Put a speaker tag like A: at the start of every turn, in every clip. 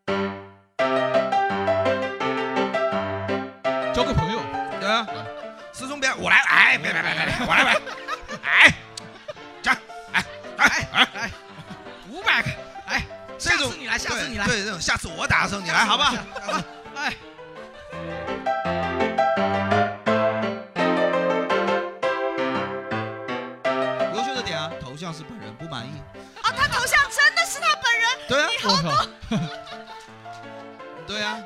A: 啊嗯哎我来买。 哎，这，哎，哎，哎，哎，
B: 五百个，哎，
A: 这
B: 下
A: 种
B: 次你来，下次你来，
A: 对，这种下次我打的时候你来，好不好？
B: 吧？哎，
A: 优秀的点啊，头像是本人，不满意。
C: 哦，他头像真的是他本人，
A: 对啊，
D: 我 靠，
A: 对啊。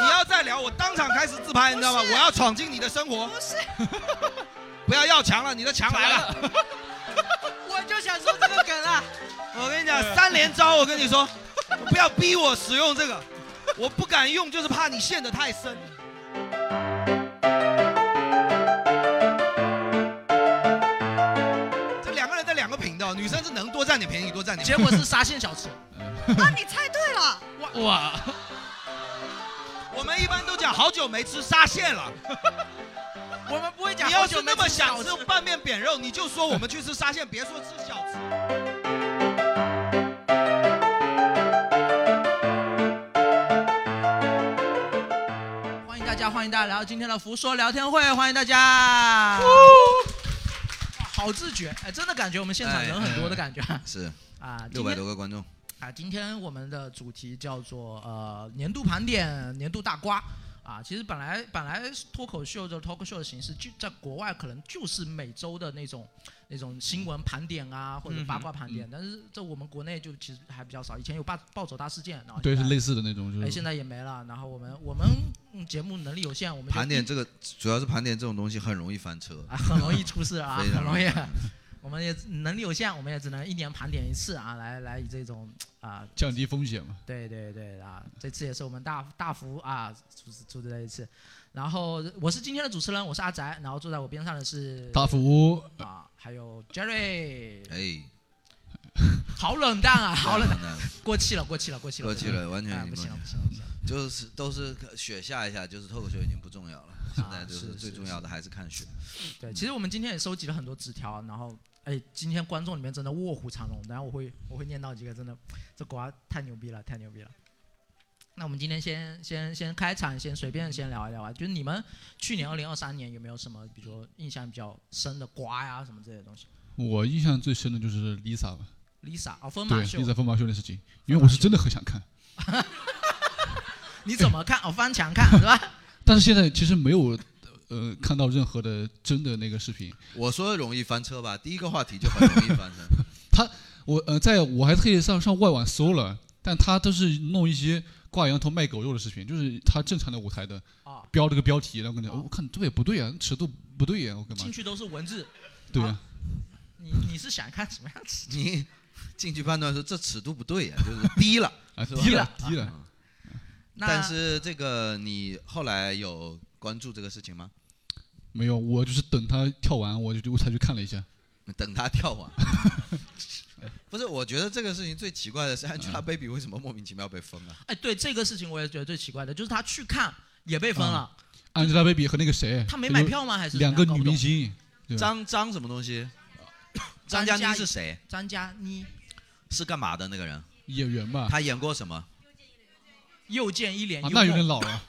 A: 你要再聊，我当场开始自拍，你知道吗？我要闯进你的生活，
C: 不是
A: 不要要强了，你的强来了。
B: 我就想说这个梗啊，
A: 我跟你讲，三连招，我跟你 说，不要逼我使用这个，我不敢用，就是怕你陷得太深。这两个人在两个频道，女生是能多占点便宜多占点便
B: 结果是沙县小吃，
C: 啊，你猜对了，
D: 哇，
A: 宜。我们一般都讲好久没吃沙县了，
B: 我们不会讲
A: 你
B: 好
A: 要
B: 久
A: 是
B: 没
A: 那么
B: 吃
A: 想
B: 小
A: 吃
B: 吃，
A: 拌面扁肉，你就说我们去吃沙县，别说吃小吃。
B: 欢迎大家，欢迎大家来到今天的福说聊天会，欢迎大 家。哇好自觉，哎，真的感觉我们现场人很多的感 觉
A: 是
B: 啊！
A: 六
B: 今
A: 百
B: 天
A: 多个观众，
B: 啊，今天我们的主题叫做呃年度盘点、年度大瓜啊。其实本来本来脱口秀的 talk show 的形式，就在国外可能就是每周的那种那种新闻盘点啊，或者
A: 嗯哼
B: 八卦盘点，但是在我们国内就其实还比较少。以前有暴暴走大事件，然后
D: 对，是
B: 现在
D: 类似的那种，就
A: 嗯
B: 啊哎
D: 是
B: 现在也没了。然后我们我们嗯节目能力有限，我们就
A: 盘点
B: 一
A: 这个主要是盘点这种东西很容易翻车。
B: 啊，很容易出事啊，
A: 非常
B: 很容易。我们也能力有限，我们也只能一年盘点一次啊，来来以这种啊
D: 降低风险嘛。
B: 对对对啊，这次也是我们大大福啊组织组织的一次。然后我是今天的主持人，我是阿宅，然后坐在我边上的是
D: 大福，
B: 啊，还有 Jerry，
A: 哎，
B: 好冷淡啊，好冷淡，
A: 淡，
B: 过气了，过气了，过气了，
A: 过去了，完
B: 哎，
A: 全已
B: 不
A: 经
B: 行
A: 过
B: 了，
A: 去了
B: 不行了，不行了，
A: 就是都是雪下一下，就是脱口秀已经不重要了，现在就是是最
B: 是
A: 重要的还是看雪。
B: 对，其实我们今天也收集了很多纸条，然后哎，今天观众里面真的卧虎藏龙，然后我会我会念到几个，真的这瓜太牛逼了，太牛逼了。那我们今天先先先开场，先随便先聊一聊啊，就是你们去年二零二三年有没有什么，比如说印象比较深的瓜呀什么这些东西
D: 我印象最深的就是 Lisa 吧，
B: ？Lisa 啊、疯
D: 对
B: 马秀，
D: ，Lisa 疯马秀的事情，因为我是真的很想看，
B: 你怎么看？哦，翻墙看是吧？
D: 但是现在其实没有呃看到任何的真的那个视频。
A: 我说容易翻车吧，第一个话题就很容易翻车。
D: 我呃，在我还特意上上外网搜了，但他都是弄一些挂羊头卖狗肉的视频，就是他正常的舞台的
B: 啊、
D: 标这个标题，然后跟你讲，哦我看这也不对啊，尺度不对呀、我干
B: 进
D: 嘛？
B: 去都是文字，
D: 对啊，
B: 你你是想看什么样子？
A: 你进去判断说这尺度不对呀、就是低了。
D: 啊
A: 是吧
D: 低了低了，
A: 嗯
B: 那
A: 但是这个你后来有关注这个事情吗？
D: 没有，我就是等他跳完，我就我才去看了一下。
A: 等他跳完。 不是，我觉得这个事情最奇怪的是 Angelababy 为什么莫名其妙被封了、啊
B: 哎，对这个事情我也觉得最奇怪的，就是他去看也被封
D: 嗯
B: 了。
D: Angelababy 和那个谁，
B: 他没买票吗？还是
D: 有两个
B: 怎么样搞不
D: 女明
B: 懂
D: 星，对啊吧
A: 张张什么东西？张嘉
B: 张嘉
A: 倪
B: 译
A: 是谁？
B: 张嘉倪、
A: 是干嘛的那个人？
D: 演员吧，
A: 他演过什么？
B: 又见一脸
D: 啊
B: 幽，
D: 那有点
B: 默，
D: 老了，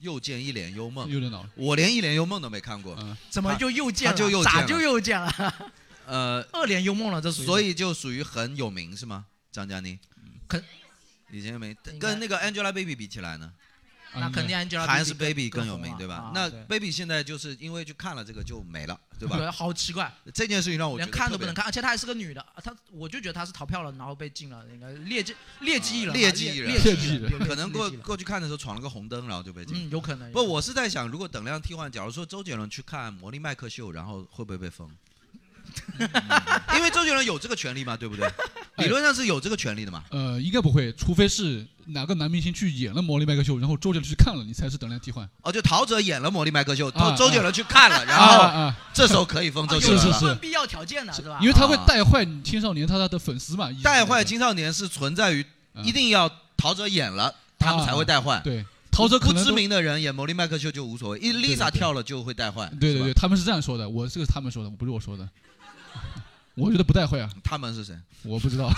A: 又见一脸幽
B: 哦
A: 梦，
D: 有点老了。
A: 我连一脸幽梦都没看过。
D: 嗯，
B: 怎么就又见
A: 他就又见了
B: 咋就又见了？
A: 呃，
B: 二脸幽梦了，这属于
A: 所以就属于很有名是吗？张嘉倪，
B: 肯
A: 以前有名
B: 应，该
A: 跟那个 Angelababy 比起来呢，
D: 啊
B: 那肯定
D: 应
B: Angelababy
A: 还是嗯 Baby
B: 更
A: 更有名
B: 红啊
A: 对吧
B: 啊？
A: 那
B: 对
A: Baby 现在就是因为去看了这个就没了，对吧？
B: 对，好奇怪，
A: 这件事情让我觉
B: 连
A: 得
B: 看都不能
A: 看，
B: 看，而且她还是个女的，啊她我就觉得她是逃票了，然后被禁了，那个劣迹劣迹艺人嘛，
A: 啊劣迹艺人
B: 劣
D: 劣迹艺人
B: 有
A: 可能过
B: 劣迹了
A: 过去看的时候闯了个红灯，然后就被禁。
B: 嗯，有可能。
A: 不，我是在想，如果等量替换，假如说周杰伦去看《魔力麦克秀》，然后会不会被 封？因为周杰伦有这个权利嘛，对不 对？理论上是有这个权利的嘛。
D: 呃，应该不会，除非是哪个男明星去演了《魔力麦克秀》，然后周杰伦去看了，你才是等量替换。
A: 哦，就陶喆演了《魔力麦克秀》，
D: 啊
A: 周周杰伦去看了，然
D: 啊
A: 后
D: 啊，
A: 这时候可以封周
B: 有
A: 杰伦
D: 是
A: 了。
D: 是
B: 问必要条件的是吧
D: 因？为他会
A: 啊
D: 带坏青少年，他的粉丝嘛，
A: 带坏青少年是存在于
D: 嗯啊
A: 一定要陶喆演了，他们才会带坏。
D: 对陶喆可
A: 不
D: 能
A: 知
D: 都
A: 名的人演《魔力麦克秀》就无所谓，一
D: 对对
A: Lisa 跳了就会带坏。
D: 对
A: 是
D: 对
A: 吧
D: 对，，他们是这样说的，我这个是他们说的，不是我说的。我觉得不带坏啊，
A: 他们是谁？
D: 我不知道。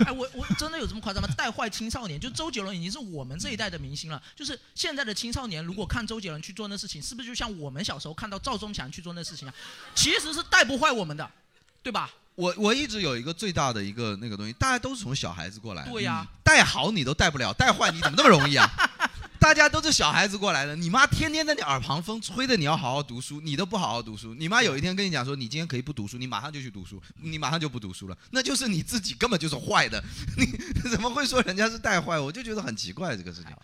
B: 哎，我我真的有这么夸张吗？带坏青少年，就周杰伦已经是我们这一代的明星了。就是现在的青少年，如果看周杰伦去做那事情，是不是就像我们小时候看到赵忠祥去做那事情啊？其实是带不坏我们的，对吧？
A: 我我一直有一个最大的一个那个东西，大家都是从小孩子过来的，
B: 对呀
A: 嗯带好你都带不了，带坏你怎么那么容易啊？ 大家都是小孩子过来的，你妈天天在你耳旁风吹着你要好好读书，你都不好好读书，你妈有一天跟你讲说你今天可以不读书，你马上就去读书，你马上就不读书了，那就是你自己根本就是坏的，你怎么会说人家是带坏？我就觉得很奇怪这个事
B: 啊
A: 情，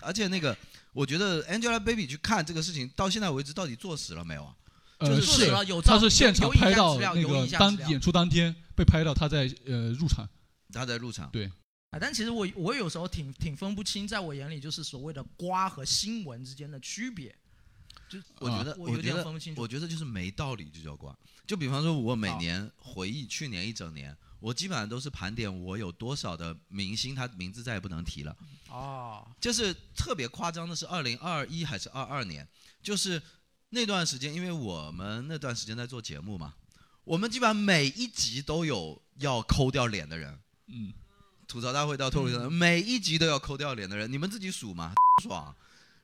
A: 而且那个我觉得 Angelababy 去看这个事情到现在为止到底坐实了没有啊？
D: 呃，
B: 就是
D: 是
B: 有有照
D: 他是现场
B: 有影像
D: 拍到
B: 资料
D: 那
B: 有
D: 个
B: 影像
D: 当
B: 资料
D: 演出当天被拍到他在呃入场，
A: 她在入场，
B: 啊，但其实我我有时候挺挺分不清，在我眼里就是所谓的瓜和新闻之间的区别。
A: 我觉得、
B: 我有
A: 觉
B: 点
A: 得
B: 分不清楚
A: 我。觉得就是没道理就叫瓜。就比方说，我每年回忆去年一整年，我基本上都是盘点我有多少的明星，他名字再也不能提了。
B: 哦，
A: 就是特别夸张的是，二零二一还是二二年，就是那段时间，因为我们那段时间在做节目嘛，我们基本上每一集都有要抠掉脸的人。
D: 嗯，
A: 吐槽大会到脱口秀大会，
B: 嗯
A: 每一集都要抠掉脸的人，你们自己数嘛。爽，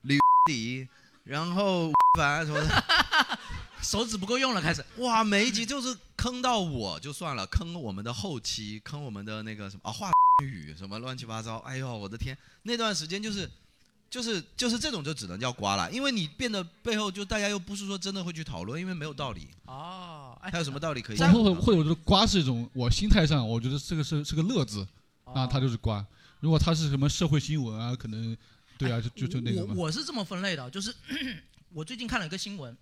A: 李迪，然后凡什么的。
B: 手指不够用了，开始。
A: 哇，每一集就是坑到我就算了，坑我们的后期，坑我们的那个什么啊，话语什么乱七八糟。哎呦，我的天，那段时间就是。就是就是这种就只能叫瓜了，因为你变得背后就大家又不是说真的会去讨论，因为没有道理，
B: 哦，哎
A: 还有什么道理可以
D: 我
A: 讨
D: 会
A: 论
D: 会
A: 呢？
D: 会有这个瓜是一种我心态上，我觉得这个是是个乐子，
A: 哦
D: 那他就是瓜。如果他是什么社会新闻啊，可能对啊，就就就那个
B: 我
D: 嘛。
B: 我是这么分类的，就是 我最近看了一个新闻，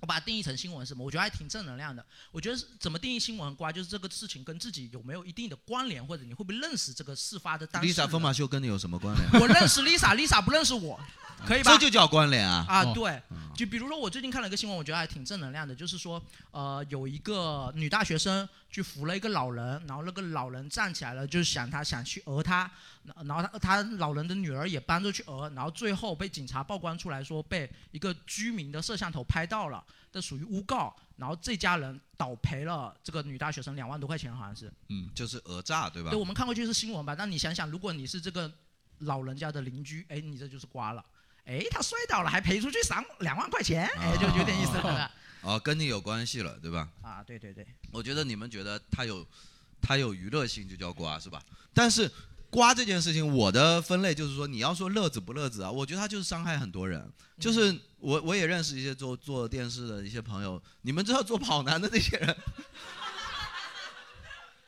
B: 我把它定义成新闻是什么？我觉得还挺正能量的。我觉得是怎么定义新闻很瓜，就是这个事情跟自己有没有一定的关联，或者你会不会认识这个事发的当事人。
A: Lisa 疯马秀跟你有什么关联？
B: 我认识 Lisa，Lisa 不认识我，可以吧？
A: 这就叫关联啊！
B: 啊，
D: 哦
B: 对
A: 嗯，
B: 就比如说我最近看了一个新闻，我觉得还挺正能量的，就是说，呃，有一个女大学生去扶了一个老人，然后那个老人站起来了，就是想他想去讹他，然然后他他老人的女儿也帮着去讹，然后最后被警察曝光出来说被一个居民的摄像头拍到了，这属于诬告，然后这家人倒赔了这个女大学生两万多块钱，好像是。
A: 嗯就是讹诈，对吧
B: 对，？我们看过去是新闻吧？那你想想，如果你是这个老人家的邻居，哎，你这就是瓜了。哎，他摔倒了还赔出去三两万块钱，
A: 啊
B: 哎，就有点意思了，对 吧？
A: 哦，跟你有关系了，对吧？
B: 啊，对对对，
A: 我觉得你们觉得它有它有娱乐性就叫瓜是吧？但是瓜这件事情，我的分类就是说，你要说乐子不乐子啊，我觉得它就是伤害很多人。
D: 嗯
A: 就是我我也认识一些做做电视的一些朋友，你们知道做跑男的那些人。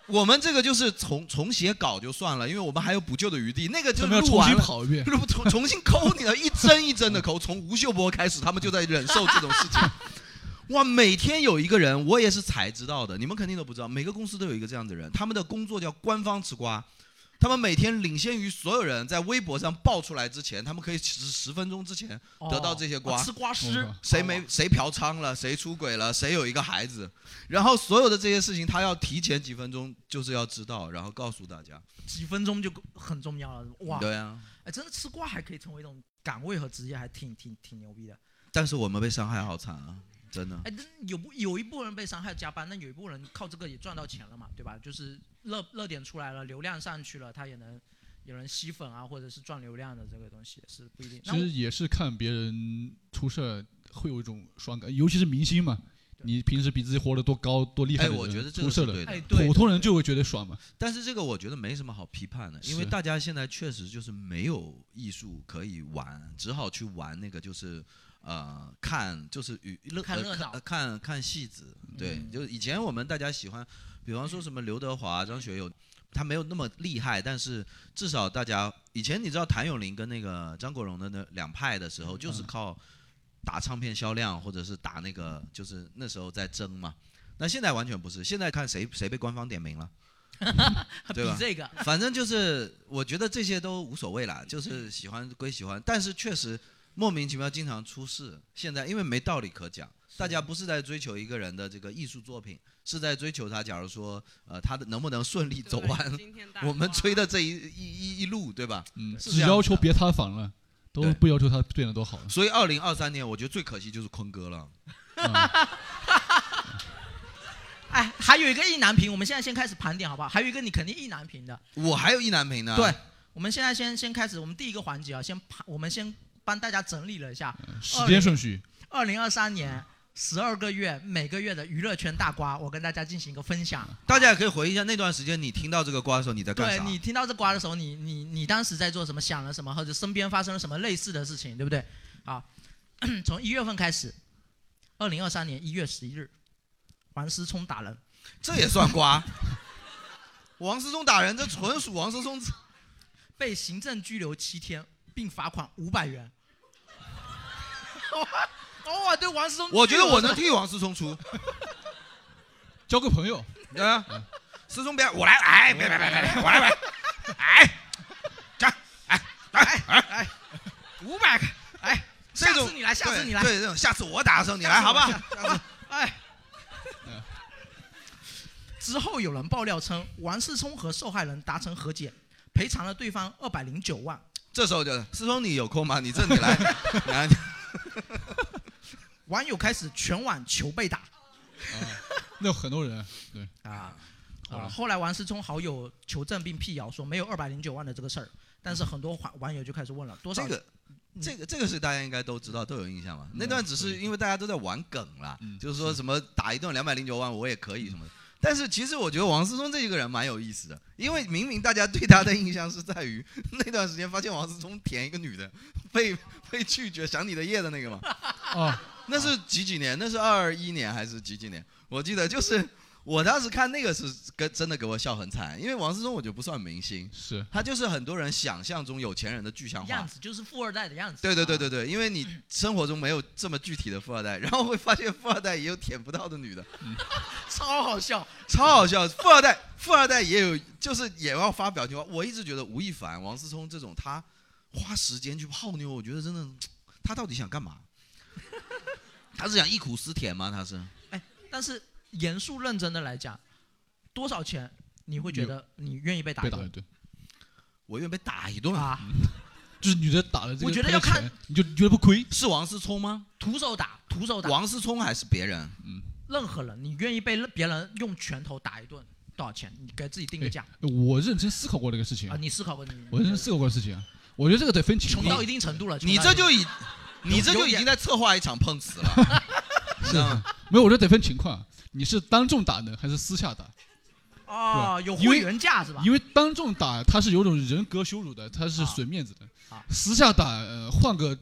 A: 我们这个就是重重写稿就算了，因为我们还有补救的余地。那个就是
D: 他们要
A: 录
D: 重
A: 完
D: 新
A: 了，
D: 跑一 遍，
A: 录重重新抠你的，一针一针的抠。从吴秀波开始，他们就在忍受这种事情。哇，每天有一个人，我也是才知道的，你们肯定都不知道。每个公司都有一个这样的人，他们的工作叫官方吃瓜，他们每天领先于所有人，在微博上爆出来之前，他们可以十十分钟之前
B: 哦
A: 得到这些瓜
B: 啊吃瓜师
D: 嗯，
A: 谁
B: 哦
A: 没谁嫖娼了，谁出轨了，谁有一个孩子，然后所有的这些事情，他要提前几分钟就是要知道，然后告诉大家。
B: 几分钟就很重要了，哇！
A: 对啊，
B: 哎，真的吃瓜还可以成为一种岗位和职业，还挺挺挺牛逼的。
A: 但是我们被伤害好惨啊，真的。
B: 哎，但有部有一部分人被伤害加班，那有一部分人靠这个也赚到钱了嘛，对吧？就是热热点出来了，流量上去了，他也能有人吸粉啊，或者是赚流量的这个东西也是不一定。那
D: 其实也是看别人出事儿会有一种爽感，尤其是明星嘛，你平时比自己活得多高多厉害
A: 哎，
D: 的人，
A: 我觉得这
D: 出
A: 个
D: 事
A: 是
D: 了，
A: 对的，
B: 哎，对，
D: 普通人就会觉得爽嘛。
A: 但是这个我觉得没什么好批判的，因为
D: 是
A: 大家现在确实就是没有艺术可以玩，只好去玩那个就是。呃，看就是娱乐，
B: 看
A: 呃
B: 热闹
A: 看看看戏子，对，
B: 嗯
A: 就是以前我们大家喜欢，比方说什么刘德华、张学友，他没有那么厉害，但是至少大家以前你知道谭咏麟跟那个张国荣的那两派的时候，就是靠打唱片销量或者是打那个，就是那时候在争嘛。那现在完全不是，现在看谁谁被官方点名了。对吧
B: 比这个
A: 反正就是，我觉得这些都无所谓啦，就是喜欢归喜欢，但是确实莫名其妙经常出事。现在因为没道理可讲，大家不是在追求一个人的这个艺术作品，是在追求他，假如说呃他的能不能顺利走完 我们追的这一一一一路，对吧？
D: 嗯，
A: 是
D: 只
A: 这样
D: 要
A: 子
D: 求
A: 的
D: 别塌房了，都
A: 对
D: 不要求他变得多好了。
A: 所以二零
B: 哎，还有一个意难平，我们现在先开始盘点好不好？还有一个你肯定意难平的，
A: 我还有意难平呢。
B: 对，我们现在先先开始，我们第一个环节啊，先盘，我们先帮大家整理了一
A: 嗯
B: 下
D: 时间顺序，
B: 二零二三年十二个月每个月的娱乐圈大瓜，我跟大家进行一个分享。
A: 大家也可以回忆一下那段时间你听到这个瓜的时候你在干
B: 对
A: 啥。
B: 你听到这瓜的时候，你你你当时在做什么，想了什么，或者身边发生了什么类似的事情，对不对？好， 从一月份开始，二零二三年一月十一日，王思聪打人，
A: 这也算瓜？王思聪打人，这纯属王思聪自。
B: 被行政拘留七天，并罚款五百元。 哦，我对王思聪，
A: 我觉得我能替王思聪出，
D: 交个朋友，
B: 嗯
A: 啊，思聪别我来，哎，别别别别别，我来我来，哎，这哎哎哎哎，
B: 五百，哎，
A: 这
B: 下
A: 种
B: 次你来，下次
A: 对
B: 你来，
A: 对这种下次我打的时候你
B: 下
A: 来
B: 次
A: 好
B: 我
A: 不好？嗯
B: 下次哎。之后有人爆料称，王思聪和受害人达成和解，赔偿了对方二百零九万。
A: 这时候就是思聪，你有空吗？你这你 来，你来
B: 网友开始全网求被打
D: 那有很多人，对，
B: 啊。
D: 好了
B: 啊！后来王思聪好友求证并辟谣说没有二百零九万的这个事儿，但是很多网网友就开始问了多少嗯
A: 这个。这个这个是大家应该都知道，都有印象吧？那段只
B: 嗯
A: 是因为大家都在玩梗啦，
D: 嗯
A: 就是说什么打一顿两百零九万我也可以什么的。
B: 嗯
A: 但是其实我觉得王思聪这一个人蛮有意思的，因为明明大家对他的印象是在于那段时间发现王思聪舔一个女的，被被拒绝，想你的夜的那个 嘛，
D: 啊，
A: 那是几几年？那是二一年还是几几年？我记得就是我当时看那个是跟真的给我笑很惨，因为王思聪我觉得不算明星，
D: 是
A: 他就是很多人想象中有钱人的具象化
B: 样。子，就是富二代的样子。
A: 对对对对对，因为你生活中没有这么具体的富二代，然后会发现富二代也有舔不到的女的，
B: 啊， 超好笑。
A: 超好笑。富二代，富二代也有，就是也要发表情包。我一直觉得吴亦凡、王思聪这种，他花时间去泡妞，我觉得真的，他到底想干嘛？ 他是想忆苦思甜吗？他是
B: 但是严肃认真的来讲，多少钱你会觉得你愿意被打一
D: 被打
B: 顿
D: 一顿，
A: 我愿被打一顿。
B: 啊？
D: 就是女的打了这个，
B: 我觉得要看，
D: 你就你觉得不亏，
A: 是王思聪吗？
B: 徒手打，徒手打，
A: 王思聪还是别人？
B: 任何人，你愿意被别人用拳头打一顿多少钱？你给自己定个价
D: 我认真思考过这个事情
B: 啊！，你思考过你？
D: 我认真思考过这个事情，啊我觉得这个得分情
B: 穷到
D: 况
B: 一，定程度了，
A: 你
B: 穷到
A: 这
B: 一定
A: 就已，你这就已经在策划一场碰瓷了，你知道吗？
D: 没有，我觉得得分情况，你是当众打呢还是私下打？
B: 哦，有
D: 因为
B: 会员价是吧？
D: 因为当众打他是有种人格羞辱的，他是损面子的。
B: 啊
D: 私下打呃换个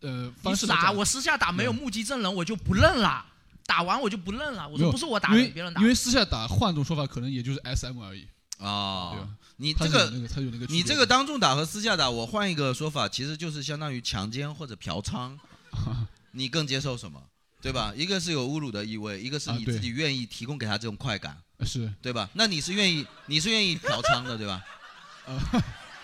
D: 呃
B: 你
D: 方式来
B: 傻，
D: 讲
B: 我私下打没有目击证人，我就不认了。打完我就不认了，我
D: 没
B: 说
D: 有
B: 不是我打
D: 因
B: 的，
D: 为
B: 别人打
D: 因。为私下打换种说法可能也就是 S M 而已。对
A: 哦
D: 啊，
A: 你
D: 他
A: 这
D: 是有
A: 个
D: 那个他有那个区别
A: 你这个当众打和私下打，我换一个说法，其实就是相当于强奸或者嫖娼，你更接受什么？对吧？一个是有侮辱的意味，一个是
D: 啊
A: 你
D: 对
A: 自己愿意提供给他这种快感，
D: 呃 是
A: 对吧？那你是愿意，你是愿意嫖娼的，对 吧？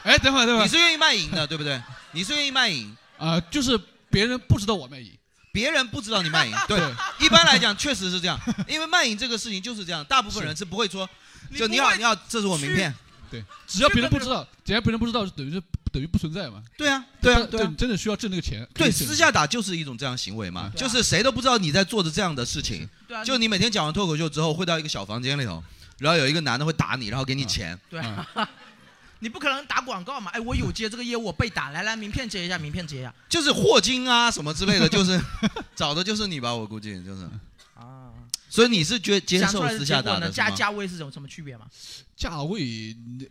D: 哎等会儿等会
A: 你
D: 儿
A: 是愿意卖淫的，对不对？你是愿意卖淫，
D: 啊就是别人不知道我卖淫，
A: 别人不知道你卖淫，对。
D: 对
A: 一般来讲确实是这样，因为卖淫这个事情就是这样，大部分人是不会说，就你
B: 不
A: 好
B: 会
A: 你好，这是我名片，
D: 对，只要
B: 这
D: 别人
B: 个
D: 不知道，只要别人不知道，等于是等于不存在嘛。
A: 对啊，对啊，
D: 但
A: 对啊
D: 但你。真的需要挣那个钱。可
A: 对，
D: 以挣
A: 私下打就是一种这样行为嘛，
B: 对啊
A: 就是谁都不知道你在做着这样的事情，
B: 对啊，
A: 就你每天讲完脱口秀之后，会到一个小房间里头，然后有一个男的会打你，然后给你钱。
B: 对
D: 嗯
B: 啊， 你不可能打广告嘛？哎，我有接这个业务，我被打，来来，名片接一下，名片接一下。
A: 就是霍金啊什么之类的，就是 找的就是你吧，我估计就是。
B: 啊，
A: 所以你是接接
B: 想出
A: 受
B: 来的
A: 私
B: 结
A: 下
B: 果
A: 打
B: 呢？
A: 的是
B: 价
A: 吗？
B: 价位是有什么区别吗？
D: 价位嗯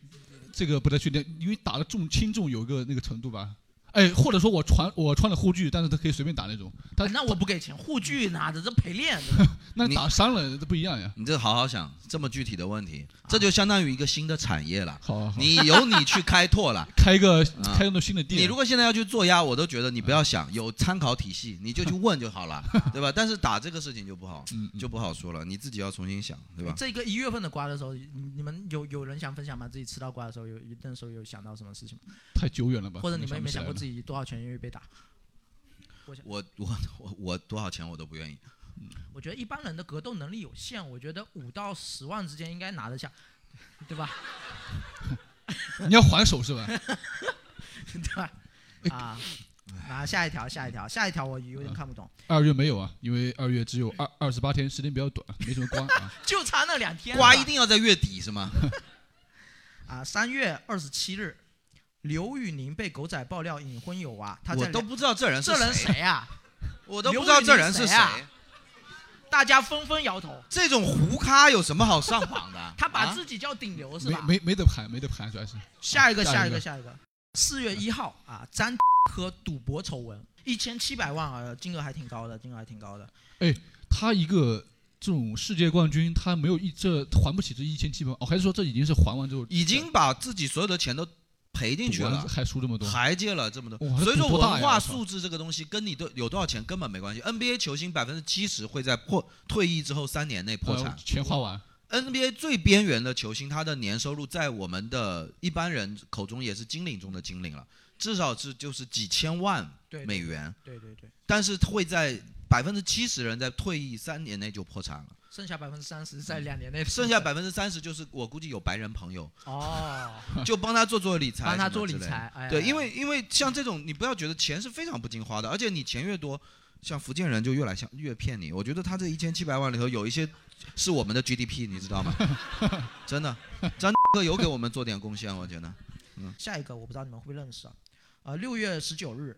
D: 这个不太确定，因为打的重轻重有一个那个程度吧。哎，或者说我穿我穿了护具，但是他可以随便打那种，他
A: 呃
B: 哎那我不给钱，护具拿着这陪练，对吧
D: 那
A: 啊你
D: 打伤了这不一样呀。
A: 你这好好想，这么具体的问题，
B: 啊
A: 这就相当于一个新的产业了。
D: 好，
B: 哦
D: 好
A: 你由你去开拓 了。
D: 开一个
A: 啊
D: 开一个新的店，
A: 你如果现在要去做鸭，我都觉得你不要
B: 嗯
A: 想，有参考体系，你就去问就 好了，对吧？但是打这个事情就不好，
D: 嗯嗯
A: 就不好说了，你自己要重新想，对吧？
B: 这个一月份的瓜的时候，你你们有有人想分享吗？自己吃到瓜的时候，有那时候有想到什么事情吗？
D: 太久远了吧？
B: 或者你
D: 可
B: 们
D: 能
B: 有没有想过
D: 不
B: 自
D: 起
B: 己多少钱愿意被打？
A: 我我我我多少钱我都不愿意。
B: 我觉得一般人的格斗能力有限，我觉得五到十万之间应该拿得下，对吧？
D: 来了？你要还手是吧？
B: 对吧？啊，然后下一条，下一条，下一条我有点看不
A: 嗯
B: 懂，
D: 二月没有啊，因为二月只有二二十八天，时间比较短，没什么瓜啊。
B: 就差那两天了。
A: 瓜一定要在月底是吗？
B: 啊，三月二十七日，刘宇宁被狗仔爆料隐婚有娃，他
A: 我
B: 在
A: 都
B: 两
A: 不知道这人是
B: 这人谁啊？
A: 我都不知道这人是
B: 刘宇宁谁啊大家纷纷摇头，
A: 这种胡咖有什么好上榜的
B: ？他把
A: 啊
B: 自己叫顶流是
D: 没
B: 吧？
D: 没没得盘，没得盘，主要是。
B: 下一个，
D: 下
B: 下
D: 一
B: 一
D: 个
B: 个，下一个。四月一号啊，张科赌博丑闻，一千七百万啊，金额还挺高的，金额还挺高的。
D: 他一个这种世界冠军，他没有一这还不起这一千七百万，哦，还是说这已经是还完之后
A: 已经把自己所有的钱都赔进去
D: 赌完
A: 了。
D: 还输这么多？
A: 还借了这么多
D: 哇，
A: 所以说
D: 这赌多大呀
A: 文化
D: 我操
A: 素质这个东西跟你的有多少钱根本没关系。NBA 球星百分之七十会在破退役之后三年内破
D: 呃
A: 产，
D: 钱花完，
A: NBA 最边缘的球星，他的年收入在我们的一般人口中也是金领中的金领了，至少是就是几千万
B: 对，
A: 美
B: 对
A: 元，
B: 对对对，
A: 但是会在百分之七十人在退役三年内就破产了，
B: 剩下百分之三十在两年内，
A: 剩下百分之三十就是我估计有白人朋 友，
B: 哦，
A: 就帮他做做理财，
B: 帮他做理。财，哎，
A: 对，
B: 哎
A: 因为因为像这种，你不要觉得钱是非常不经花的，而且你钱越多，像福建人就越来像越骗你。我觉得他这一千七百万里头有一些是我们的 GDP，你知 道吗？真的，张哥有给我们做点贡献，我觉得。
B: 下一个我不知道你们会不会认识啊，呃，六月十九日，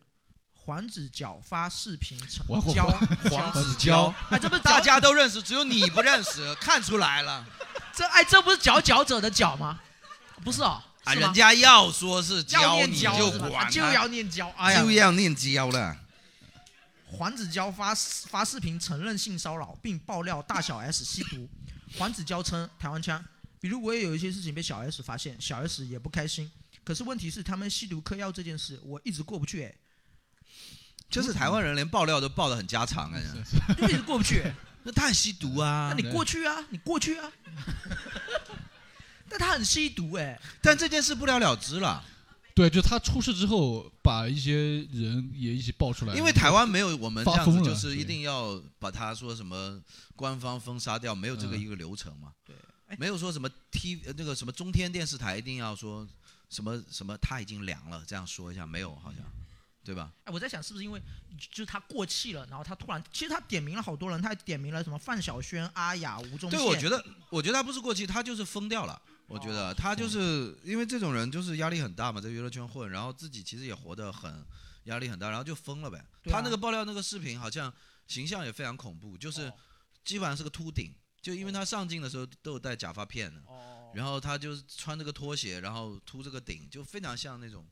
B: 黄子佼发视频成
D: 我我
B: 交
A: 黄
B: 交，
A: 子佼，
B: 哎，这不是
A: 大
B: 佼
A: 家都认识，只有你不认识，看出来了
B: 这哎这不是佼佼者的佼吗？不是哦，
A: 啊！
B: 是吗
A: 人家要说是
B: 要
A: 教
B: 念
A: 你
B: 佼
A: 就是
B: 吧
A: 管
B: 啊
A: 他，
B: 就要念佼，哎呀
A: 就，要念教了。
B: 黄子佼发视发视频承认性骚扰，并爆料大小 S 吸毒。黄子佼称台湾腔，比如我也有一些事情被小 S 发现，小 S 也不开心。可是问题是，他们吸毒嗑药这件事，我一直过不去，哎，
A: 就是台湾人连爆料都爆得很家常啊，
D: 是是
B: 就一直过 不去。欸
A: 那太吸毒啊
B: 那！你过去啊，你过去啊。 但他很吸毒哎，
A: 但这件事不了了之了。
D: 对，就他出事之后，把一些人也一起爆出来，
A: 因为台湾没有我们这样
D: 发
A: 子，
D: 疯了
A: 就是一定要把他说什么官方封杀掉，没有这个一个流程嘛。
B: 对哎
A: 没有说什么 T 呃那个什么中天电视台一定要说什么什么他已经凉了，这样说一下没有好像，对吧？
B: 哎，我在想是不是因为就是他过气了，然后他突然，其实他点名了好多人，他还点名了什么范晓萱、阿雅、吴宗宪。
A: 对，我觉得我觉得他不是过气，他就是疯掉了。我觉
B: 哦
A: 得他就是因为这种人就是压力很大嘛，在娱乐圈混，然后自己其实也活得很压力很大，然后就疯了呗。
B: 对啊
A: 他那个爆料那个视频好像形象也非常恐怖，就是。
B: 哦
A: 基本上是个秃顶，就因为他上镜的时候都有戴假发片的，
B: 哦，
A: 然后他就是穿这个拖鞋，然后秃这个顶，就非常像那种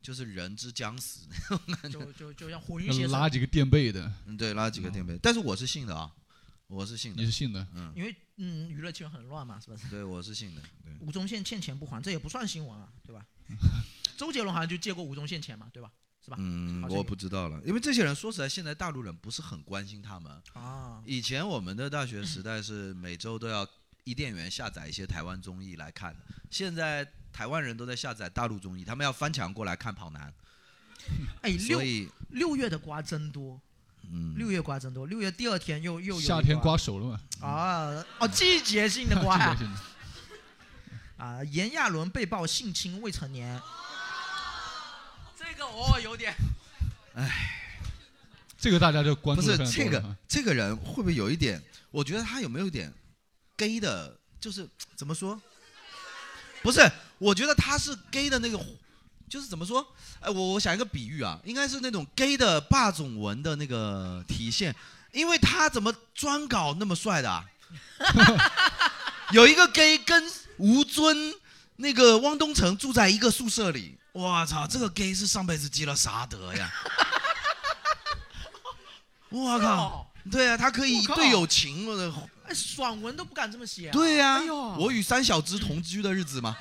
A: 就是人之将死。
B: 就就就像火云邪神
D: 拉几个垫背的，
A: 嗯， 对，拉几
B: 哦
A: 个垫背，但是我是信的啊，我是信
D: 你是
A: 的，
D: 信的？
A: 嗯，
B: 因为嗯，娱乐圈很乱嘛，是不是？
A: 对，我是信的，对，
B: 吴宗宪欠钱不还，这也不算新闻啊，对吧？周杰伦好像就借过吴宗宪钱嘛，对吧？
A: 嗯，
B: 好像
A: 我不知道了，因为这些人说实在，现在大陆人不是很关心他们。
B: 啊，
A: 以前我们的大学时代是每周都要伊甸园下载一些台湾综艺来看的，现在台湾人都在下载大陆综艺，他们要翻墙过来看跑男，
B: 哎，六
A: 所以
B: 六月的瓜真多，
A: 嗯，
B: 六月瓜真多，六月第二天又又有一
D: 夏天刮熟了嘛？
B: 啊，哦，季节性的瓜
D: 这
B: 呀
D: 个信的
B: 啊，炎亚纶被曝性侵未成年，这个偶尔有点
D: 这个大家就关
A: 不
D: 注
A: 是
D: 得非
A: 这
D: 常多了
A: 个
D: 啊
A: 这个人会不会有一点？我觉得他有没有一点 gay 的，就是怎么说？不是，我觉得他是 gay 的那个，就是怎么说？哎，我我想一个比喻啊，应该是那种 gay 的霸总文的那个体现，因为他怎么专搞那么帅的、 啊？有一个 gay 跟吴尊、那个汪东城住在一个宿舍里，我操，这个 gay 是上辈子积了啥德 呀？我靠！
B: 哦
A: 对啊，他可以
B: 我靠
A: 对友情我的，
B: 哎，爽文都不敢这么写、啊。
A: 对呀、
B: 哎呦，
A: 我与三小只同居的日子嘛，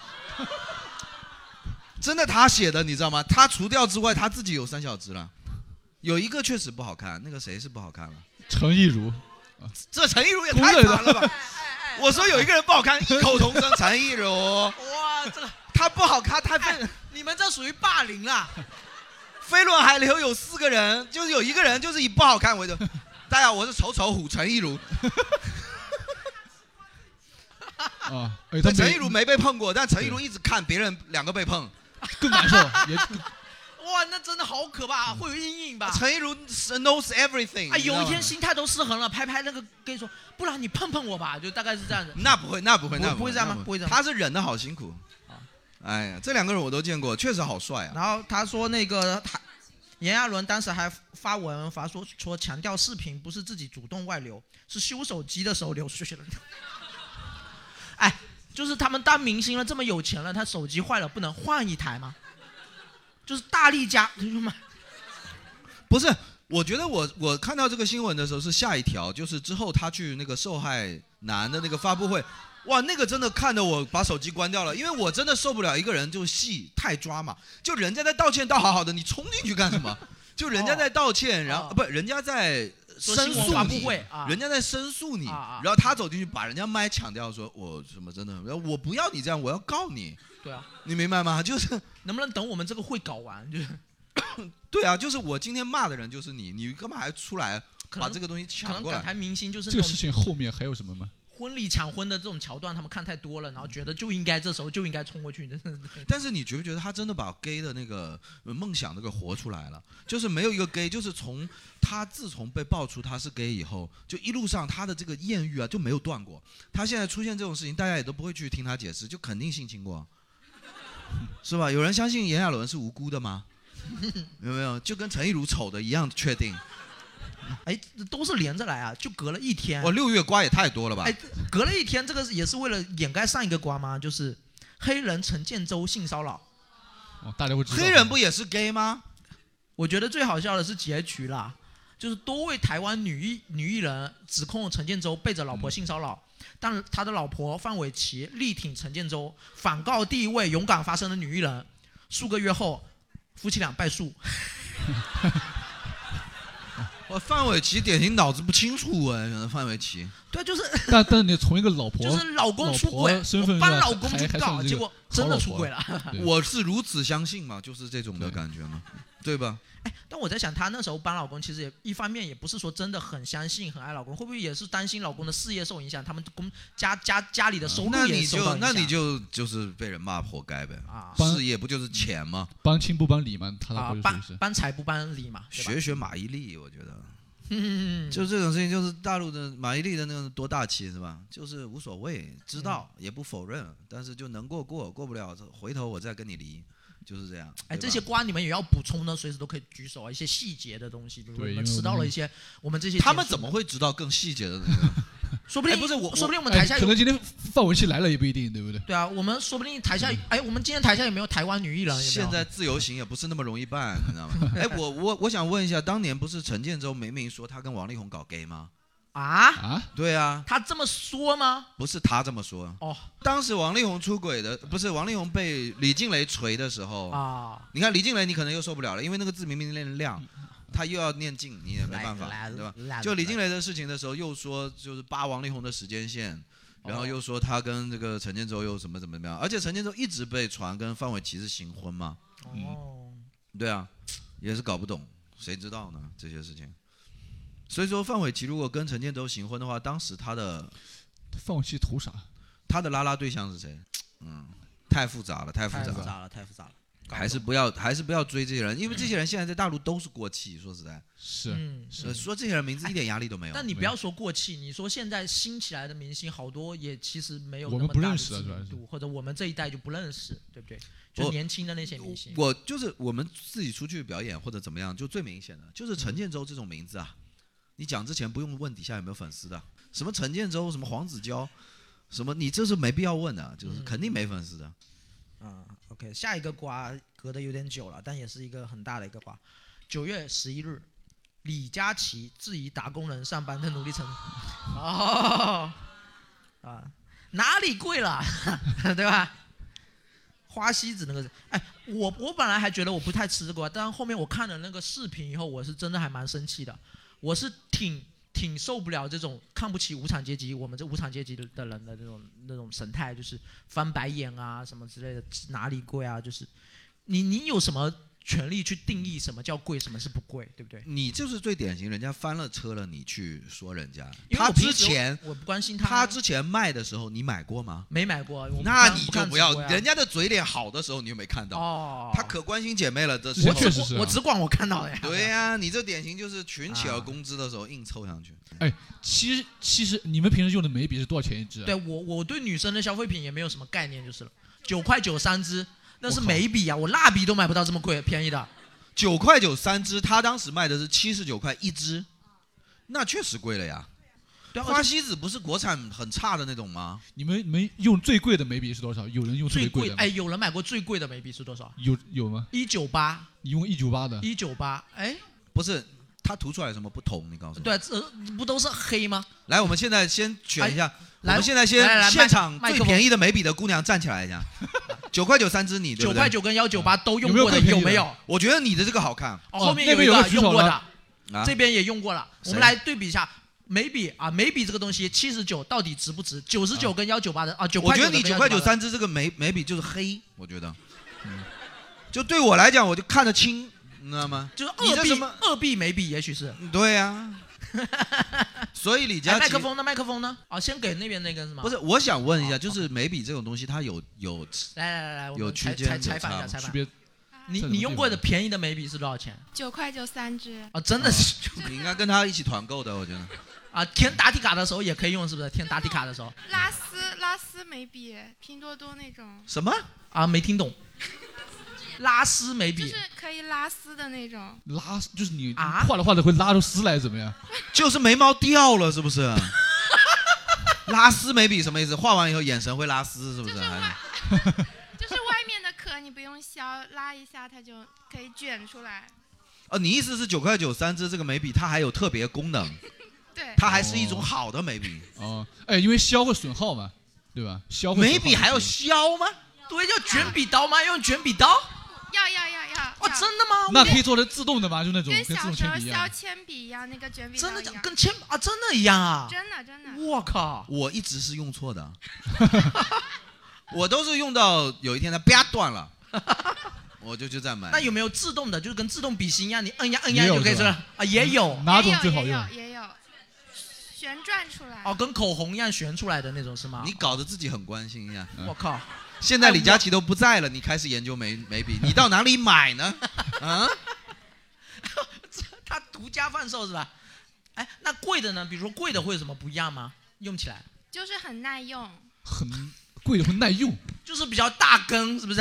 A: 真的他写的，你知道吗？他除掉之外，他自己有三小只了，有一个确实不好看，那个谁是不好看了？
D: 陈亦儒，
A: 这陈亦儒也
D: 同
A: 太
D: 类的
A: 惨了吧！我说有一个人不好看，异口同声，陈亦儒，
B: 哇，这个
A: 他不好看，他
B: 哎
A: 被，
B: 你们这属于霸凌啊 啦！
A: 飞轮海里头有四个人，就是有一个人就是以不好看为主。大家好，我是丑丑虎陈亦儒，
D: 啊，哎，他
A: 陈
D: 没
A: 亦儒没被碰过，但陈亦儒一直看别人两个被碰。
D: 更难受，也更
B: 哇，那真的好可怕，会有阴影吧？
A: 陈亦儒是 knows everything。
B: 啊，有一
A: 你知道
B: 天
A: 吗
B: 心态都失衡了，拍拍那个跟你说，不然你碰碰我吧，就大概是这样子。
A: 那不会，那不会，
B: 不
A: 那
B: 不会这样吗
A: 那
B: 不会这样吗
A: 他是忍的好辛苦
B: 啊。
A: 哎呀，这两个人我都见过，确实好帅啊。
B: 然后他说那个他炎亚纶当时还发文发说说强调视频不是自己主动外流，是修手机的时候流血了。 哎，就是他们当明星了，这么有钱了，他手机坏了不能换一台吗？就是大力加， 妈，
A: 不是，我觉得我我看到这个新闻的时候是下一条，就是之后他去那个受害男的那个发布会，哇，那个真的看得我把手机关掉了，因为我真的受不了一个人就戏太抓嘛，就人家在道歉道好好的，你冲进去干什么？就人家在道歉，然后、
B: 哦
A: 不，人家在
B: 说
A: 申
B: 新闻
A: 诉
B: 发布
A: 你，
B: 会啊
A: 人家在申诉你，
B: 啊啊
A: 然后他走进去把人家麦抢掉，说我什么真的，我不要你这样，我要告你，
B: 对啊，
A: 你明白吗？ 就是
B: 能不能等我们这个会搞完？就是
A: 对啊，就是我今天骂的人就是你，你干嘛还出来
B: 可
A: 把
B: 能
A: 这个东西
B: 可
A: 抢
B: 能
A: 过
B: 港
A: 来？
B: 台明星就是
D: 这
B: 那
D: 个
B: 种
D: 事情后面还有什么吗？
B: 婚礼抢婚的这种桥段，他们看太多了，然后觉得就应该这时候就应该冲过去，真的 是。
A: 但是你觉不觉得他真的把 gay 的那个呃梦想都给活出来了？就是没有一个 gay，就是从他自从被爆出他是 gay 以后，就一路上他的这个艳遇啊就没有断过。他现在出现这种事情，大家也都不会去听他解释，就肯定性侵过， 是吧？有人相信炎亚纶是无辜的吗？ 有没有？就跟陈亦儒丑的一样确定。
B: 哎，这都是连着来啊，就隔了一天。
A: 哇，六月瓜也太多了吧
B: 哎？，隔了一天，这个也是为了掩盖上一个瓜吗？就是黑人陈建州性骚扰。
D: 哦，大家会知道。
A: 黑人不也是 gay 吗？
B: 我觉得最好笑的是结局啦，就是多位台湾女艺女艺人指控陈建州背着老婆性骚扰，但他的老婆范玮琪力挺陈建州，反告第一位勇敢发声的女艺人。数个月后，夫妻俩败诉。
A: 我范玮琪典型脑子不清楚哎，范玮琪。
B: 对，就是
D: 但但你从一个老婆，
B: 就是老公出轨
D: 老婆，身份
B: 我
D: 是吧
B: 帮老公去
D: 还还算
B: 告，
D: 这个
B: 结果真的出轨了。
D: 对
A: 我是如此相信嘛，就是这种的
D: 对
A: 感觉嘛，对吧？
B: 哎，但我在想，她那时候帮老公，其实也一方面也不是说真的很相信、很爱老公，会不会也是担心老公的事业受影响，他们公家家家里的
D: 啊
B: 收
A: 那
B: 入也
A: 你
B: 受到
A: 就
B: 影响？
A: 那你就就是被人骂活该呗，
B: 啊
D: 帮
A: 事业不就是钱吗？
D: 帮亲不帮理嘛，他老
B: 啊
D: 婆就属于
B: 帮
D: 是。
B: 帮财不帮理嘛，对吧？
A: 学学马伊琍，我觉得
B: 嗯，
A: 就这种事情，就是大陆的马伊琍的那种多大气是吧？就是无所谓，知道
B: 嗯
A: 也不否认，但是就能过过，过不了回头我再跟你离，就是这样。
B: 哎，
A: 对吧
B: 这些瓜你们也要补充呢，随时都可以举手啊，一些细节的东西，比如说
D: 对
B: 你
D: 因
B: 们
D: 为
B: 吃
D: 我
B: 到
D: 们
B: 了一些我们这些，
A: 他们怎么？会知道更细节的东西呢？
B: 说不定
A: 哎不是我
B: 说不定我们
D: 哎
B: 台下
D: 可
B: 有
D: 能今天范玮琪来了也不一定，对不对？
B: 对啊，我们说不定台下
D: 嗯
B: 哎，我们今天台下有没有台湾女艺人？有没有
A: 现在自由行也不是那么容易办，你知道 吗？哎，我我我想问一下，当年不是陈建州明明说他跟王力宏搞 gay 吗？
B: 啊，
D: 啊，
A: 对啊，
B: 他这么说吗？
A: 不是他这么说。
B: 哦
A: 当时王力宏出轨的，不是王力宏被李静蕾锤的时候，
B: 啊，
A: 你看李静蕾，你可能又受不了了，因为那个字明明念亮，他又要念静，你也没办法，对吧？
B: 吧
A: 就李静蕾的事情的时候，又说就是扒王力宏的时间线，然
B: 哦
A: 后又说他跟这个陈建州又怎么怎么样，而且陈建州一直被传跟范玮琪是新婚嘛，
B: 哦，
A: 对啊，也是搞不懂，谁知道呢这些事情？所以说范玮琪如果跟陈建州行婚的话，当时他的
D: 范玮琪图啥？
A: 他的拉拉对象是谁？嗯，太复杂了，太复
B: 太
A: 杂
B: 复
A: 了，
B: 杂了，太复杂了，
A: 还是不要，还是不要追这些人，因为这些人现在在大陆都是过气。说实在，
D: 是
B: 嗯。
A: 呃
D: 是，
A: 说这些人名字一点压力都没有。
B: 但你不要说过气，你说现在新起来的明星好多也其实没有
D: 我
B: 那
D: 们
B: 么
D: 不
B: 大的
D: 认识啊
B: 知
D: 的主要
B: 名
D: 是
B: 度，或者我们这一代就不认识，对不对？就
A: 我
B: 年轻的那些明星，
A: 我就是我们自己出去表演或者怎么样，就最明显的就是陈建州这种名字啊。你讲之前不用问底下有没有粉丝的，什么陈建州，什么黄子佼，什么你这是没必要问的，就是
B: 嗯
A: 肯定没粉丝的。
B: 嗯，OK，下一个瓜隔得有点久了，但也是一个很大的一个瓜。九月十一日，李佳琦质疑打工人上班的奴隶城。哦，啊，哪里贵了， 对吧？花西子那个，哎，我我本来还觉得我不太吃这个瓜，但后面我看了那个视频以后，我是真的还蛮生气的，我是挺挺受不了这种看不起无产阶级，我们这无产阶级的的人的那种那种神态，就是翻白眼啊什么之类的，哪里贵啊？就是你你有什么权利去定义什么叫贵，什么是不贵，对不对？
A: 你就是最典型，人家翻了车了，你去说人家。
B: 因为
A: 他
B: 我平
A: 之
B: 时
A: 前
B: 我不关心
A: 他之前卖的时候，你买过吗？
B: 没买过，我不
A: 那
B: 看
A: 你
B: 不
A: 就
B: 看
A: 不
B: 直
A: 要
B: 播，呀
A: 人家的嘴脸好的时候，你又没看到。
B: 哦，
A: 他可关心姐妹了，这
D: 之
A: 时
D: 前
B: 我
A: 候
B: 只
D: 确实是啊
B: 我只管我看到的呀。
A: 对呀、你这典型就是群起而
B: 啊
A: 攻之的时候硬凑上去。
D: 其实其实你们平时用的眉笔是多少钱一支啊？
B: 对我我对女生的消费品也没有什么概念，就是了，九块九三支，那是
D: 我靠
B: 眉笔啊，我蜡笔都买不到这么贵便宜的。
A: 九块九三支，他当时卖的是七十九块一支，那确实贵了呀。
B: 对啊，
A: 花
B: 而且
A: 西子不是国产很差的那种吗？
D: 你们你们用最贵的眉笔是多少？有人用特
B: 最
D: 别贵
B: 贵
D: 的吗？
B: 哎，有人买过最贵的眉笔是多少？
D: 有有吗？
B: 一九八
D: 你用一九八的？
B: 一九八，哎，
A: 不是，它涂出来有什么不同？你告诉我。
B: 对啊，这不都是黑吗？
A: 来，我们现在先选一下，我
B: 来
A: 们现在先
B: 来来麦
A: 现场
B: 麦克
A: 最
B: 风
A: 便宜的眉笔的姑娘站起来一下， 九块九三支你，对
B: 九
A: 不
B: 块
A: 对？
B: 九跟幺九八都用
D: 嗯有没有
B: 过的
D: 更便宜
B: 有
D: 的
B: 没有？
A: 我觉得你的这个好看
B: 哦
D: 哦
B: 后面
D: 那
B: 一
D: 边有
B: 个
D: 个举
B: 用
D: 手
B: 过
D: 了
B: 的，
A: 啊
B: 这，边也用过了。
A: 谁
B: 我们来对比一下眉笔啊，眉笔这个东西七十九到底值不值？九十九跟幺九八的啊，九
A: 我
B: 块
A: 觉
B: 九
A: 得你九块九三支这个眉眉笔就是黑，我觉得，嗯，就对我来讲我就看得清，你知道吗？
B: 就是
A: 你这
B: 二
A: 什
B: B
A: 么
B: 二 B 眉笔，也许是。
A: 对呀，所以李 佳
B: 哎，麦
A: 琦
B: 克风呢？麦克风呢？啊，先给那边那根是吗？
A: 不
B: 是，
A: 是，我想问一下，
B: 哦
A: 就是眉笔这种东西，它有有
B: 来来来来，我
A: 有
B: 们
A: 区
B: 采
A: 间
B: 采
A: 有
B: 采访一
A: 差
B: 下，
A: 吗
B: 采
D: 区
B: 访。
D: 别
B: 你
D: 在什
B: 你
D: 么
B: 用
D: 地
B: 过的
D: 方
B: 便宜的眉笔是多少钱？
E: 九块就三支，
B: 啊，真的是
A: 你应该跟他一起团购的，我觉得。
B: 啊，填答题卡的时候也可以用，是不是？填答题卡的时候
E: 拉丝拉丝眉笔，拼多多那种，
A: 什么？
B: 啊，没听懂。拉丝眉
E: 就
B: 笔
E: 是可以拉丝的那种。
D: 拉，就是你
B: 啊
D: 画着画着会拉出丝来，怎么样？
A: 就是眉毛掉了，是不是？拉丝眉笔什么意思？画完以后眼神会拉丝，是不是？
E: 就是
A: 还是
E: 就是外面的壳你不用削，拉一下它就可以卷出来。
A: 哦，你意思是九块九三支这个眉笔，它还有特别功能，
E: 对，
A: 它还是一种好的眉笔。
D: 哦，哎，因为削会损耗嘛，对吧？削会损耗
A: 眉笔还要
D: 对吧
A: 削吗？
B: 对，叫卷笔刀吗？用卷笔刀？
E: 要要要要
B: 哦，
E: 要，
B: 真的吗？
D: 那可以做成自动的吗？就那种
E: 跟
D: 跟自
E: 小
D: 动
E: 时
D: 铅
E: 候
D: 笔一
E: 削
D: 样。
E: 铅笔一样，那个卷笔刀
B: 真的
E: 一
B: 假
E: 样，
B: 跟铅啊，真的一样啊！
E: 真的真的。
B: 我靠！
A: 我一直是用错的， 我都是用到有一天它啪断了，我就就在买。
B: 那有没有自动的，就是跟自动笔芯一样，你摁一下摁一下
D: 也有
B: 就可以
D: 是
B: 这
D: 吧
B: 啊？也有
D: 哪种
E: 也有
D: 最好用？啊
E: 也有也有，旋转出来。
B: 哦，跟口红一样旋出来的那种是吗？
A: 你搞得自己很关心 呀。
D: 嗯
B: 我靠！
A: 现在李佳琦都不在了，你开始研究眉眉笔，你到哪里买呢？啊？
B: 它独家贩售是吧？哎，那贵的呢？比如说贵的会有什么不一样吗？用起来
E: 就是很耐用。
D: 很贵的会耐用，
B: 就是比较大根，是不是？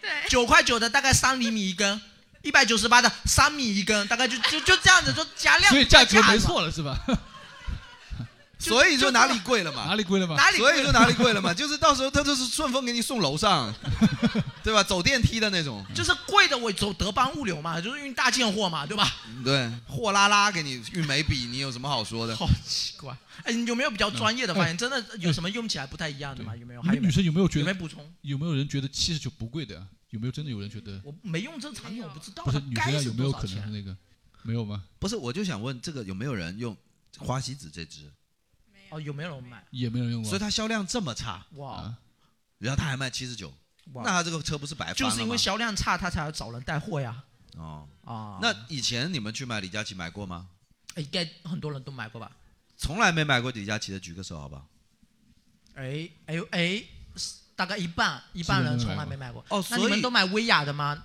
E: 对，
B: 九块九的大概三厘米一根，一百九十八的三米一根，大概就就就这样子，就加量。
D: 所以价
B: 加
D: 格
B: 价
D: 没
B: 嘛，
D: 错了是 吧？
B: 就
A: 所以说哪里贵了嘛？
D: 哪里贵了吗？
B: 哪里
A: 所
B: 贵
A: 以说哪里贵了嘛，就是到时候他就是顺丰给你送楼上，对吧？走电梯的那种，
B: 就是贵的，我走德邦物流嘛，就是运大件货嘛，对吧？
A: 对，货拉拉给你运眉笔，你有什么好 说的？
B: 好奇怪，哎，你有没有比较专业的发现？真的有什么用起来不太一样的吗？有没有？
D: 你
B: 还有
D: 们
B: 没
D: 女
B: 有？
D: 生有没有觉
B: 有没
D: 得
B: 有补充？
D: 有没有人觉得七十九不贵的呀？有没有真的有人觉得
B: 我没用这产品，我不知道
D: 不是
B: 它
D: 女生
B: 该
D: 要
B: 是
D: 有没
B: 多
D: 有
B: 少
D: 可能是
B: 钱。啊
D: 那个没有吗？
A: 不是，我就想问这个有没有人用花西子这支？
B: 哦，有没有人买？
D: 也没有人用
A: 所以
D: 过
A: 它销量这么差，
B: 哇
D: 啊？
A: 然后它还卖七十九，那
B: 哇！
A: 它这个车不是白翻了
B: 就
A: 吗
B: 是因为销量差，他才要找人带货呀。
A: 哦，
B: 啊，哎
A: 那以前你们去买李佳琦买过吗？
B: 应该很多人都买过吧？
A: 从来没买过李佳琦的举个手，好不好？
B: 哎哎呦哎，大概一半一半人从来没买过。
A: 哦，
B: 那你
A: 所
B: 们
A: 以
B: 都买薇娅的吗？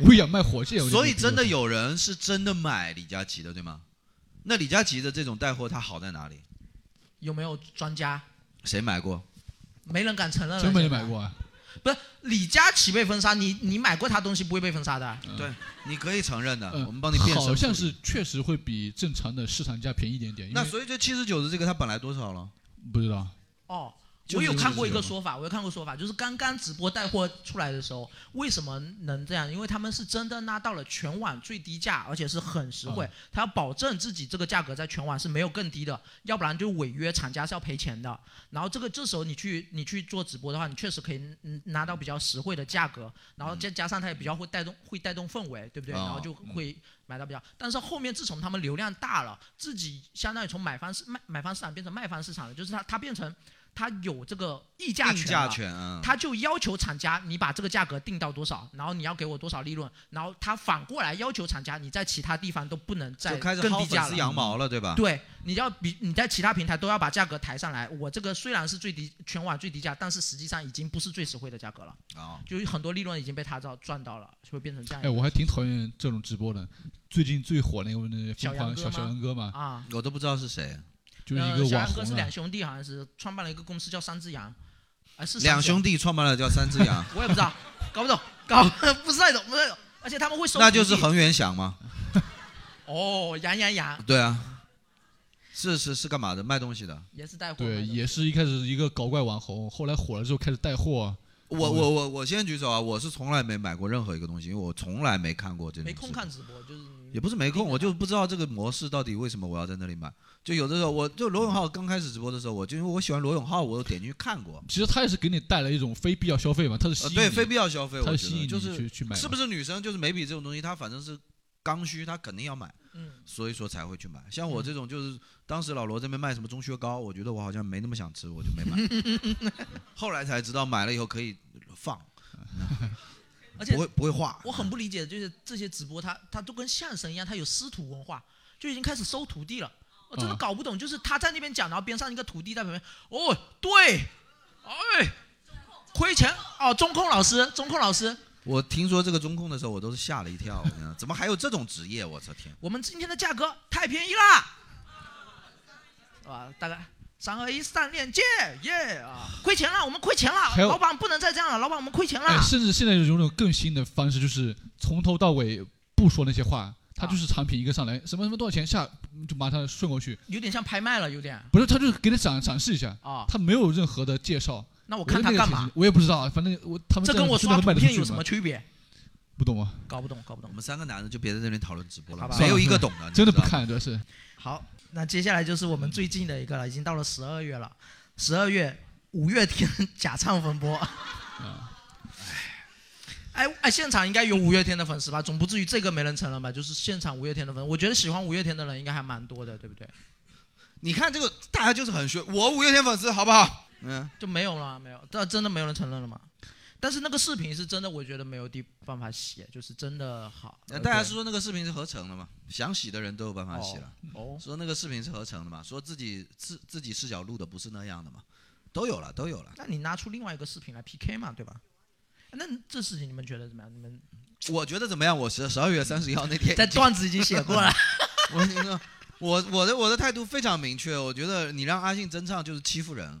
D: 我也卖火箭，我就
A: 所以
D: 没听
A: 真的
D: 过
A: 有人是真的买李佳琦的，对吗？那李佳琦的这种带货，它好在哪里？
B: 有没有专家？
A: 谁买过？
B: 没人敢承认了。
D: 真没人
B: 现在
D: 买。过啊？
B: 不是李佳琦被封杀，你你买过他东西不会被封杀的。
D: 嗯
A: 对你可以承认的，
D: 嗯
A: 我们帮你辩手。
D: 好像是确实会比正常的市场价便宜一点点，因
A: 那
D: 为
A: 所以这七十九的这个它本来多少了？
D: 不知道
B: 哦，
D: 就
B: 我
D: 是
B: 有看过一
D: 这
B: 个
D: 种
B: 说法，我有看过说法，就是刚刚直播带货出来的时候，为什么能这样？因为他们是真的拉到了全网最低价，而且是很实惠
D: 嗯。
B: 他要保证自己这个价格在全网是没有更低的，要不然就违约，厂家是要赔钱的。然后这个这时候你去你去做直播的话，你确实可以嗯拿到比较实惠的价格，然后再加上它也比较会带动会带动氛围，对不对？
A: 哦
D: 啊
B: 然后就会
D: 嗯
B: 买到比较。但是后面自从他们流量大了，自己相当于从买方市卖买方市场变成卖方市场了，就是它它变成他有这个议价
A: 定
B: 权
A: 价
B: 了，
A: 权啊，
B: 他就要求厂家你把这个价格定到多少，然后你要给我多少利润，然后他反过来要求厂家你在其他地方都不能再
A: 就开始
B: 更
A: 薅
B: 低
A: 粉
B: 价
A: 丝
B: 了。
A: 羊毛了，对吧？
B: 对，你要比你在其他平台都要把价格抬上来。我这个虽然是最低全网最低价，但是实际上已经不是最实惠的价格了，
A: 啊，
B: 就是很多利润已经被他到赚到了，就会变成这样一
D: 哎，
B: 个
D: 我还挺讨厌这种直播的。最近最火那个那
B: 小
D: 疯狂
B: 杨哥
D: 小小
B: 吗
D: 杨哥嘛，
B: 啊。
A: 我都不知道是谁，
D: 就是一
B: 呃
D: 个
B: 小
D: 网
B: 杨哥是
D: 红
B: 两
D: 啊。
B: 兄弟，好像是创办了一个公司叫三只羊，啊是三只羊
A: 两兄弟创办了叫三只 羊，
B: 我也不知道，搞不懂，搞不是太懂，不是太懂。而且他们会收徒弟，
A: 那就是恒源祥嘛，
B: 哦，羊羊羊
A: 对啊，是是是干嘛的？卖东西的。
B: 也是带货卖的，
D: 对，也是一开始一个搞怪网红，后来火了之后开始带货。
A: 我我我我先举手啊！我是从来没买过任何一个东西，因为我从来没看过这种。
B: 没空看，直播，就是你
A: 也不是没空，我就不知道这个模式到底为什么我要在那里买。就有的时候，我就罗永浩刚开始直播的时候，我就因为我喜欢罗永浩，我有点进去看过。
D: 其实他也是给你带来一种非必要消费嘛，他是吸
A: 呃
D: 引
A: 对，
D: 你
A: 非必要消费，
D: 他
A: 我觉
D: 是吸引
A: 得
D: 你
A: 就
D: 去
A: 是
D: 去买嘛，
A: 是不是女生就是眉笔这种东西，她反正是刚需，她肯定要买，
B: 嗯
A: 所以说才会去买。像我
B: 嗯
A: 这种就是当时老罗这边卖什么钟薛高，我觉得我好像没那么想吃，我就没买。 后来才知道买了以后可以放，
B: 而且
A: 不会不会化。
B: 我很不理解，就是这些直播他他都跟相声一样，他有师徒文化，就已经开始收徒弟了。我真的
D: 嗯
B: 搞不懂，就是他在那边讲，然后边上一个徒弟在旁边，哦，对，哎，亏钱哦，中控老师，中控老师，
A: 我听说这个中控的时候，我都是吓了一跳，我跟你讲怎么还有这种职业？我操天！
B: 我们今天的价格太便宜啦，啊，大概三二一，上链接，耶 啊，亏钱了，我们亏钱了，
D: 还有
B: 老板不能再这样了，老板我们亏钱了，
D: 哎，甚至现在有一种更新的方式，就是从头到尾不说那些话，他
B: 啊
D: 就是产品一个上来，什么什么多少钱下，就马上顺过去。
B: 有点像拍卖了，有点啊、
D: 不是，他就是给你展展示一下，他没有任何的介绍。
B: 那我
D: 我
B: 看
D: 觉
B: 他
D: 得那个
B: 干
D: 挺
B: 嘛？？
D: 我也不知道，啊反正我他们
B: 这跟我
D: 真
B: 刷
D: 的能
B: 图
D: 卖得出
B: 片
D: 去
B: 有什么
D: 吗？
B: 区别？
D: 不懂啊，
B: 搞不懂，搞不懂
A: 我。们三个男的就别在那里讨论直播了
B: 好，吧
A: 没有一个懂的， 你
D: 真的
A: 知道
D: 不
A: 吗。
D: 看，主要是。
B: 好，那接下来就是我们最近的一个了，已经到了十二月了。十二月，五月天 假唱风波。
A: 啊
B: 哎哎，现场应该有五月天的粉丝吧？总不至于这个没人承认吧？就是现场五月天的粉丝，我觉得喜欢五月天的人应该还蛮多的，对不对？
A: 你看这个，大家就是很炫，我五月天粉丝好不好？嗯，
B: 就没有了，没有，这真的没有人承认了吗？但是那个视频是真的，我觉得没有地办法写，就是真的好。
A: 那呃大家
B: 呃对
A: 是说那个视频是合成的吗？想洗的人都有办法洗了。
B: 哦，
A: 说那个视频是合成的嘛？说自己自自己视角录的不是那样的嘛？都有了，都有了。
B: 那你拿出另外一个视频来 PK 嘛，对吧？那这事情你们觉得怎么样？你们
A: 我觉得怎么样？我十十二月三十一号那天
B: 在段子已经写过了，
A: 我觉得我我的我的态度非常明确，我觉得你让阿信真唱就是欺负人，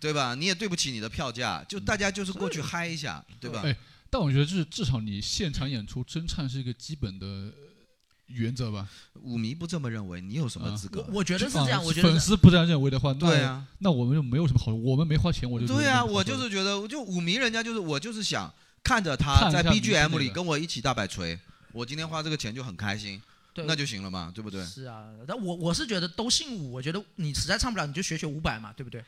A: 对吧？你也对不起你的票价，就大家就是过
D: 嗯
A: 去嗨一下，对吧？
D: 哎但我觉得就是至少你现场演出真唱是一个基本的呃原则吧。
A: 舞迷不这么认为，你有什么资格
B: 我？我觉得是这样，
D: 啊
B: 我觉得
D: 粉
B: 是
D: 丝不这样认为的话，那
A: 对啊，
D: 那我们就没有什么好，我们没花钱，我就
A: 对啊，
D: 没有什么好
A: 我
D: 说
A: 就
D: 的
A: 是觉得，我就舞迷人家就是我就是想看着他
D: 看一
A: 在
D: 下明星
A: BGM
D: 那
A: 里
D: 个
A: 跟我一起大摆锤，我今天花这个钱就很开心，
B: 对
A: 那就行了嘛，对不对？
B: 是啊。但我我是觉得都姓武，我觉得你实在唱不了，你就学学伍佰嘛，对不 对？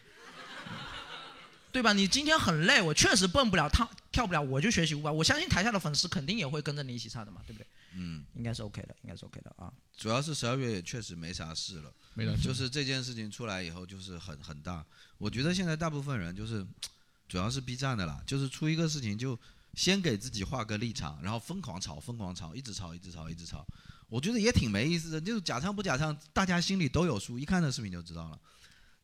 B: 对吧？你今天很累，我确实蹦不了，跳跳不了，我就学习伍佰。我相信台下的粉丝肯定也会跟着你一起唱的嘛，对不对？
A: 嗯，
B: 应该是 OK 的，应该是 OK 的啊。
A: 主要是十二月也确实没啥事了。
D: 没了，
A: 就是这件事情出来以后，就是很很大。我觉得现在大部分人就是，主要是 B 站的啦，就是出一个事情就先给自己画个立场，然后疯狂吵，疯狂吵，一直吵，一直吵，一直吵。我觉得也挺没意思的，就是假唱不假唱，大家心里都有数，一看这视频就知道了。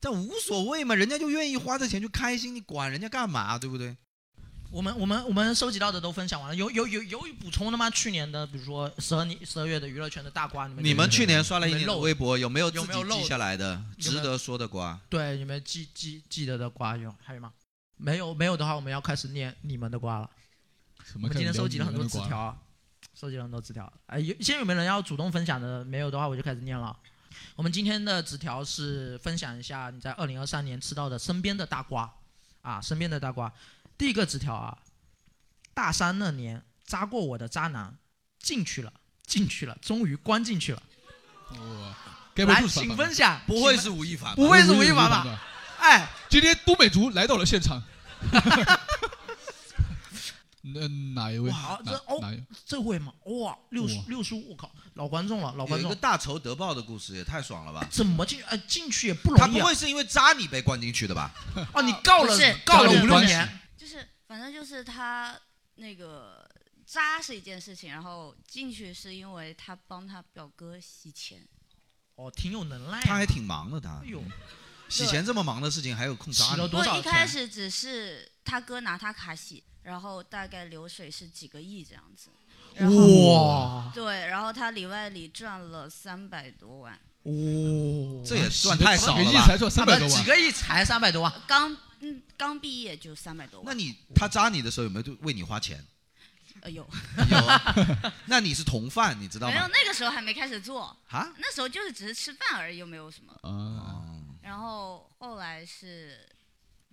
A: 但无所谓嘛，人家就愿意花这钱就开心，你管人家干嘛，对不对？
B: 我们我们我们收集到的都分享完了，有有有有补充的吗？去年的，比如说十二年十二月的娱乐圈的大瓜，你们
A: 你们
B: 觉
A: 去年刷了一
B: 有没
A: 年
B: 有
A: 的
B: 漏
A: 微博，有没有自
B: 有没有
A: 己
B: 漏
A: 记下来的
B: 有没
A: 值
B: 有
A: 得说的瓜？
B: 得对你们记记记得的瓜有还有吗？没有没有的话，我们要开始念你们的瓜了。
D: 什
B: 我
D: 么
B: 们今天
D: 看
B: 收集了很多
D: 聊
B: 纸
D: 天的瓜
B: 条，啊，收集了很多纸条。哎，有现在有没有人要主动分享的？没有的话，我就开始念了。我们今天的纸条是分享一下你在二零二三年吃到的身边的大瓜啊，身边的大瓜。第一个纸条啊，大三那年扎过我的渣男进去了，进去了，终于关进去了。
D: 哇该不会
B: 来，
D: 就是
B: 请
D: 反
B: 分享，
A: 不会是吴亦凡吧？
B: 不会是
D: 无
B: 吴亦凡
D: 吧？
B: 吧？哎，
D: 今天都美竹来到了现场。那哪一位？
B: 哇这
D: 哪
B: 哦
D: 哪一位？
B: 这会吗？哇，六十
D: 哇
B: 六十五，我靠，老观众了，老
A: 有
B: 观
A: 一
B: 众
A: 个，大仇得报的故事也太爽了吧！
B: 怎么进呃进去也不
A: 他
B: 容易
A: 不
B: 啊！
A: 会是因为渣你被关进去的吧？
B: 哦，你告了
F: 不是
B: 告了
D: 不是
B: 五六
D: 不是
B: 年，
F: 就是反正就是他那个渣是一件事情，然后进去是因为他帮他表哥洗钱，
B: 哦，挺有能耐啊，
A: 他还挺忙的，他
B: 哎呦，
A: 洗钱这么忙的事情还有空渣
B: 洗了
A: 你？
B: 多
F: 不
B: 少
F: 过
B: 钱？
F: 一开始只是他哥拿他卡洗，然后大概流水是几个亿这样子。然后
B: 哇
F: 对，然后他里外里赚了三百多万，
B: 哦，
A: 这也
D: 洗的
A: 算太少了
D: 几个亿
A: 吧？
D: 才赚三百多
B: 几
D: 万，
B: 个亿才三百多万，
F: 刚嗯刚毕业就三百多
A: 那
F: 万。
A: 你他渣你的时候有没有为你花 钱？
F: 哎呦，
A: 有啊，那你是同犯，你知道
F: 没有，
A: 吗？
F: 那个时候还没开始做，
A: 啊？
F: 那时候就是只是吃饭而已，又没有什么。
B: 嗯
D: 啊，
A: 哦
F: 然后后来是，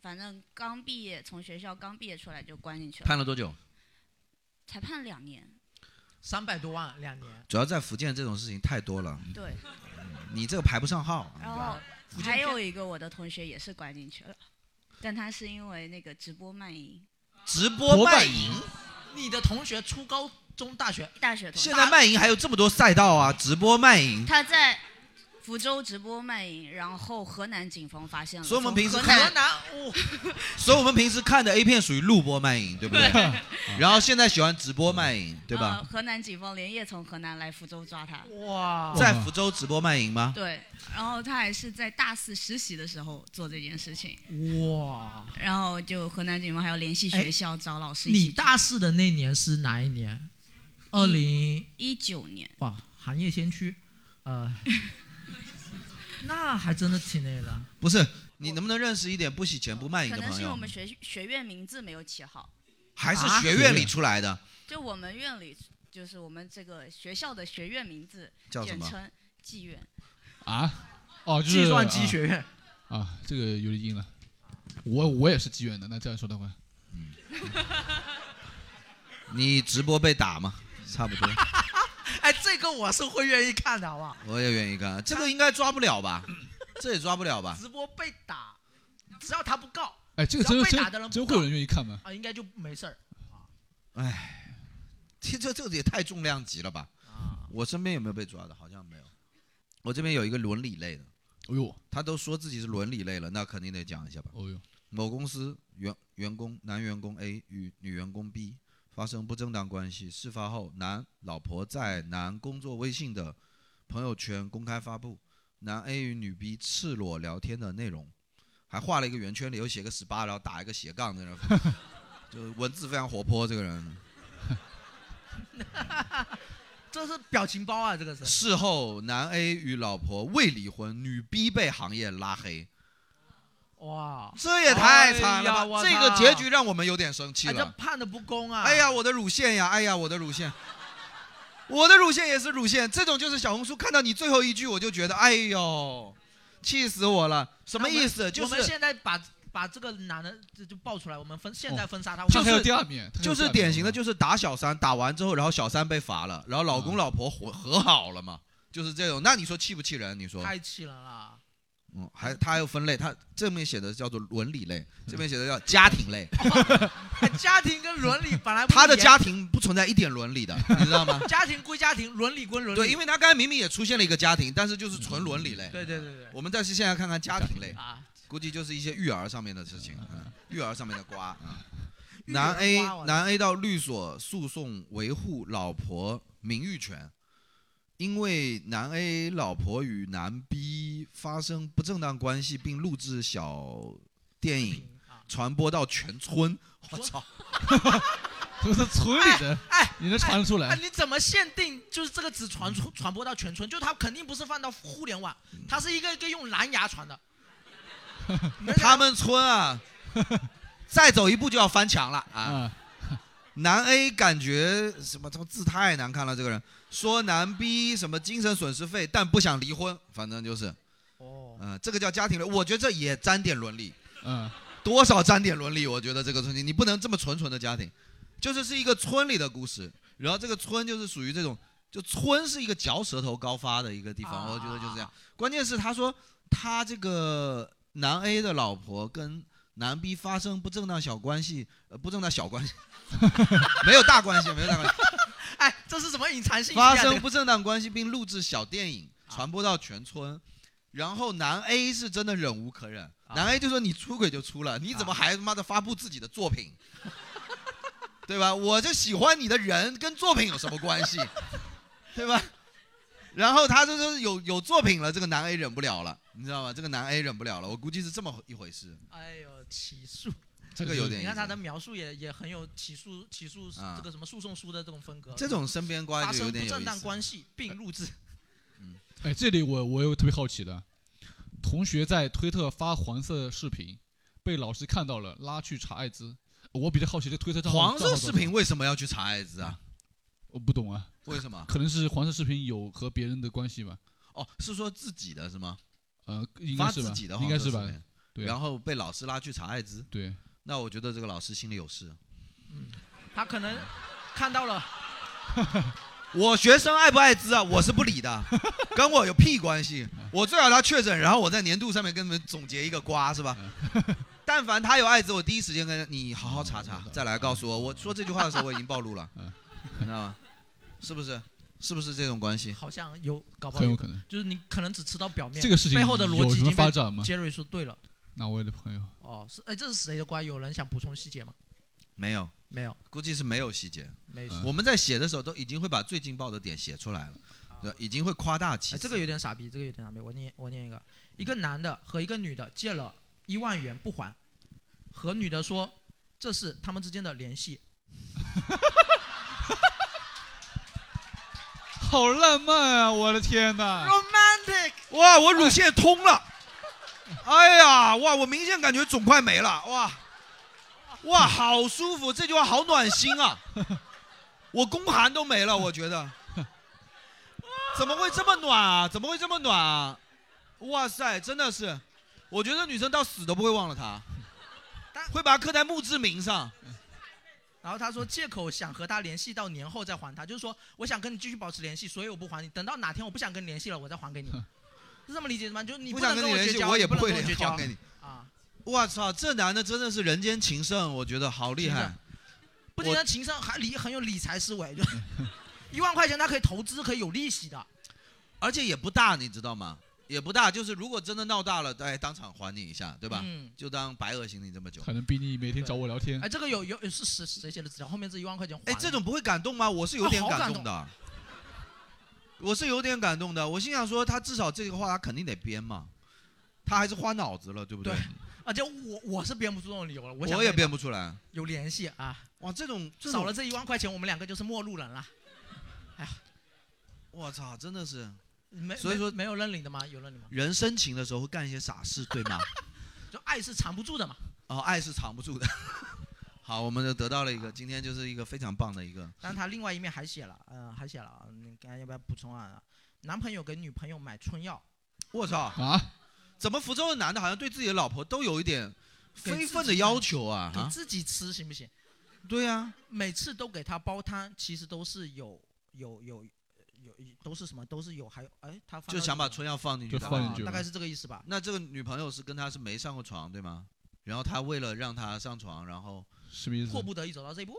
F: 反正刚毕业，从学校刚毕业出来就关进去了，
A: 判了多久？
F: 才判两年。
B: 三百多万两年，
A: 主要在福建这种事情太多了，
F: 对，
A: 你这个排不上
B: 哦
A: 号。
F: 然后
B: 福建
F: 还
B: 片
F: 有一个我的同学也是关进去了，但他是因为那个直播卖淫，
A: 直播卖
D: 博
A: 淫，
B: 你的同学初高中大学
F: 大学同学
A: 现，在卖淫还有这么多赛道啊！直播卖淫，
F: 他在福州直播卖淫，然后河南警方发现了，
A: 所以我们平时
F: 从河
A: 看
B: 河
F: 南
B: 南，哦，
A: 所以我们平时看的 A 片属于录播卖淫，对 不对？然后现在喜欢直播卖淫，对
F: 呃
B: 嗯
A: 吧？
F: 河南警方连夜从河南来福州抓他。
B: 哇，
A: 在福州直播卖淫吗？
F: 对，然后他还是在大四实习的时候做这件事情，
B: 哇，
F: 然后就河南警方还要联系
B: 哎
F: 学校找老师一起
B: 你大四的那年是哪一年？二零
F: 一九年，
B: 哇，行业先驱，呃，那还真的挺那个。
A: 不是，你能不能认识一点不洗钱不卖淫
F: 可
A: 的
F: 能
A: 朋
F: 是
A: 友
F: 我？们学学院名字没有起好，
A: 还是
B: 啊
A: 学院里出来的，
F: 就我们院里就是我们这个学校的学院名字
A: 叫什
F: 简
A: 么？
F: 称技院，
D: 啊，哦，就是
B: 计算机学院，
D: 啊啊，这个有点硬了。我我也是机缘的，那这样说的话，
A: 你直播被打吗？差 不多，
B: 哎，这个我是会愿意看的，好不好？
A: 我也愿意看。这个应该抓不了 吧？这也抓不了吧？
B: 直播被打，只要他不告
D: 哎，这个
B: 只
D: 真
B: 要被打的人
D: 真
B: 不
D: 真会有人愿意看吗？
B: 啊，应该就没事儿
A: 这这这也太重量级了吧？
B: 啊。
A: 我身边有没有被抓的？好像没有。我这边有一个伦理类的，
D: 哦呦，
A: 他都说自己是伦理类了，那肯定得讲一下吧。
D: 哦呦，
A: 某公司员员工男员工 A 与女员工 B 发生不正当关系，事发后，男老婆在男工作微信的朋友圈公开发布男 A 与女 B 赤裸聊天的内容，还画了一个圆圈，里有写个十八，然后打一个斜杠，在那儿 就文字非常活泼。这个人
B: 这是表情包啊，这个是。
A: 事后，男 A 与老婆未离婚，女 B 被行业拉黑，
B: 哇，
A: 这也太惨
B: 哎呀
A: 了吧！
B: 哎我
A: 这个
B: 操
A: 结局让我们有点生气
B: 哎，
A: 了。
B: 这判的不公啊！
A: 哎，呀，我的乳腺呀！哎呀，我的乳腺，我的乳腺也是乳腺。这种就是小红书看到你最后一句，我就觉得，哎呦，气死我了！什么意思？就
B: 我们
A: 是
B: 现在把把这个男的就就爆出来，我们分现
A: 哦
B: 在封杀他。
D: 他还有
A: 是
D: 第二面，他还
A: 就
D: 有
A: 是
D: 第二面
A: 典型的，就是打小三，打完之后，然后小三被罚了，然后老
B: 啊
A: 公老婆和和好了嘛，就是这种。那你说气不气人？你说，
B: 太气人了！
A: 嗯，还他还有分类，他这面写的叫做伦理类，这边写的叫家庭类。
B: 嗯哎家庭跟伦理本来不是
A: 他的
B: 也
A: 家庭不存在一点伦理的，你知道吗？
B: 家庭归家庭，伦理归 伦理。
A: 对，因为他刚才明明也出现了一个家庭，但是就是纯伦理类。
B: 对对对对
A: 我们再是现在看看家庭类。
B: 啊，
A: 估计就是一些育儿上面的事情，嗯育儿上面的瓜。嗯
B: 啊育儿
A: 男 A
B: 瓜我
A: 男 A 到律所诉讼维护老婆名誉权，因为男 A 老婆与男 B 发生不正当关系，并录制小电影
B: 啊
A: 传播到全村。我操！
D: 都是村里的，
B: 哎
D: 你能传得出
B: 哎，
D: 来？
B: 你怎么限定就是这个只传出传播到全村？就它肯定不是放到互联网，
D: 嗯
B: 它是一个一个用蓝牙 传的。
A: 他们村啊， 再走一步就要翻墙了啊！
D: 啊，
A: 男 A 感觉什么？他妈字太难看了，这个人说男 B 什么精神损失费，但不想离婚，反正就是，
B: 哦，
A: 嗯、这个叫家庭伦，我觉得这也沾点伦理，
D: 嗯，
A: 多少沾点伦理。我觉得这个东西你不能这么纯纯的家庭，就是是一个村里的故事，然后这个村就是属于这种，就村是一个嚼舌头高发的一个地方，
B: 啊
A: 我觉得就是这样。关键是他说他这个男 A 的老婆跟男逼发生不正当小关系，呃，不正当小关系， 没有大关系，没有大关系。
B: 哎，这啊是什么隐藏信息、啊？
A: 发生不正当关系并录制小电影，传播到全村。然后男
B: 啊
A: A 是真的忍无可忍，男 A 就说你出轨就出
B: 啊
A: 了，你怎么还他妈的发布自己的作品？ 对吧？我就喜欢你的人跟作品有什么关 系？对吧？然后他就说有有作品了，这个男 A 忍不了了，你知道吗？这个男 A 忍不了了，我估计是这么一回事。
B: 哎呦，起诉！
A: 这个有点
B: 你看他
A: 意思
B: 的描述也也很有起诉起诉
A: 啊
B: 这个什么诉讼书的这种风格。
A: 这种身边关
B: 发
A: 系就有
B: 生不
A: 点有
B: 正
A: 意
B: 当
A: 思。
B: 关系并录制，
D: 哎，这里我我有特别好奇的，同学在推特发黄色视频，被老师看到了，拉去查艾滋。我比较好奇这推特账号
A: 黄
D: 账
A: 色
D: 号
A: 视
D: 多少
A: 频为什么要去查艾滋啊？
D: 我不懂啊，
A: 为什么？
D: 可能是黄色视频有和别人的关系吧？
A: 哦，是说自己的是吗？
D: 呃，应
A: 发
D: 该是
A: 自
D: 吧
A: 己的，
D: 应
A: 黄
D: 该
A: 色
D: 是
A: 视
D: 吧？
A: 频，
D: 对啊
A: 然后被老师拉去查艾滋，
D: 对，
A: 那我觉得这个老师心里有事。
B: 他可能看到了。
A: 我学生爱不艾滋啊，我是不理 的，跟我有屁关系。我最好他确诊，然后我在年度上面跟你们总结一个瓜，是 吧？但凡他有艾滋，我第一时间跟你好好查查，再来告诉我。我说这句话的时候，我已经暴露了
D: 哦嗯，
A: 你知道吗？是不是？是不是这种关系？
B: 好像有，搞不好
D: 很有
B: 有
D: 可能。
B: 就是你可能只吃到表面。
D: 这个事情
B: 背后的逻
D: 有
B: 辑
D: 什
B: 已
D: 么
B: 经被
D: 发展吗？
B: 杰瑞说对了。
D: 那我的朋友，
B: 哦，是哎，这是谁的瓜？有人想补充细节吗？
A: 没有，
B: 没有，
A: 估计是没有细节。
B: 没事。
D: 嗯
A: 我们在写的时候都已经会把最劲爆的点写出来了，对吧，已经会夸大其
B: 哎，
A: 词。
B: 这个有点傻逼，这个有点傻逼。我念我念一个，一个男的和一个女的借了一万元不还，和女的说这是他们之间的联系，
D: 好浪漫啊！我的 天哪，
B: romantic。
A: 哇，我乳腺通了，哎呀，哇，我明显感觉肿块没了，哇，哇，好舒服，这句话好暖心啊，我宫寒都没了，我觉得，怎么会这么暖啊？怎么会这么暖啊？哇塞，真的是，我觉得女生到死都不会忘了他，会把他刻在墓志铭上。
B: 然后他说借口想和他联系到年后再还他，就是说我想跟你继续保持联系，所以我不还你，等到哪天我不想跟你联系了，我再还给你。是这么理解的吗？就是你
A: 不
B: 能
A: 想跟
B: 我
A: 联
B: 绝
A: 系，
B: 交，
A: 我也
B: 不
A: 不
B: 能
A: 会
B: 跟我
A: 联
B: 绝
A: 系
B: 交
A: 还给你。
B: 啊！
A: 我操，这男的真的是人间情圣，我觉得好厉
B: 情
A: 害
B: 圣。不仅他情商还理很有理财思维，就一万块钱他可以投资，可以有利息的。
A: 而且也不大，你知道吗？也不大，就是如果真的闹大了，哎，当场还你一下，对吧？
B: 嗯，
A: 就当白恶心你这么久。
D: 还能逼你每天找我聊天
B: 哎，？这个有有有是谁谁写的资料？后面这一万块钱还了，
A: 哎，这种不会感动吗？我是有点
B: 哦好感
A: 动的，我是有点感动的。我心想说，他至少这个话他肯定得编嘛，他还是花脑子了，对不
B: 对而且啊我我是编不出这种理由了，我
A: 我
B: 想
A: 也
B: 跟你
A: 编不出来。
B: 有联系啊，
A: 哇，这种这
B: 少
A: 种
B: 了，这一万块钱，我们两个就是陌路人了。
A: 我操，真的是
B: 没，
A: 所以说
B: 没没有认领的吗？有认领吗？
A: 人深情的时候会干一些傻事，对 吗？
B: 就爱是藏不住的嘛。
A: 哦，爱是藏不住的。 好，我们就得到了一个，今天就是一个非常棒的一个。
B: 但他另外一面还写了，嗯、还写了啊，你刚才要不要补充啊？男朋友给女朋友买春药，
A: 我操！
D: 啊，
A: 怎么福州的男的好像对自己的老婆都有一点非分的要求啊？
B: 给
A: 啊，
B: 自己吃行不行？
A: 对呀、
B: 每次都给他煲汤，其实都是有有有有都是什么？都是有还有哎，他翻
A: 就
B: 到
A: 想把
B: 这
A: 春药放进去。
D: 就
B: 个
D: 放进
B: 啊
D: 去了
B: 大概是这个意思吧。
A: 那这个女朋友是跟他是没上过床对吗？然后他为了让他上床，然后
D: 什么意思
B: 迫？不得已走到这一步，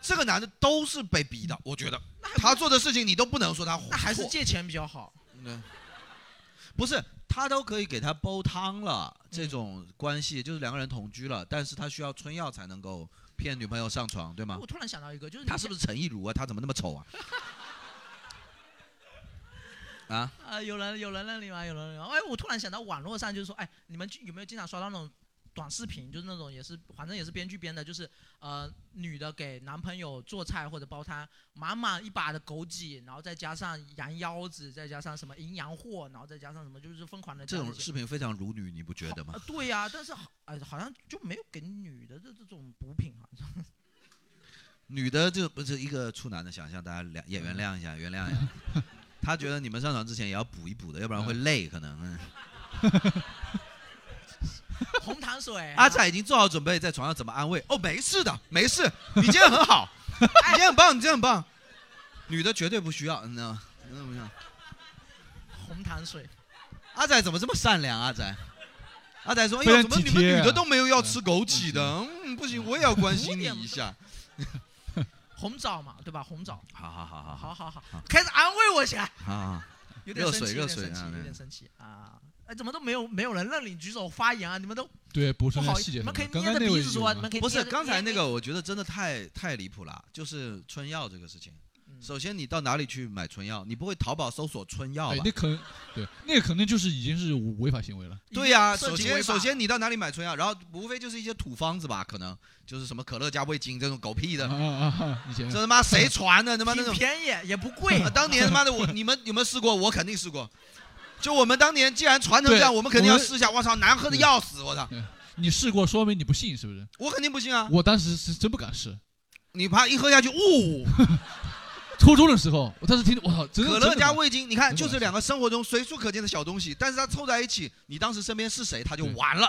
A: 这个男的都是被逼的，我觉得他做的事情你都不能说他
B: 那还是
A: 错
B: 借钱比较好。
A: 嗯不是他都可以给他煲汤了，这
B: 嗯
A: 种关系就是两个人同居了，但是他需要春药才能够骗女朋友上床对吗？
B: 我突然想到一个，就是
A: 啊他是不
B: 是
A: 是陈亦儒啊？他怎么那么丑啊？啊？
B: 啊、有人有人认领吗？有人认领吗？哎，我突然想到网络上就是说，哎，你们有没有经常刷到那种短视频？就是那种也是，反正也是编剧编的，就是呃，女的给男朋友做菜或者煲汤，满满一把的枸杞，然后再加上羊腰子，再加上什么营养货，然后再加上什么，就是疯狂的
A: 这种视频非常辱女，你不觉得吗？
B: 对呀、但是好，哎，好像就没有给女的这这种补品啊。
A: 女的就不是一个处男的想象，大家谅也原谅一下，原谅一下。他觉得你们上床之前也要补一补的，要不然会累可能。嗯，
B: 红糖水
A: 阿仔已经做好准备在床上怎么安慰哦，没事的，没事，你今天很好，你今天很棒，你今天很棒。女的绝对不需要，嗯呐，嗯不需要。
B: 红糖水，
A: 阿仔怎么这么善良？阿仔，阿仔说：“哎
D: 非
A: 呦，怎
D: 常
A: 么你
D: 体
A: 们
D: 贴
A: 女
D: 啊
A: 的都没有要吃枸杞的？嗯，不行，我也要关心你一下。
B: 红枣嘛，对吧？红枣，”
A: 好好好好好
B: 好好好
A: 好，
B: 开始安慰我起来，
A: 好，
B: 有点生气，
A: 热
B: 有点
A: 水热
B: 生气
A: 水啊，
B: 有点生气啊！哎，怎么都没有没有人认领举手发言啊？你们都
D: 对，补
B: 不
D: 充一下
B: 好意思，
D: 细节
B: 你
D: 什么
B: 们可以捏
D: 的。
B: 着
D: 刚刚那
B: 鼻
D: 位
B: 子
D: 是
B: 说啊，
D: 什
B: 你
D: 么
B: 们可以
A: 不是
B: 捏着
A: 刚才那
B: 捏着
A: 个，我觉得真的太太离谱了，就是春药这个事情。
B: 嗯
A: 首先，你到哪里去买春药？你不会淘宝搜索春药
D: 哎，
A: 吧
D: 那？可能对，那个肯定就是已经是违法行为了。
A: 对呀、
B: 已经
A: 首
B: 涉及
A: 先
B: 违法
A: 首先你到哪里买春药？然后无非就是一些土方子吧，可能就是什么可乐加味精这种狗屁
D: 啊
A: 的，
B: 嗯
D: 啊啊！以前
A: 这他妈谁传的？他妈那
B: 挺
A: 种
B: 便宜也不贵
D: 嗯
A: 啊，当 年他妈的我，你们有没有试过？我肯定试过。就我们当年既然传成这样，
D: 对
A: 我们肯定要
D: 我们嗯
A: 试一下。我操，难喝的要死！我操，
D: 你试过，说明你不信是不是？
A: 我肯定不信啊！
D: 我当时是真不敢试，
A: 你怕一喝下去， 呜、
D: 初中的时候，我当时听，我操，真的
A: 可
D: 真
A: 乐
D: 的
A: 加
D: 不
A: 味精，你看
D: 真的
A: 就是
D: 不敢
A: 两个生活中随处可见的小东西，但是它凑在一起，你当时身边是谁，它就
D: 对
A: 完了，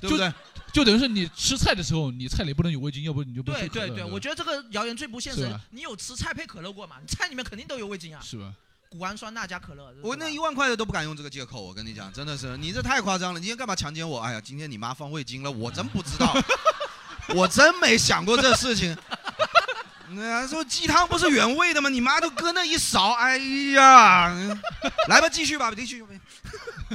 A: 对不
D: 就
A: 对？
D: 敢就等于是你吃菜的时候，你菜里不能有味精，要不你就不
B: 对
D: 吃可乐
B: 对对，
D: 吧
B: 我觉得这个谣言最不现
D: 是
B: 实
D: 吧。
B: 你有吃菜配可乐过吗？你菜里面肯定都有味精啊，
D: 是吧？
B: 谷氨酸钠加可乐。
A: 我那一万块的都不敢用这个借口，我跟你讲，真的是你这太夸张了！你今天干嘛强奸我？哎呀，今天你妈放味精了，我真不知道，我真没想过这事情。 那说鸡汤不是原味的吗？你妈都搁那一勺，哎呀，来吧，继续吧，继续吧。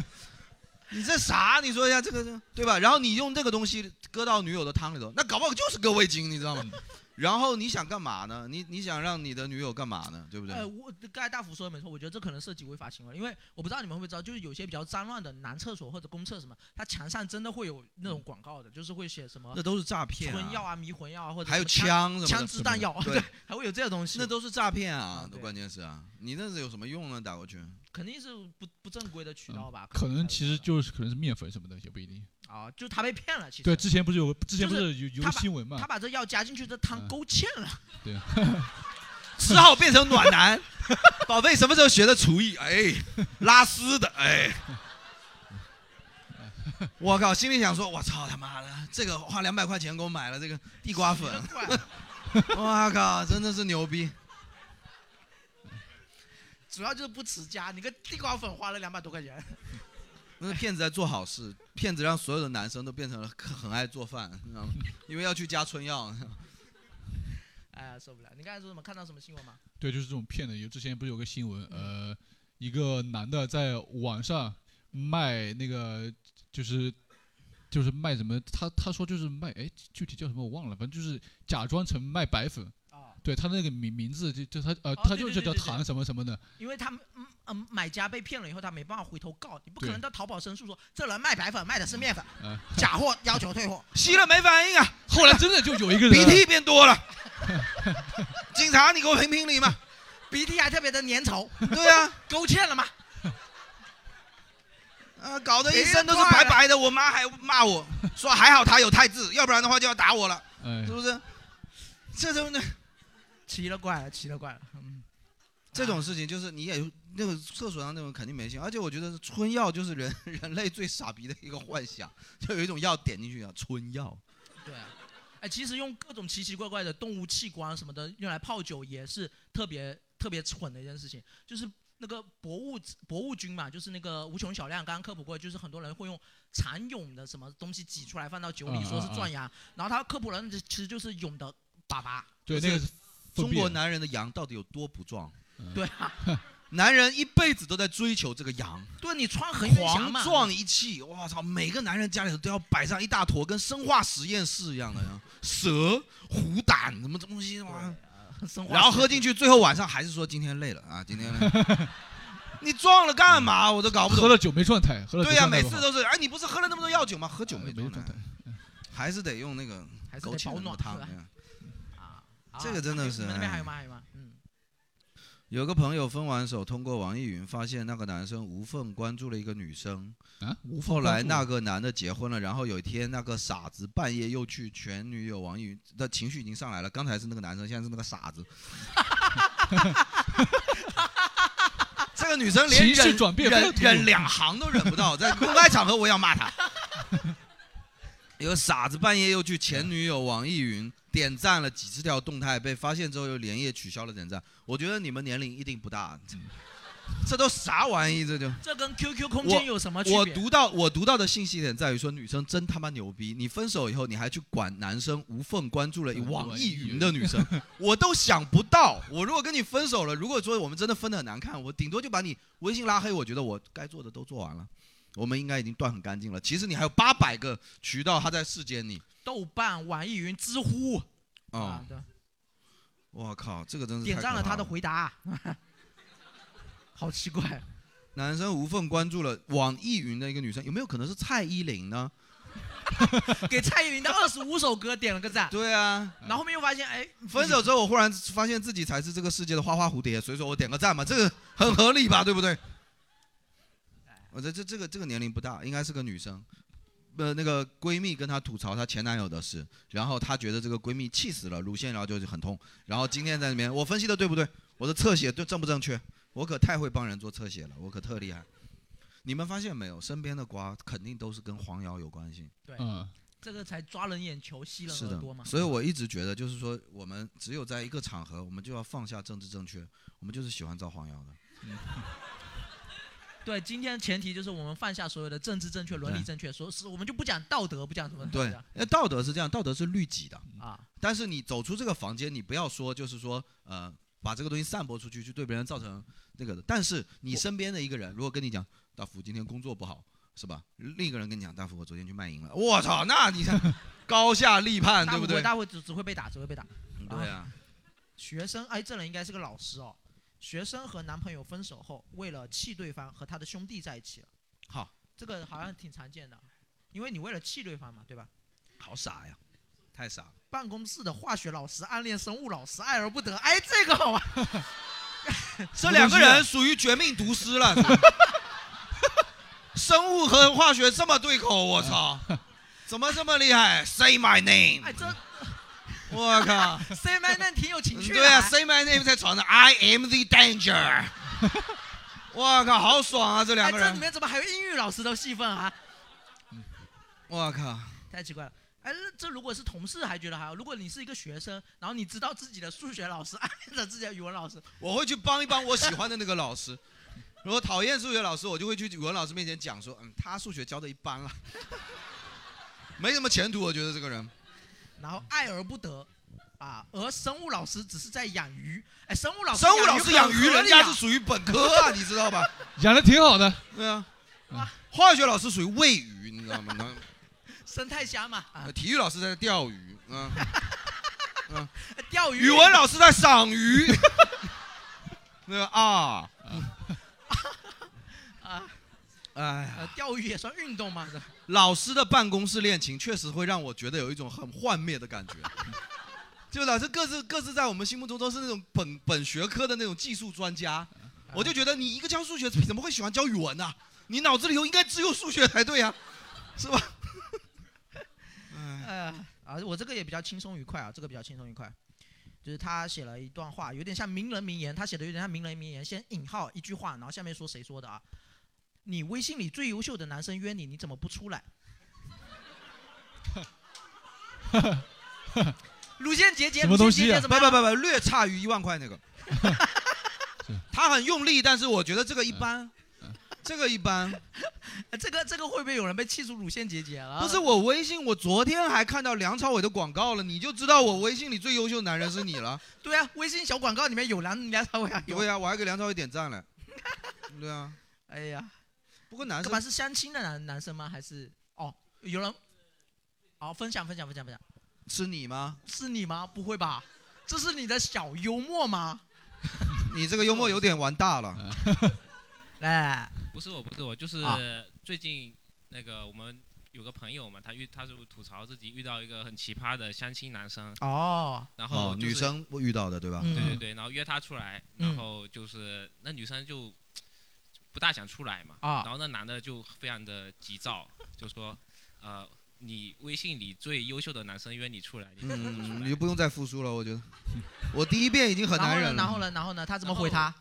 A: 你这啥？你说一下这个，这个对吧？然后你用这个东西搁到女友的汤里头，那搞不好就是搁味精，你知道吗？然后你想干嘛呢？你你想让你的女友干嘛呢？对不对？
B: 呃，我刚才大福说的没错，我觉得这可能涉及违法行为，因为我不知道你们会不会知道，就是有些比较脏乱的男厕所或者公厕什么，它墙上真的会有那种广告的，就是会写什么
A: 那都是诈骗、啊。
B: 春药啊、迷魂药啊，或者
A: 还有
B: 什么
A: 枪什么的
B: 枪支弹药，
A: 对
B: 对，还会有这些东西，
A: 那都是诈骗啊
B: 啊！对
A: 关键是啊，你那是有什么用呢？打过 去，
B: 肯定是不不正规的渠道吧？
D: 嗯可能其实
B: 才会
D: 就是可能是面粉什么的也不一定。
B: 这样啊，就他被骗了，其实
D: 对，之前不是有之
B: 就
D: 前不
B: 是
D: 是有有
B: 他
D: 个
B: 把
D: 新闻嘛
B: 他？把这药加进去，这汤
D: 嗯
B: 勾芡了。
A: 只好变成暖男。宝贝，什么时候学的厨艺？哎，拉丝的，哎。我靠，心里想说，我操他妈的，这个花两百块钱给我买了这个地瓜粉，我靠，真的是牛逼！
B: 主要就是不持家，你个地瓜粉花了两百多块钱，
A: 那骗子在做好事，骗子让所有的男生都变成了很爱做饭，你知道吗？因为要去加春药。
B: 哎呀受不了！你刚才说什么？看到什么新闻吗？
D: 对，就是这种骗的。有之前不是有个新闻，呃，一个男的在网上卖那个，就是就是卖什么？他他说就是卖，哎，具体叫什么我忘了，反正就是假装成卖白粉。
B: 啊、
D: 对他那个名名字就就他呃，
B: 哦
D: 他
B: 对
D: 就
B: 对
D: 是
B: 对
D: 叫
B: 对对
D: 唐什么什么的。
B: 因为他们嗯嗯买家被骗了以后，他没办法回头告，你不可
D: 对
B: 能到淘宝申诉说这人卖白粉卖的是面粉，
D: 嗯
B: 假货要求退货。
A: 吸了没反应啊？
D: 后来真的就有一个人
A: 鼻涕变多了。警察，你给我评评理嘛？
B: 鼻涕还特别的粘稠，
A: 对啊，
B: 勾芡了吗？
A: 啊，搞得一身都是白白的。我妈还骂我说，还好他有泰字，要不然的话就要打我了，
D: 哎
A: 是，不是？这种呢，
B: 奇了怪了，奇了怪了。嗯，
A: 这种事情就是你也那个厕所上那种肯定没信，而且我觉得春药就是人 人类最傻逼的一个幻想，就有一种药点进去啊，春药。
B: 对啊。哎，其实用各种奇奇怪怪的动物器官什么的用来泡酒也是特别特别蠢的一件事情，就是那个博物博物菌嘛，就是那个无穷小量，刚刚科普过，就是很多人会用蚕蛹的什么东西挤出来放到酒里，
D: 嗯
B: 说是
D: 嗯嗯
B: 壮阳，然后他科普了，那其实就是蛹的粑粑，
D: 对，
A: 就
D: 那个
A: 是
D: 是
A: 中国
D: 男
A: 男人的阳到底有多不壮？
B: 对啊，
A: 男人一辈子都在追求这个阳。
B: 对你穿恒源祥
A: 嗯狂
B: 嘛，
A: 撞一气，我操！每个男人家里头都要摆上一大坨跟生化实验室一样的蛇、虎胆什么东西，
B: 对
A: 哇！
B: 啊生化
A: 然后喝进去，最后晚上还是说今天累了啊，今天累 了你撞了干
B: 嗯
A: 嘛？我都搞不
D: 喝
A: 懂。
D: 了酒没状态，喝了酒
A: 对呀、
D: 状态
A: 每
D: 不
A: 次
D: 好
A: 都是，哎，你不是喝了那么多药酒吗？喝酒
D: 哎
A: 没
D: 没
A: 状态
D: 状态，，
A: 还是得用那个
B: 还是
A: 枸
B: 得
A: 杞
B: 保
A: 的那个
B: 暖
A: 汤
B: 是。吧
A: 哎呀
B: 啊，
A: 这个真的是
B: 你们那
A: 哎
B: 边还有吗？还有吗？嗯，
A: 有个朋友分完手，通过网易云发现那个男生无缝关注了一个女生，
D: 啊，无
A: 后
D: 缝
A: 来
D: 关注
A: 那个男的结婚了，然后有一天那个傻子半夜又去全女友网易云，的情绪已经上来了。刚才是那个男生，现在是那个傻 子。这个女生连
D: 情绪
A: 忍
D: 转变非
A: 忍
D: 常突
A: 忍
D: 兀
A: 两行都忍不到，在公开场合我也要骂 他。有个傻子半夜又去前女友网易云点赞了几十条动态，被发现之后又连夜取消了点赞。我觉得你们年龄一定不大，这都啥玩意？这就。
B: 这跟 QQ 空间有什么区
A: 我
B: 别？
A: 读到我读到的信息点在于说，女生真他妈牛逼！你分手以后，你还去管男生无缝关注了网易云的女 生，我都想不到。我如果跟你分手了，如果说我们真的分的很难看，我顶多就把你微信拉黑。我觉得我该做的都做完了，我们应该已经断很干净了。其实你还有八百个渠道，他在世间你。
B: 豆瓣、网易云、知乎
A: 哦
B: 啊，，对，
A: 我靠，这个真是
B: 点
A: 太
B: 赞
A: 可
B: 了
A: 怕
B: 他的回 答，好奇怪。
A: 男生无缝关注了网易云的一个女生，有没有可能是蔡依林呢？
B: 给蔡依林的二十五首歌点了个赞，
A: 对啊，
B: 然后后面又发现，哎，
A: 分手之后，我忽然发现自己才是这个世界的花花蝴蝶，所以说我点个赞嘛，这个很合理吧，对不对？我这这这个这个年龄不大，应该是个女生。呃，那个闺蜜跟她吐槽她前男友的事，然后她觉得这个闺蜜气死了，乳腺疗就是很痛。然后今天在那边，我分析的对不对？我的侧写对正不正确？我可太会帮人做侧写了，我可特厉害。你们发现没有，身边的瓜肯定都是跟黄瑶有关系。
D: 嗯，
B: 这个才抓人眼球，吸
A: 是的
B: 人耳朵嘛，。
A: 所以我一直觉得，就是说，我们只有在一个场合，我们就要放下政治正确，我们就是喜欢造黄谣的。
B: 对，今天前提就是我们放下所有的政治正确、伦理
A: 对
B: 正确，说是我们就不讲道德，不讲什么
A: 对，那道德是啊这样，道德是律己的。
B: 啊，
A: 但是你走出这个房间，你不要说，就是说，呃，把这个东西散播出去，去对别人造成那个的。但是你身边的一个人，如果跟你讲，大福今天工作不好，是吧？另一个人跟你讲，大福我昨天去卖淫了，我操，那你看 高下立判，
B: 大
A: 对
B: 会
A: 不对？
B: 大会只只会被打，只会被打。
A: 嗯对啊，
B: 学生，哎，这人应该是个老师哦。学生和男朋友分手后，为了气对方，和他的兄弟在一起了。
A: 好，
B: 这个好像挺常见的，因为你为了气对方嘛，对吧？
A: 好傻呀，太傻了。
B: 办公室的化学老师暗恋生物老师，爱而不得。哎，这个好玩。啊
A: 这两个人属于绝命毒师了。 生物和化学这么对口，我 操！怎么这么厉害？Say my
B: 哎，
A: name！
B: 这
A: 我靠！
B: C man 那挺有情 趣的。哎
A: 对啊，Say my name 在床上，I am the danger！我靠，好爽啊！这
B: 哎，
A: 两个
B: 这里
A: 人，
B: 面怎么还有英语老师的戏份啊？
A: 我靠！
B: 太奇怪了。哎，这这如果是同事还觉得还好，如果你是一个学生，然后你知道自己的数学老师暗恋着自己的语文老师，
A: 我会去帮一帮我喜欢的那个老 师。如果讨厌数学老师，我就会去语文老师面前讲说，嗯，他数学教的一般了，没什么前途，我觉得这个人。
B: 然后爱而不得，啊，而生物老师只是在养鱼。哎，生物老师
A: 生物老师啊养鱼，
B: 很合
A: 人
B: 理
A: 家
B: 啊
A: 是属于本科啊，你知道吧？
D: 养的挺好的，
A: 对 啊
D: 啊，
A: 化学老师属于喂鱼，你知道吗？ 那
B: 生态 虾嘛，啊，
A: 体育老师在钓鱼，啊，
B: 钓鱼。
A: 语文老师在赏鱼， 那个 啊，
B: 啊，
A: 哎呀，
B: 呃，钓鱼也算运动嘛？是吧
A: 老师的办公室恋情确实会让我觉得有一种很幻灭的感觉。就老师各自各自在我们心目中都是那种本本学科的那种技术专家，我就觉得你一个教数学怎么会喜欢教语文呢、你脑子里头应该只有数学才对啊，是吧？哎
B: 呃，啊，我这个也比较轻松愉快啊，这个比较轻松愉快，就是他写了一段话，有点像名人名言，他写的有点像名人名言，先引号一句话，然后下面说谁说的啊？你微信里最优秀的男生约你，你怎么不出来？乳腺结节，
D: 什么东
B: 乳腺
D: 西
B: 结
D: 啊
B: 节怎么
A: 不
B: 样
A: 不不不，略差于一万块那个
D: 是。
A: 他很用力，但是我觉得这个一般
D: 嗯，
A: 这个一般。
B: 哎这个这个会不会有人被气出乳腺结节了？
A: 不是我微信，我昨天还看到梁朝伟的广告了，你就知道我微信里最优秀的男人是你了。
B: 对啊，微信小广告里面有梁梁朝伟啊，有
A: 对。呀、我还给梁朝伟点赞了。对啊，
B: 哎呀，
A: 不过男
B: 干
A: 生
B: 嘛是相亲的男男生吗？还是哦，有人哦，分享分享分享分享，
A: 是你吗？
B: 是你吗？不会吧？这是你的小幽默吗？
A: 你这个幽默有点玩大了。
B: 嗯来来来，
G: 不是我，不是我，就是
B: 哎啊
G: 最近那个我们有个朋友嘛，他遇他是吐槽自己遇到一个很奇葩的相亲男生，
B: 哦，
G: 然后、
A: 女，生我遇到的对吧？
G: 对对
B: 嗯
G: 对，然后约他出来，
B: 嗯
G: 然后就是那女生就不大想出来嘛，
B: 啊
G: 然后那男的就非常的急躁，就说呃。你微信里最优秀的男生约你出来，你怎么不出
A: 嗯，
G: 来
A: 你就不用再复述了，我觉得。我第一遍已经很难忍了。
B: 然后呢，然后呢，然后呢，他怎么回他？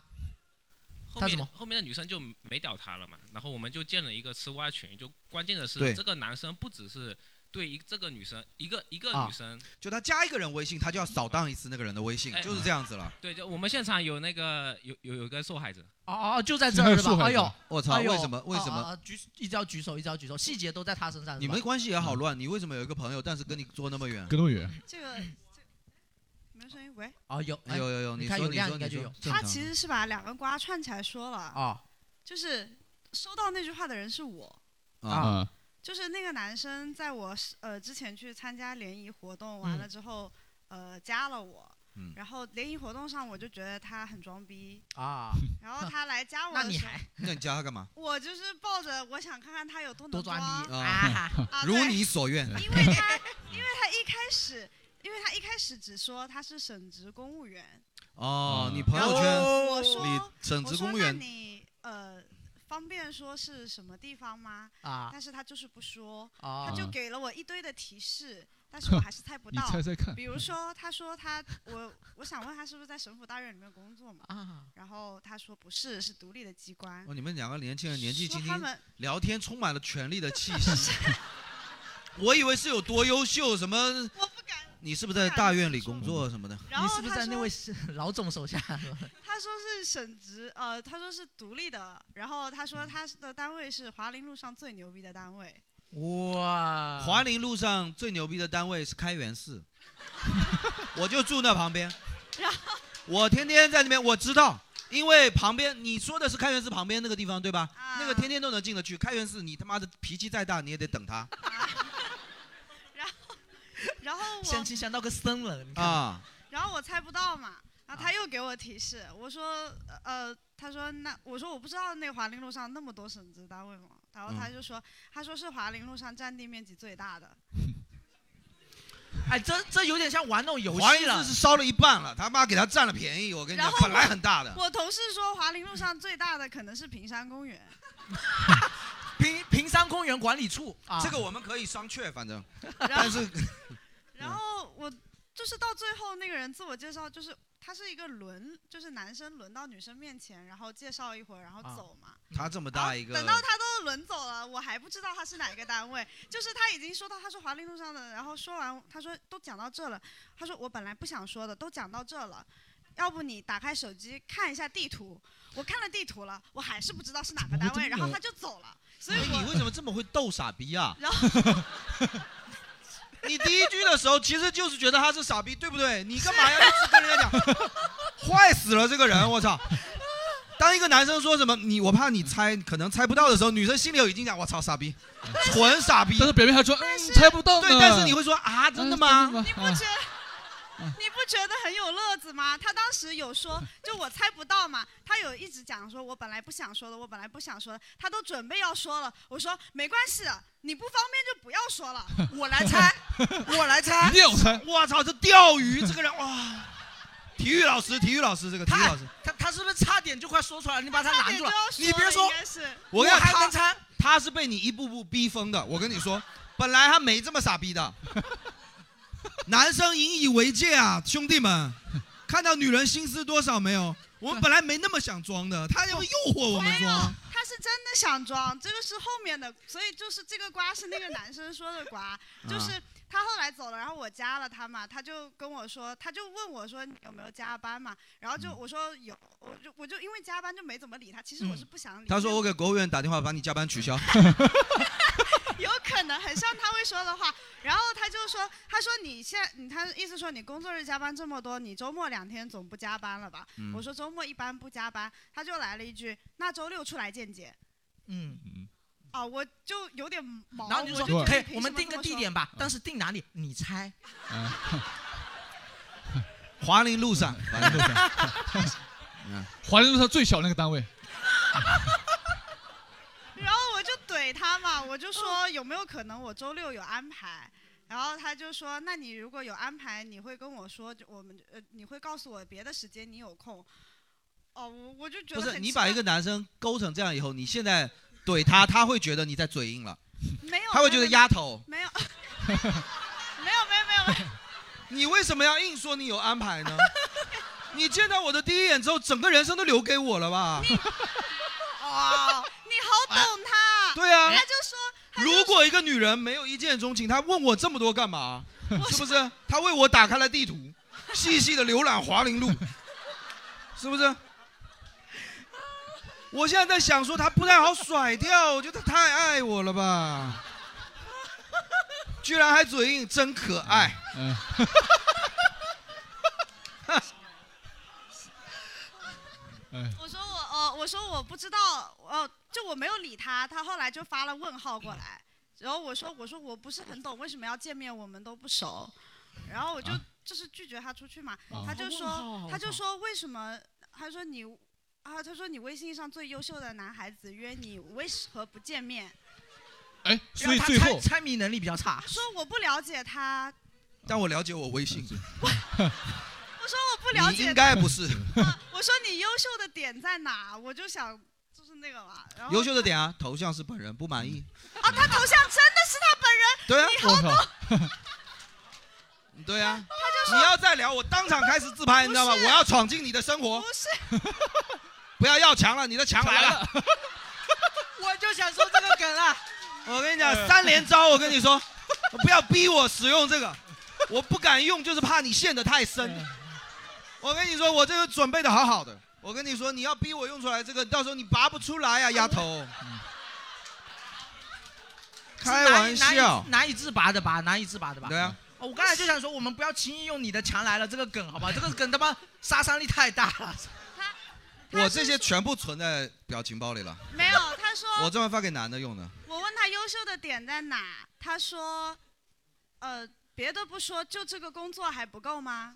G: 后
B: 他
G: 面
B: 怎么
G: 后面的女生就没屌他了嘛，然后我们就建了一个吃瓜群，就关键的
A: 对
G: 是这个男生不只是对一这个女生，一个一个
A: 啊
G: 女生，
A: 就他加一个人微信，他就要扫荡一次那个人的微信，
G: 哎
A: 就是这样子了。
G: 对，就我们现场有那个有有有一个受害者，
B: 哦哦，就在这儿是
D: 现在受
B: 吧？
D: 害
B: 哎
D: 者
B: 呦，
A: 我操，
B: 哎呦
A: 为什么？为什？么？
B: 啊啊举一直要举手，一直要举手，细节都在他身上。
A: 你
B: 是吧
A: 们关系也好乱，你为什么有一个朋友，但是跟你坐那么远？
D: 嗯跟那么远，
C: 这个
D: 嗯
C: 这没有声音，喂，
B: 哦有哎
A: 有有有，
B: 你
A: 你
B: 看
A: 说
B: 有
A: 你
B: 量
A: 说
B: 应该
A: 你
B: 就
A: 说
B: 有，
A: 正
C: 他
A: 常
C: 其实是把两个瓜串起来说了，
B: 哦
C: 就是收到那句话的人是我，
A: 啊，
D: 啊，
C: 就是那个男生在我是呃之前去参加联谊活动完了之后，呃加了我
A: 嗯。
C: 然后联谊活动上，我就觉得他很装逼。
B: 啊，
C: 然后他来加我
B: 那
C: 的
B: 你
C: 时候，
B: 还
A: 那你加他干嘛？
C: 我就是抱着我想看看他有多
B: 多
C: 能
B: 装 逼
A: 啊
B: 啊？
C: 啊
A: 如
C: 对
A: 你所愿，
C: 因为他，因为他一开始，因为他一开始只说他是省直公务员，
A: 哦，
D: 嗯
A: 你朋友
C: 啊然
A: 圈
C: 后我说
A: 里省
C: 我
A: 职
C: 说
A: 公务
C: 那
A: 员
C: 你呃方便说是什么地方吗？
B: 啊
C: 但是他就是不说，他
B: 啊
C: 就给了我一堆的提 示，但是我还是猜不
D: 你
C: 到。
D: 猜猜看，
C: 比如说，他说他我我想问他是不是在省府大院里面工作嘛？
B: 啊！
C: 然后他说不是，是独立的机关。
A: 哦，你们两个年轻人年纪
C: 说
A: 轻
C: 他
A: 轻，
C: 们
A: 聊天充满了权力的气 息。我以为是有多优秀，什么
C: 我不敢。
A: 你是不是在大院里工作什么的？
C: 然
B: 你
C: 后
B: 是不是
C: 他
B: 在那
C: 说
B: 位是 老总手下？
C: 他说是省直，呃，他说是独立的，然后他说他的单位是华林路上最牛逼的单位，
B: 哇，
A: 华林路上最牛逼的单位是开元 寺，我就住那旁边
C: 然。
A: 我天天在那边，我知道，因为旁边你说的是开元寺旁边那个地方对吧？
C: 啊
A: 那个天天都能进得去。开元寺你他妈的脾气再大你也得等他
C: 然后
B: 相
C: 我，
B: 亲相到个僧了，你看
A: 啊。
C: 然后我猜不到嘛，然
B: 啊
C: 后他又给我提示，我说，呃，他说那我说我不知道那华林路上那么多省直单位嘛，然后他就说，他说是华林路上占地面积最大的，
B: 哎，这这有点像玩那种游
A: 华
B: 戏
A: 林
B: 了
A: 寺是烧了一半了，他妈给他占了便宜。我跟你讲
C: 然，后
A: 本来很大的，
C: 我同事说华林路上最大的可能是平山公园，
B: 平平山公园管理处啊，
A: 这个我们可以商榷，反
C: 嗯
A: 正。
C: 然
A: 但
C: 后
A: 是
C: 然后我就是到最后那个人自我介绍，就是他是一个轮，就是男生轮到女生面前，然后介绍一会儿，然后
B: 啊
C: 走嘛。
A: 他这么
C: 然后
A: 大一个，
C: 啊等到他都轮走了，我还不知道他是哪个单位。就是他已经说到，他说华林路上的，然后说完，他说都讲到这了，他说我本来不想说的，都讲到这了。要不你打开手机看一下地图，我看了地图了，我还是不知道是哪个单 位，
D: 怎么会这么
C: 然后他就走了，所以
A: 哎你
C: 我
A: 为什么这么会逗傻逼啊？
C: 然后
A: 你第一句的时候其实就是觉得他是傻逼，对不对？你干嘛要一直跟人家讲？坏死了这个人，我操！当一个男生说什么你我怕你猜可能猜不到的时候，女生心里有已经讲我操傻 逼，纯傻逼。
D: 但是表面还说嗯猜不到呢，
A: 对，但是你会说啊真的吗？
D: 嗯？
C: 你
D: 真
C: 不
D: 的吗
C: 觉你不觉得很有乐子吗？他当时有说，就我猜不到嘛，他有一直讲说，我本来不想说的，我本来不想说的，他都准备要说了，我说没关系的，你不方便就不要说了，我来猜，我来
D: 啊
C: 猜
D: 一。定 要猜，
A: 我操，这钓鱼这个人哇！体育老师，体育老师，这个体育
B: 他
A: 老师，
B: 他他是不是差点就快说出来了？你把他
C: 差
B: 拦
C: 点
B: 住
C: 就
B: 了，
C: 要
A: 你别
C: 了
A: 说
C: 应该是
A: 我跟你讲
B: 我还能
A: 他
B: 猜
A: 他是被你一步步逼疯的。我跟你说，本来他没这么傻逼的。 男生引以为戒啊，兄弟们，看到女人心思多少没有？我们本来没那么想装的，他要诱惑我们
C: 没有
A: 装。，
C: 他是真的想装，这个是后面的，所以就是这个瓜是那个男生说的瓜，
A: 啊
C: 就是他后来走了，然后我加了他嘛，他就跟我说，他就问我说你有没有加班嘛，然后就
B: 嗯
C: 我说有，我就我就因为加班就没怎么理他，其实
B: 嗯
C: 我是不想理。
A: 他说我给国务院打电话把你加班取消。
C: 有可 能很像他会说的话，然后他就说，他说你现在，你他意思说你工作日加班这么多，你周末两天总不加班了吧？
A: 嗯
C: 我说周末一般不加班，他就来了一句，那周六出来见见。
B: 嗯，
D: 嗯
C: 啊，我就有点毛，
B: 然后你就
C: 哦我
B: 说
C: 觉
B: 可
C: 得
B: 以，我们定个地点吧，
A: 嗯
B: 但是定哪里你猜。
D: 嗯，
A: 华林路上，
D: 华林路上，
A: 嗯
D: 华林路上最小那个单位，
C: 凭什么这么说。然后我就怼他嘛，我就
A: 嗯
C: 说有没有可能我周六有安排？然后他就说，那你如果有安排，你会跟我说，就我们呃，你会告诉我别的时间你有空。哦，我我就觉
A: 不
C: 得
A: 是
C: 很
A: 你
C: 奇
A: 把
C: 怪
A: 一个男生勾成这样以后，你现在怼他，他会觉得你在嘴硬了，
C: 没有，
A: 他会
C: 没
A: 觉
C: 有
A: 得丫头，
C: 没有， 没有没有没有没有，
A: 你为什么要硬说你有安排 呢？你见到我的第一眼之后，整个人生都留给我了吧？
C: 哦，你好懂他。
A: 对啊，
B: 哎
C: 哎他就说，
A: 如果一个女人没有一见钟情，她问我这么多干嘛？是不是？她为我打开了地图，细细的浏览华林路，是不是？我现在在想说，她不太好甩掉，我觉得她太爱我了吧？居然还嘴硬，真可爱。
D: 嗯，哎，
C: 我说我哦，我说我不知道，哦，就我没有理他，他后来就发了问号过来，然后我说我说我不是很懂为什么要见面，我们都不熟，然后我就、
D: 啊
C: 就是拒绝他出去嘛，
D: 啊
C: 他就说、
B: 好问号
C: 他就说为什么，他说你啊，他说你微信上最优秀的男孩子约你，为何不见面？
D: 哎，所以
B: 然后
D: 最
B: 他
D: 后
B: 猜猜谜能力比较差
C: 他，说我不了解他，
A: 但我了解我微信，
C: 我说我不了
A: 你
C: 解
A: 应
C: 他，
A: 该不是
C: 我说你优秀的点在哪？我就想就是那个嘛，然后
A: 优秀的点啊，头像是本人，不满意。
C: 啊，他头像真的是他本人。
A: 对啊，
D: 我靠，
A: 对啊，你要再聊，我当场开始自拍，你知道吗？我要闯进你的生活
C: 不，是，
A: 不要要强了，你的强来了。
B: 我就想说这个梗啊，
A: 我跟你讲，三连招，我跟你说， 不要逼我使用这个，我不敢用，就是怕你陷得太深。我跟你说，我这个准备的好好的。我跟你说，你要逼我用出来这个，到时候你拔不出来呀、啊丫头。开玩笑，
B: 难以自拔的拔，难以自拔的拔。
A: 对啊，
B: 哦我刚才就想说，我们不要轻易用你的强来了这个梗，好吧？这个梗他妈杀伤力太大 了。
C: 他是
A: 我这些全部存在表情包里了，
C: 没有，他说
A: 我专门发给男的用的。
C: 我问他优秀的点在哪，他说，呃，别的不说，就这个工作还不够吗？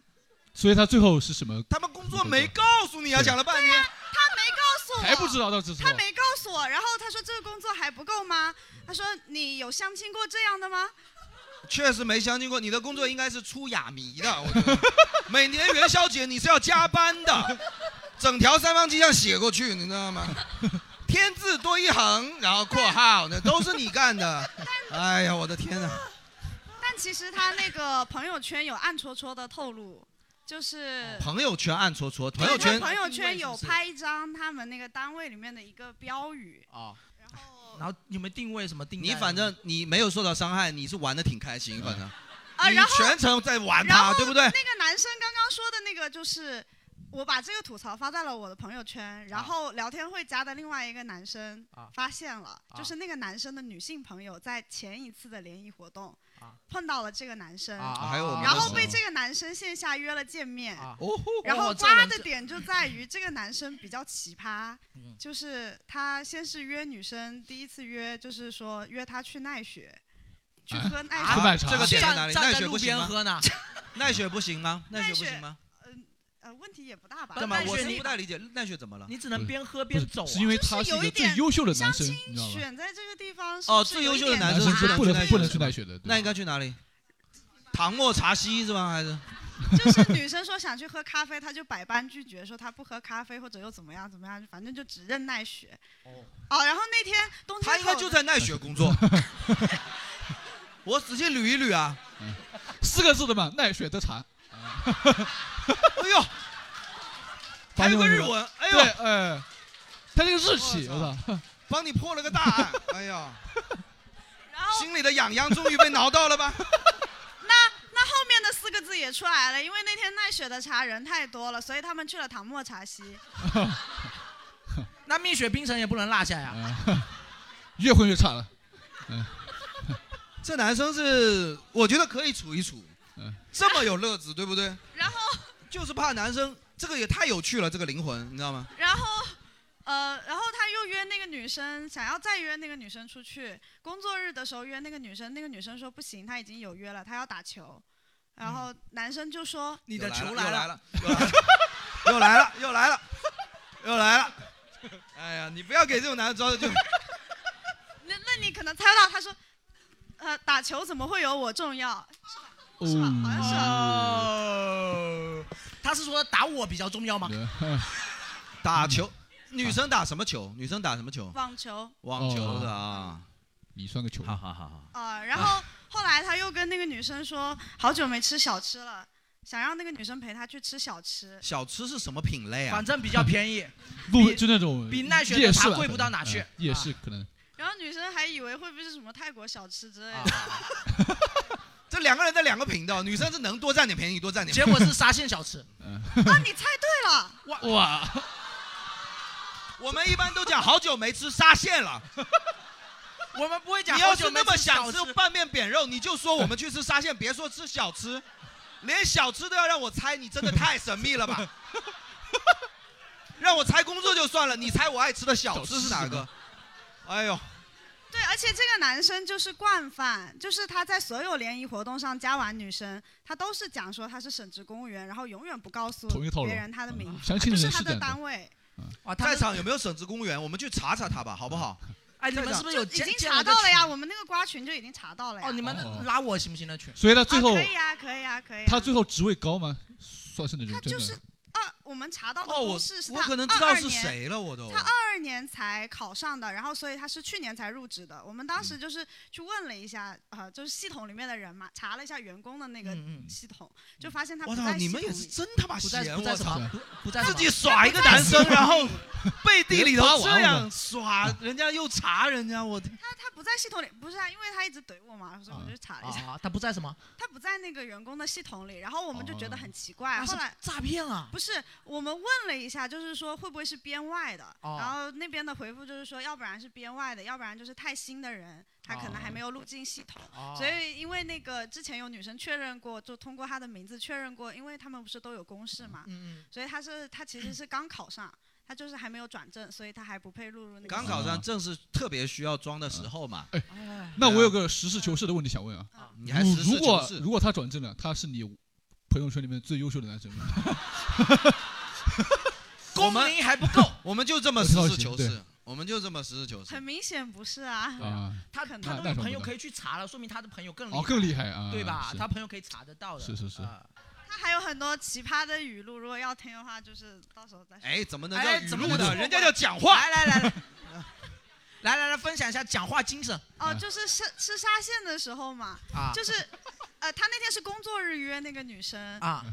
D: 所以他最后是什么？
A: 他们工作没告诉你啊，
D: 对
A: 讲了半天。
C: 他没告诉我，
D: 还不知道到这时候
C: 他，没告诉我。然后他说这个工作还不够吗？他说你有相亲过这样的吗？
A: 确实没相信过，你的工作应该是出哑谜的，我觉 得。每年元宵节你是要加班的，整条三方机上写过去，你知道 吗？天字多一横，然后括号，那都是你干的。 哎呀，我的天哪！
C: 但其实他那个朋友圈有暗戳戳的透露，就是。
A: 朋友圈暗戳戳，
C: 对
A: 哦朋友圈
C: 他朋友
B: 定
C: 圈
B: 位是
C: 有
B: 不是
C: 拍一张他们那个单位里面的一个标语，
B: 啊，
C: 然后
B: 然后你们定位什么定
A: 哦
B: 在？
A: 你反正你没有受到伤害，你是玩的挺开心，反正
C: 啊，
A: 你
C: 然后
A: 全程在玩
C: 然
A: 它，
C: 后
A: 对不对？
C: 那个男生刚刚说的那个就是，我把这个吐槽发在了我的朋友圈，然后聊天会加的另外一个男生
B: 啊
C: 发现了，
B: 啊
C: 就是那个男生的女性朋友在前一次的联谊活动
B: 啊
C: 碰到了这个男生，
B: 啊，
A: 还有我们
C: 然后
A: 的
C: 被这个男生线下约了见面。
B: 啊，
A: 哦吼，
C: 然后
B: 哦这个
C: 瓜
B: 人
C: 的
B: 这
C: 点就在于这个男生比较奇葩
B: 嗯，
C: 就是他先是约女生，第一次约就是说约她去奈雪，去
D: 啊
C: 喝奈
D: 啊
C: 雪
D: 喝奶茶
A: 这个点在哪
B: 站
A: 里？
B: 站
A: 奈
B: 在
A: 雪
B: 路
A: 不行
B: 边
A: 吗？
B: 喝呢，
A: 奈雪不行吗？奈雪不
C: 奈雪
A: 行吗？
C: 呃，问题也不大吧？
A: 干嘛？
B: 奈雪
A: 我是
B: 你
A: 不太理解奈雪怎么了。
B: 你只能边喝
D: 不
B: 边
D: 是
B: 走啊。
D: 是因为他是一个最优秀的男生，你知道吗？
C: 选在这个地方是
A: 哦
C: 不是
A: 最
C: 有
A: 优
C: 一
A: 秀的
C: 点
A: 男
D: 男
A: 生
D: 生
A: 是
D: 是
A: 不
D: 不
A: 能
D: 能
A: 去
D: 不
A: 奈
D: 能
A: 雪
D: 去奈雪的，对
A: 那应
D: 吧
A: 该去哪里？唐末茶西是吧？还是
C: 就是女生说想去喝咖啡，他就百般拒绝，说他不喝咖啡或者又怎么样怎么样，反正就只认奈雪。
B: 哦
C: 哦，然后那天东街口
A: 他应该就在奈雪工作。我仔细捋一捋啊，
D: 四个字的嘛，奈雪的茶。
A: 哎呦，还有个日文，哎
D: 对，
A: 呦，
D: 哎，他这个日期，
A: 我
D: 我
A: 操
D: 操，
A: 帮你破了个大案，哎呀，
C: 然后
A: 心里的痒痒终于被挠到了吧？
C: 那那后面的四个字也出来了，因为那天奈雪的茶人太多了，所以他们去了唐末茶席。
B: 那蜜雪冰城也不能落下呀。
D: 哎 越混越差了。
A: 这男生是，我觉得可以处一处
D: 嗯，
A: 这么有乐子，对不对？
C: 然后
A: 就是怕男生这个也太有趣了，这个灵魂，你知道吗？
C: 然后，呃，然后他又约那个女生，想要再约那个女生出去。工作日的时候约那个女生，那个女生说不行，她已经有约了，她要打球。然
A: 嗯
C: 后男生就说，
B: 你的球
A: 又
B: 来
A: 来
B: 了，
A: 了， 又来了，又来了，又来了，又来了。哎呀，你不要给这种男的招就
C: 那那你可能猜不到，他说，呃，打球怎么会有我重要？
D: 哦
C: 是吧好像是
B: 啊哦，他是说打我比较重要吗？
D: 对
A: 打球， 女生打什么球？女生打什么球？
C: 网球
A: 网球
D: 哦
A: 的啊。
D: 你算个球，
A: 好好好。
C: 啊、呃然后后来他又跟那个女生说，好久没吃小吃了，想让那个女生陪他去吃小吃。
A: 小吃是什么品类啊
B: 反？正比较便宜。
D: 路
B: 比
D: 就那种
B: 比奈雪的
D: 夜市
B: 茶
D: 啊
B: 贵不
D: 可能
B: 到哪去
D: 嗯夜
B: 啊
D: 市可能
C: 然后女生还以为会不会是什么泰国小吃之类
A: 啊
C: 的，
A: 这两个人在两个频道，女生是能多占点便宜多占点
B: 结
A: 便宜，
B: 果是沙县小吃，
C: 啊，你猜对了。
D: 哇，
A: 我们一般都讲好久没吃沙县了。
B: 我们不会讲
A: 你
B: 好
A: 要
B: 久
A: 是
B: 没
A: 那么想
B: 吃小吃
A: 吃拌面扁肉，你就说我们去吃沙县，别说吃小吃，连小吃都要让我猜，你真的太神秘了吧？ 让我猜工作就算了，你猜我爱吃的小吃是哪个？哎呦，
C: 对，而且这个男生就是惯犯，就是他在所有联谊活动上加完女生，他都是讲说他是省职公务员，然后永远不告诉
D: 同一个套路啊
C: 别人他的名字，
D: 详细
C: 就
D: 的
C: 是
D: 人
C: 他
D: 是这
C: 的
D: 样的。
C: 单位。
B: 哇，他
A: 在
B: 们
A: 场有没有省职公务员？我们去查查他吧，好不好？
B: 哎，你们是不是有
C: 已
B: 建
C: 经
B: 建
C: 查
B: 个
C: 到了呀，
B: 群
C: 我们那个瓜群就已经查到了呀。
B: 哦，你
D: 哦
B: 们拉我行不行的群？
D: 所以他最后
C: 啊、可以啊，可以啊，可以啊、
D: 他最后职位高吗？算是那种
C: 他
D: 嗯真
C: 就是
D: 的。
C: 二，我们查到的
A: 哦，我
C: 公式是
A: 我
C: 他
A: 可能知道
C: 22
A: 是
C: 年。
A: 谁了，我都。
C: 他二二年才考上的，然后所以他是去年才入职的。我
A: 嗯
C: 们当时就是去问了一下，呃，就是系统里面的人嘛，查了一下员工的那个
B: 嗯嗯
C: 系统，就发现他不
A: 我
C: 在
A: 操，
C: 系
A: 你们也
C: 统
A: 是
C: 里
A: 真他妈
B: 不在
A: 闲，
B: 不在
A: 我
B: 什
A: 操！
B: 么
D: 操
B: 不不在什
A: 自
B: 么
A: 己耍一个男 生，然后背地里头这
D: 别扒娃
A: 样耍，人家又查人家，我天
C: 他他不在系统里，不是啊，因为他一直怼我嘛，所以我就查了一下，
B: 啊，他不在什么？
C: 他不在那个员工的系统里，然后我们就觉得
D: 哦
C: 很奇怪。
B: 那是
C: 哎后来
B: 诈骗啊！
C: 不是我们问了一下，就是说会不会是编外的，
B: 哦
C: 然后那边的回复就是说，要不然是编外的，要不然就是太新的人，他可能还没有入境系统。
B: 哦
C: 所以，因为那个之前有女生确认过，就通过他的名字确认过，因为他们不是都有公示嘛，
B: 嗯
C: 所以他是他其实是刚考上，他就是还没有转正，所以他还不配录入那个。
A: 刚考上正是特别需要装的时候嘛，
B: 嗯，哎
D: 那我有个实事求是的问题想问啊，
A: 你还
D: 如
A: 实
D: 如
A: 事求
D: 果
A: 是。
D: 如果他转正了，他是你朋友圈里面最优秀的男生吗？
A: 我
B: 公
A: 们
B: 民还不够，
A: 我们就这么实事求是，我们就这么实事求
C: 很
A: 是。
C: 明显不是啊，
D: 啊，
B: 他
C: 可能
B: 他
D: 那那
B: 的
D: 种
B: 朋友
D: 不
B: 可以去查了，说明他的朋友更厉
D: 哦，
B: 害，
D: 更厉害啊，
B: 对吧？
D: 是
B: 他朋友可以查得到的。
D: 是是是
B: 啊
C: 他还有很多奇葩的语录，如果要听的话，就是到时候再说。
A: 哎，怎么能叫
B: 哎
A: 语
B: 怎么
A: 录
B: 能
A: 呢？
B: 说
A: 人家叫讲话。
B: 来来来来， 来来来，分享一下讲话精神
C: 哦，
D: 啊
C: 就是吃吃沙县的时候嘛，
B: 啊
C: 就是，呃，他那天是工作日约那个女生，
B: 啊！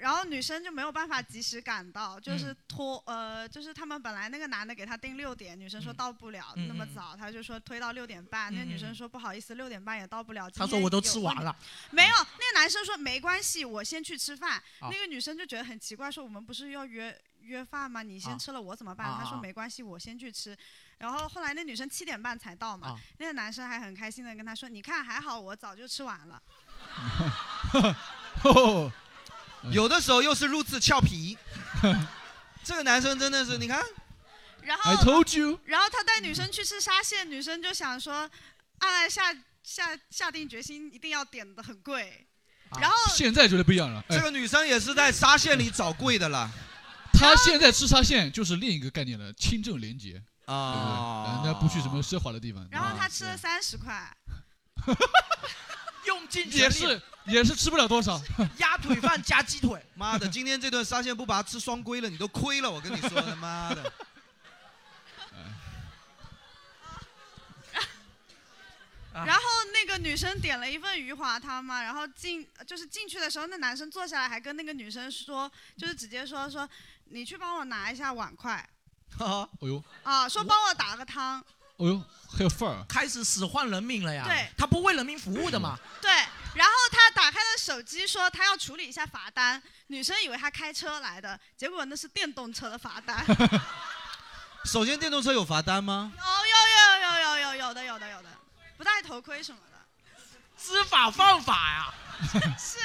C: 然后女生就没有办法及时赶到，就是
B: 嗯
C: 拖，呃，就是他们本来那个男的给他定六点，女生说
B: 嗯
C: 到不了
B: 嗯
C: 那么
B: 嗯嗯
C: 早，他就说推到六点半，那
B: 嗯
C: 女
B: 嗯
C: 生
B: 嗯
C: 说不好意思，六点半也到不了。
B: 他
C: 今
B: 说
C: 天
B: 我都
C: 有
B: 吃
C: 问
B: 完
C: 题
B: 了，
C: 没有，那个男生说没关系，我先去吃饭。
B: 啊
C: 那个女生就觉得很奇怪，说我们不是要约约饭吗？你先
B: 啊
C: 吃了，我怎么办？
B: 啊啊
C: 他说
B: 啊
C: 没关系，我先去吃。然后后来那女生七点半才到嘛，
B: 啊
C: 那个男生还很开心的跟她说：“你看还好，我早就吃完了。
D: 哦，嗯
A: 有的时候又是入字俏 皮。这个男生真的是，你看，”
C: 然
D: I told
C: 后，
A: 哦
D: you，
C: 然后他带女生去吃沙县，女生就想说，暗暗下下下定决心一定要点的很贵。
B: 啊
C: 然后
D: 现在觉得不一样了。
A: 这
D: 哎，
A: 个女生也是在沙县里找贵的了
D: 他现在吃沙县就是另一个概念了，清正廉洁，对不
A: 啊
D: 对？人家哎不去什么奢华的地方。
C: 然后他
D: 啊
C: 吃了三十块，
B: 用尽全
D: 也
B: 力
D: 是也是吃不了多少，哎
B: 鸭腿饭加鸡腿，
A: 妈 的，今天这顿沙县不把它吃双规了，你都亏了。我跟你说，他妈 的，
B: 啊
C: 然后那个女生点了一份鱼滑汤嘛，然后进就是进去的时候，那男生坐下来还跟那个女生说，就是直接说说你去帮我拿一下碗筷
A: 哈哈
D: 哦呦，
C: 啊，说帮我打个汤，
D: 哦呦，还有范儿啊，
B: 开始使唤人民了呀。
C: 对，
B: 他不为人民服务的嘛。
C: 对。然后他打开了手机说他要处理一下罚单，女生以为他开车来的，结果那是电动车的罚单。有
A: 首先电动车有罚单吗？
C: 有有有有有有的有的有的，不戴头盔什么的，
B: 知法犯法呀！
C: 是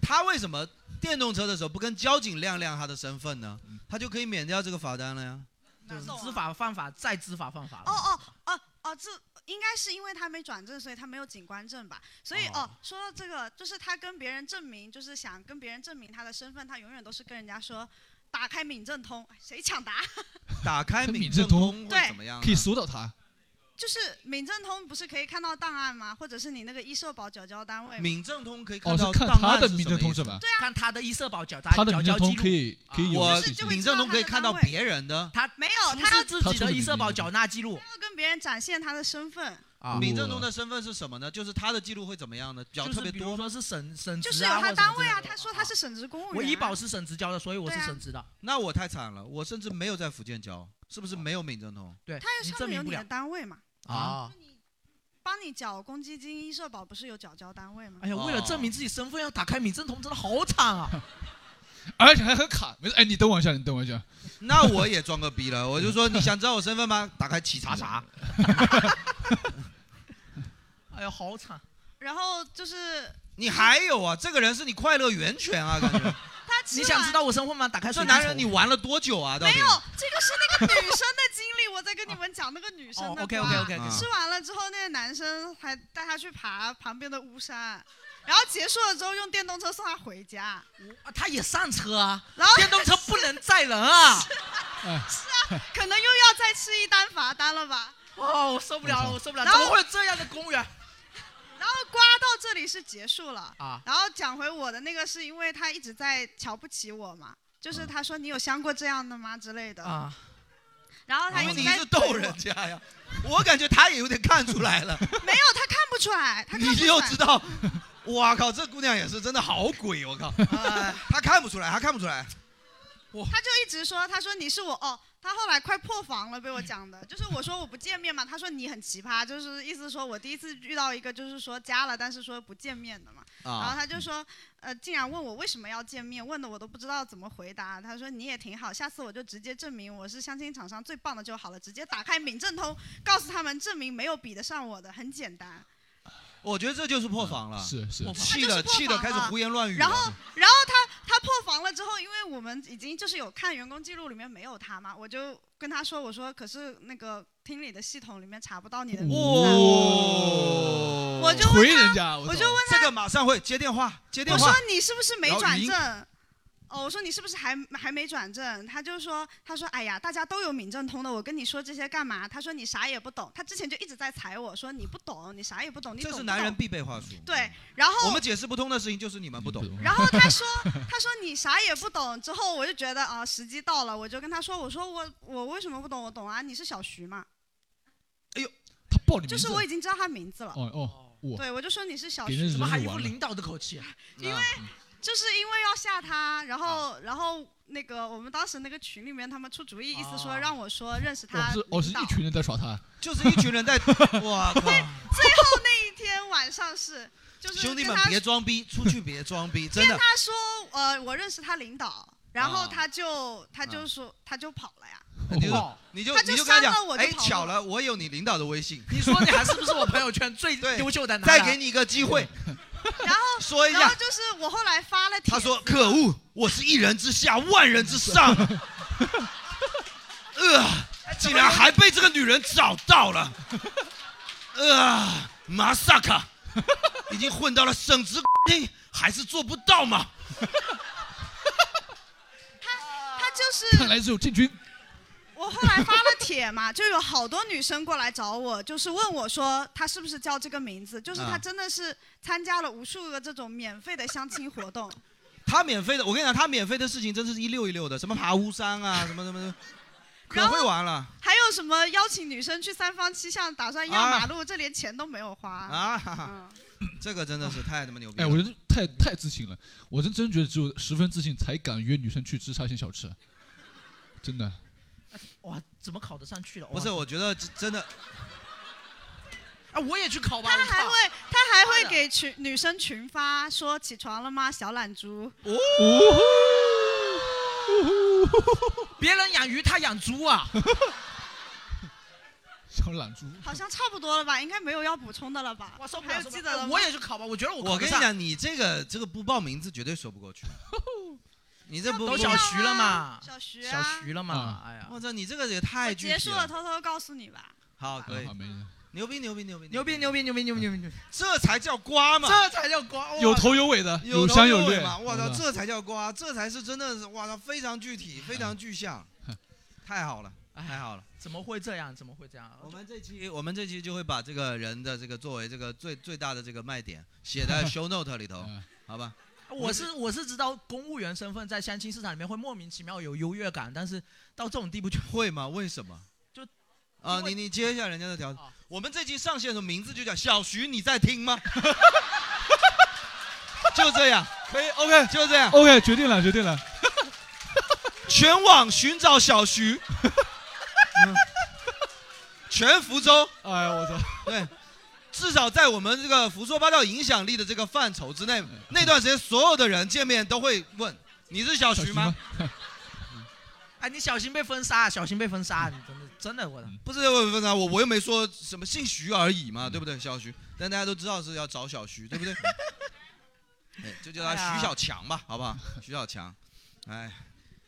A: 他为什么电动车的时候不跟交警亮亮他的身份呢？
D: 嗯
A: 他就可以免掉这个罚单 了呀。
C: 哪
B: 就是
C: 懂啊
B: 知法犯法，再知法犯法了。
C: 哦哦哦哦，这应该是因为他没转正，所以他没有警官证吧？所以哦
B: 哦
C: 说到这个，就是他跟别人证明，就是想跟别人证明他的身份，他永远都是跟人家说。打开闽政通，谁抢答？
A: 打开
D: 跟
A: 闽
D: 闽
A: 政
D: 政
A: 通
D: 通
A: 会怎么样呢？
D: 可以搜到他。
C: 就是闽政通不是可以看到档案吗？或者是你那个一社保缴交单位吗？
A: 闽政通可以
D: 哦，
A: 看
D: 是
A: 到
D: 看
A: 档
D: 他
A: 案
D: 的
A: 什
D: 民
A: 么
D: 政通
A: 意
D: 是
A: 思？啊
D: 吧？
C: 啊
B: 看他的一社保缴他
D: 他的
B: 缴
D: 民
B: 交
D: 政
B: 记
D: 通
B: 录，
D: 可以可以有
A: 我
D: 信息
C: 就会
A: 闽政通可以看到别人的，
B: 他
C: 没有，
B: 出
C: 哦他要
B: 示自己
D: 他出
B: 的
D: 示
B: 一社保缴纳记录
C: 要跟别人展现他的身份，
B: 啊，
A: 闽政通的身份是什么呢？就是他的记录会怎么样呢？比较
B: 就
A: 特
B: 是
A: 别
B: 比如
A: 多吗。
B: 说是省省
C: 就
B: 职
C: 是有
B: 啊，或
C: 他
B: 者什么
C: 单位
B: 之
C: 啊。
B: 类的
C: 他说他是省职公务员啊，
B: 我医保是省直交的，所以我是
C: 对啊
B: 省直的。
A: 那我太惨了，我甚至没有在福建交，是不是没有闵正通？
B: 对
C: 它有上面有你的单位嘛？
B: 啊！
C: 帮你缴公积金、医社保不是有缴交单位吗？
B: 哎呀，为了证明自己身份要打开闵正通，真的好惨啊！
D: 而且还很卡。没事，哎，你等我一下，你等我一下。
A: 那我也装个逼 了，我就说你想知道我身份吗？打开企查查。
B: 哎呀，好惨！
C: 然后就是
A: 你还有啊？这个人是你快乐源泉啊，感 觉。
C: 他吃
B: 你
C: 完
B: 想知道我身份吗？打开
A: 这
B: 水
A: 男
B: 晶
A: 人你
B: 球
A: 玩了多久啊？到底
C: 没有，这个是那个女生的经历，我在跟你们讲那个女生
B: 哦
C: 的瓜。
B: ，OK OK OK，
A: 啊
C: 吃完了之后，那个男生还带她去爬旁边的巫山，然后结束了之后用电动车送她回家。
B: 他也上车啊，
C: 然后
B: 电动车不能载人啊！
C: 可能又要再吃一单罚单了吧？
B: 哦，我受不了了，我受不了，
C: 然
B: 怎
C: 后
B: 么会有这样的公园
C: 然后刮到这里是结束了，
B: 啊？
C: 然后讲回我的那个，是因为他一直在瞧不起我嘛，就是他说你有相过这样的吗之类的，
B: 嗯啊，
C: 然后他
A: 因
C: 一
A: 为
C: 直
A: 哦你
C: 在
A: 是
C: 怼
A: 逗
C: 我
A: 人家呀。我感觉他也有点看出来了，
C: 没有，他看不出来，他看
A: 你
C: 不出
A: 就知
C: 来。
A: 道。 哇靠，这姑娘也是真的好鬼，我靠！
C: 呃
B: 哎
A: 他看不出来，他看不出来。
C: 他就一直说，他说你是我哦，他后来快破防了，被我讲的，就是我说我不见面嘛，他说你很奇葩，就是意思说我第一次遇到一个就是说加了，但是说不见面的嘛，然后
A: 啊，
C: 他就说，呃，竟然问我为什么要见面，问的我都不知道怎么回答。他说你也挺好，下次我就直接证明我是相亲厂商最棒的就好了，直接打开闵正通，告诉他们证明没有比得上我的，很简单。
A: 我觉得这啊就是破防了，
D: 是是
B: 我，靠
A: 气的
C: 他就是破防
A: 气的开始
C: 了
A: 胡言乱语了。
C: 然后，然后他他破防了之后，因为我们已经就是有看员工记录里面没有他嘛，我就跟他说，我说可是那个厅里的系统里面查不到你的
A: 嗯
C: 名字啊，
A: 哦，
C: 我就
D: 回
C: 问
D: 人
C: 他，
D: 家，
C: 我就问
A: 这个马上会接电话，接电
C: 我
A: 话
C: 说。你是不是没
A: 然后
C: 转
A: 语音
C: 正？哦，我说你是不是还还没转正？他就说，他说，哎呀，大家都有闵正通的，我跟你说这些干嘛？他说你啥也不懂。他之前就一直在踩我说你不懂，你啥也不懂，你懂
A: 这
C: 不
A: 是
C: 懂
A: 男人。必备话术。
C: 对，，哦然后
A: 我们解释不通的事情就是你们不懂。
C: 然后他说，他说你啥也不懂。之后我就觉得啊，时机到了，我就跟他说，我说我我为什么不懂？我懂啊，你是小徐嘛，
D: 他报你名字，
C: 就是我已经知道他名字了。
D: 哦哦，
B: 哦
D: 我
C: 对，我就说你是小
D: 给
C: 徐
D: 人
B: 怎么还一
D: 人
B: 副
D: 完了，
B: 领导的口气啊？
A: 因为
C: 就是因为要吓他，然
A: 啊
C: 后、然后那个我们当时那个群里面他们出主意，意思说
B: 啊
C: 让我说认识他
D: 我
C: 领
D: 是
C: 导。
A: 哦
D: 我哦是一群人在耍 他，哦
A: 就是一群人 在，哇靠！
C: 那一天晚上是就是
A: 兄弟
C: 跟
A: 们
C: 他
A: 别装逼，出去别装逼，真的
C: 跟。他说呃我认识他领导，然后
A: 啊
C: 他就、他就
A: 啊
C: 说、他就跑了呀，
A: 你就
B: 哦，
A: 你就
C: 他就
A: 你就跟他
C: 删了我
A: 讲，
C: 就
A: 哎，
C: 跑了
A: 巧了，我有你领导的微信，
B: 你说你还是不是我朋友圈最
A: 对
B: 优秀的男
A: 再
B: 人啊
A: 给你一个机 会，
C: 然后
A: 说一
C: 然后
A: 下。
C: 就是我后来发了帖
A: 他说：“可恶，我是一人之下，万人之 上，呃，竟然还被这个女人找到了，呃，马萨卡，已经混到了省直厅，还是做不到嘛？
C: 他
D: 看
C: 就是
D: 来只有进军
C: 我后来发了帖嘛，就有好多女生过来找我，就是问我说他是不是叫这个名字，就是他
A: 啊
C: 真的是参加了无数个这种免费的相亲活动，
A: 他免费的，我跟你讲，他免费的事情真是一溜一溜的，什么爬巫山 啊，什么什么的，可
C: 然后
A: 会玩了
C: 还有什么邀请女生去三坊七巷打算压
A: 啊
C: 马路，这连钱都没有花。
A: 啊！ 哈哈
C: 嗯，
A: 这个真的是太他妈牛逼
D: 哎，
A: 了！
D: 我觉得太太自信了，我真真觉得只有十分自信才敢约女生去吃沙县小吃，真的。
B: 哇，怎么考得上去了？哇
A: 不是，，我觉得这真的，
B: 哎，我也去考吧。
C: 他
B: 我靠
C: 还会，他还
B: 妈
C: 会
B: 的
C: 给群女生群发说起床了吗？小懒猪，
B: 别人养鱼，他养猪啊。
D: 小懒猪，
C: 好像差不多了吧？应该没有要补充的了吧？
B: 我受不
C: 还
B: 了，
C: 有
B: 受不
C: 记
B: 了
C: 得
B: 哎
C: 了吗
B: 我也去考吧，我觉得我
A: 我
B: 考得
A: 跟你
B: 上。
A: 讲，你这个这个不报名字绝对说不过去，你这不
B: 都
A: 不
B: 小徐了嘛
C: 小徐
B: 小
C: 啊，
B: 徐了嘛
D: 啊？
B: 哎呀，
A: 我操，你这个也
C: 我
A: 太具
C: 结
A: 体
C: 束了，。偷偷告诉你吧。
A: 好，可以
D: 啊，，没人，
A: 牛逼牛逼牛逼
B: 牛逼牛
A: 逼，
B: 逼牛逼牛逼牛逼牛逼！
A: 这才叫瓜嘛，
B: 这才叫光
D: 有头有尾的，
A: 有头
D: 香
A: 有
D: 略
A: 尾嘛，我操，
D: 真的
A: 这才叫瓜，这才是真的是，我操，非常具体，非常具象，太好了，太好了。”
B: 怎么会这样？怎么会这样？
A: 我们这期我们这期就会把这个人的这个作为这个最最大的这个卖点写在 show note 里头，
D: 嗯
A: 好吧？
B: 我是我是知道公务员身份在相亲市场里面会莫名其妙有优越感，但是到这种地步就
A: 会吗？为什么？
B: 就
A: 啊，
B: 因为
A: 你你接一下人家的条子
B: 啊。
A: 我们这期上线的时候名字就叫小徐，你在听 吗？就这样，
D: 可以，OK
A: 就这
B: 哦
A: 样，
D: OK，决定了，决定了，
A: 全网寻找小徐。全福州。
D: 哎我操！
A: 对，至少在我们这个胡说八道影响力的这个范畴之
B: 嗯
A: 内，那段时间所有的人见面都会问：“你是小徐吗？”
B: 哎，你小心被封杀，小心被封杀！啊
A: 嗯
B: 你真的真的，我的
A: 不是我问他，我我又没说什么姓徐而已嘛，对不对？小徐，但大家都知道是要找小徐，对不 对？哎，就叫他
B: 哎呀
A: 徐小强吧，好不好？徐小强，哎，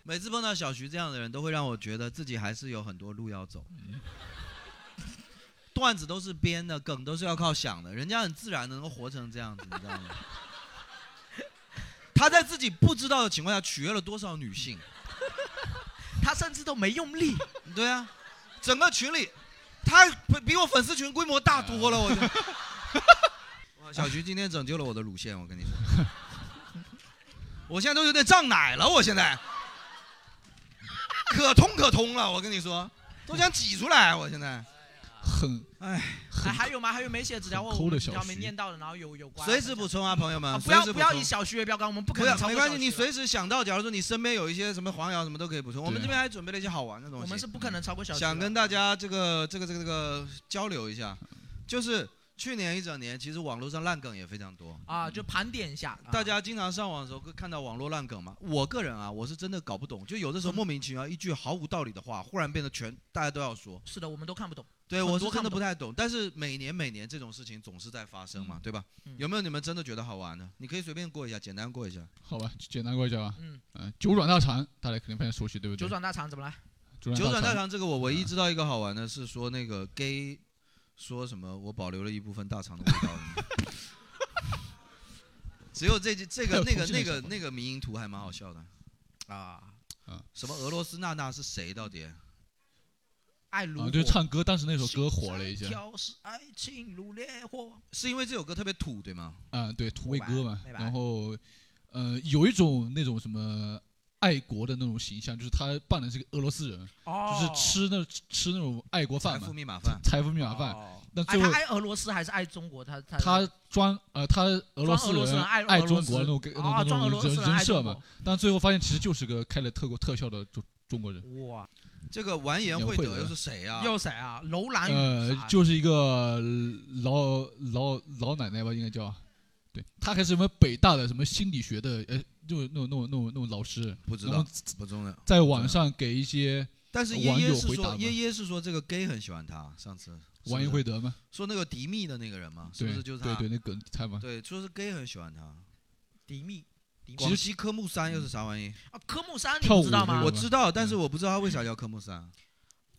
A: 每次碰到小徐这样的人，都会让我觉得自己还是有很多路要走。段子都是编的，梗都是要靠想的，人家很自然地能够活成这样子，你知道吗？ 他在自己不知道的情况下取悦了多少女性？
B: 他甚至都没用 力，
A: 对啊，整个群里，他比比我粉丝群规模大多了。我 觉得哇，小徐今天拯救了我的乳腺，我跟你说， 我现在都有点胀奶了，我现在可通可通了，我跟你说，都想挤出来，啊我现在，
D: 很
A: 哎，
B: 哎，
D: 很
B: 还有吗？还有没写纸条？
D: 很
B: 我
D: 抠
B: 我
D: 的
B: 们
D: 小
B: 纸条没
D: 徐
B: 念到的，然后有有关
A: 随时补充啊，朋友
B: 啊，
A: 们，
B: 不要
A: 随时
B: 不
A: 补
B: 要
A: 充
B: 以小徐为标杆，我们不可
A: 不
B: 能
A: 要
B: 超过
A: 没关系，
B: 小
A: 你
B: 徐的
A: 随时想到，假如说你身边有一些什么黄谣什么都可以补充。我们
D: 对
A: 这边还准备了一些好玩的东西。
B: 我们是不可能超过小徐的。
A: 想跟大家这个这个这个这个交流一下，就是去年一整年，其实网络上烂梗也非常多。
B: 啊，就盘点一下，啊
A: 大家经常上网的时候会看到网络烂梗嘛，我个人啊，我是真的搞不懂，就有的时候
B: 嗯
A: 莫名其妙一句毫无道理的话，忽然变得全大家都要说。
B: 是的，我们都看不懂。
A: 对，
B: 很多
A: 我是真
B: 看不
A: 的
B: 懂
A: 不太懂，但是每年每年这种事情总是在发生嘛，对吧
B: 嗯？
A: 有没有你们真的觉得好玩的？你可以随便过一下，简单过一下。
D: 好吧，简单过一下吧。
B: 嗯，
D: 嗯，九转大肠，大家肯定非常熟悉，对不对？
B: 九转大肠怎么来？
A: 九转大
D: 肠，
A: 肠这个，我
D: 嗯
A: 唯一知道一个好玩的是说那个 gay 说什么，我保留了一部分大肠的味道。只有这句这
D: 还
A: 个
D: 有
A: 那个
D: 重庆
A: 那
D: 的
A: 个
D: 小朋友
A: 那个迷因图还蛮好笑的啊
D: 啊
A: 什么俄罗斯娜娜是谁？到底
B: 爱如
D: 啊，
B: 火，
D: 就唱歌，当时那首歌火了一下。
B: 挑是爱情如烈火，
A: 是因为这首歌特别土，对吗？
D: 啊，对，土味歌嘛
B: 美。白
D: 然后，呃，有一种那种什么爱国的那种形象，就是他扮的是个俄罗斯人，
B: 哦，
D: 就是吃那吃那种爱国
A: 财
D: 饭
A: 富
D: 嘛，
A: 密码饭，
D: 财富密码
B: 哦
D: 饭。那
B: 哎，
D: 最后
B: 他爱俄罗斯还是爱中国？他他
D: 他装呃，他俄罗
B: 装俄
D: 斯
B: 罗斯
D: 人
B: 人爱
D: 爱
B: 俄罗
D: 中
B: 斯
D: 国那种那
B: 啊，
D: 种
B: 装俄
D: 那
B: 罗
D: 种
B: 斯
D: 人
B: 人爱
D: 人设
B: 中
D: 嘛
B: 国，。
D: 但最后发现其实就是个开了特国特效的中中国人。
B: 哇，
A: 这个完颜慧德又是谁啊？
B: 又谁啊？楼兰
D: 呃
B: 语啥，的
D: 就是一个老老老奶奶吧，应该叫。对，她还是什么北大的什么心理学的，呃，就是那种那种那种那种老师，
A: 不知
D: 然
A: 道
D: 后，
A: 不重要。
D: 在网上给一些
A: 但是
D: 网
A: 耶耶
D: 友
A: 是
D: 回答
A: 说
D: 吧
A: 耶耶是说这个 gay 很喜欢他，上次是不是
D: 王一慧德嘛，
A: 说那个迪密的那个人嘛，是不
D: 对
A: 是就是他？
D: 对对，那梗猜嘛，
A: 对，说是 gay 很喜欢他。
B: 迪密迪
A: 广
B: 密
A: 西科目三又是啥玩意？
B: 啊，科目三你
D: 跳
B: 不
D: 舞
B: 知道
D: 那
B: 吗
D: 个？
A: 我
D: 吧
A: 知道，但是我不知道它为啥叫科目三。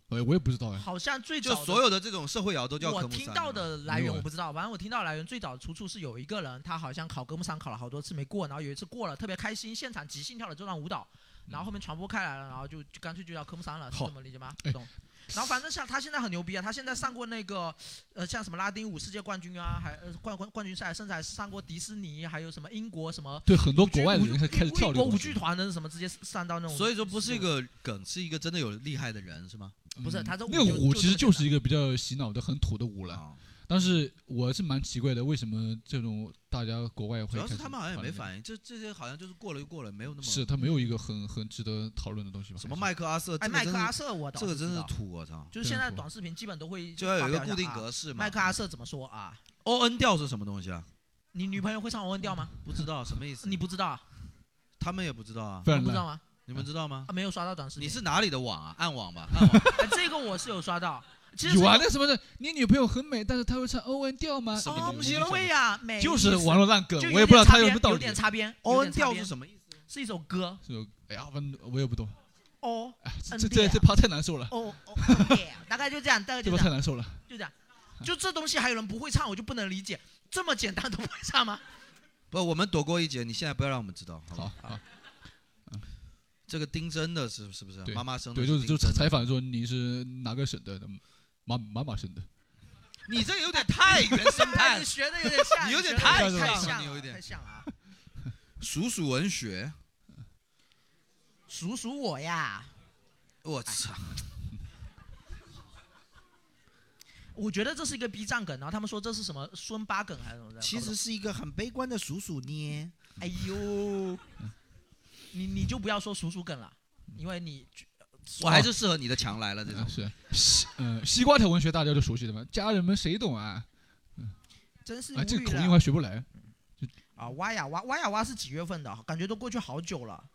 D: 哎，我也不知道哎，
B: 好像最
A: 就
B: 早的
A: 所有的这种社会摇都叫科
B: 我
A: 目三。
B: 听到的来源
D: 没有
B: 我不知道，反正我听到来源最早出处是有一个人，他好像考科目三考了好多次没过，然后有一次过了，特别开心，现场即兴跳了这段舞蹈，然后后面传播开来了，然后就就干脆就叫科目三了，是
D: 好
B: 这么理解吗？
D: 哎
B: 不懂。然后反正像他现在很牛逼啊，他现在上过那个呃像什么拉丁舞世界冠军啊，还呃冠冠冠军赛，甚至还上过迪士尼，还有什么英国什么
D: 对，很多国外的人
B: 舞剧
D: 开开始跳
B: 英国
D: 这个
B: 舞
D: 东
B: 剧
D: 西，
B: 团的什么直接上到那种，
A: 所以说不是一个梗，是一个真的有厉害的人，是吗？
B: 不是
D: 嗯
B: 他这
D: 那个
B: 舞就
D: 舞
B: 就
D: 其实
B: 这
D: 就
B: 么
D: 是一个比较洗脑的很土的舞了，
A: 啊，
D: 但是我是蛮奇怪的，为什么这种大家国外
A: 主
D: 会
A: 要是
D: 开始
A: 他们好像也
D: 玩
A: 没
D: 这个
A: 反应，这这些好像就是过了就过了，没有那么
D: 是他没有一个很很值得讨论的东西吧？
A: 什么
D: 还是
A: 麦克阿瑟，这
B: 哎
A: 个
B: 麦
A: 真
B: 克阿
A: 是
B: 瑟我倒
A: 这个
B: 知
A: 真是
B: 道
A: 土，我操！
B: 就是现
D: 真
B: 在
D: 火
B: 短视频基本都会
A: 就要有一个
B: 发表
A: 固定
B: 啊
A: 格式嘛。
B: 麦克阿瑟怎么说啊？
A: 欧恩调是什么东西啊？
B: 你女朋友会唱《王文调》吗？
A: 不知道什么意思？
B: 你不知道啊？
A: 他们也不知道啊
D: 非？常
B: 你不知道
D: 烂，
B: 吗？
A: 你们知道吗
B: 啊，？没有刷到短视频。
A: 你是哪里的网啊？暗网吧，暗网。
B: 哎这个我是有刷到。其实
D: 有啊，那什么的，你女朋友很美，但是她会唱欧文调吗？
A: 什么
D: 你
B: 哦
A: 东
D: 你
A: 西
D: 你
A: 了
D: 懂
B: 会呀，美
D: 就是网络烂梗
B: 就，
D: 我也不知道它有
B: 有
D: 什么道
B: 有
D: 理。
B: 点擦边。
A: 欧恩调
B: 有点擦边
A: 是什么意思？
B: 是一首歌。
D: 是哎呀，反正我也不懂，
B: 哦
D: 哎，这
B: 嗯
D: 这
B: 对
D: 这
B: 啊
D: 这趴太难受了，
B: 哦哦，对啊大概就这样，大概
D: 这
B: 就
D: 趴
B: 这
D: 太
B: 样，
D: 难受了。
B: 就这样。就这东西还有人不会唱，我就不能理解。这么简单都不会唱 吗？
A: 不，我们躲过一劫，你现在不要让我们知道，好
D: 好
A: 吧？
D: 好，
A: 这个丁真的是是不是
D: 对
A: 妈妈生的？
D: 对，就是就
A: 真的
D: 采访说你是哪个省的，马马马 省的，
A: 你这有点太原生态
B: 哎 你
A: 了。
B: 学的有点像，
A: 你有点
B: 学得
A: 太
D: 像了
B: 太
A: 你有
B: 了
A: 一点
B: 太像了啊。
A: 数数文学，
B: 数数我呀，
A: 我操！
B: 我觉得这是一个 B 站梗，然后他们说这是什么孙八梗还是什么的。
A: 其实是一个很悲观的数数捏。
B: 哎呦，你你就不要说叔叔梗了，因为你
A: 我还是适合你的强来了这种。
D: 是西呃西瓜条文学大家都熟悉的嘛，家人们谁懂啊？
B: 真是无
D: 啊，这
B: 语
D: 个口
B: 了
D: 音我还学不来。
B: 啊！挖呀挖，挖呀挖是几月份的？感觉都过去好久了。
A: 哎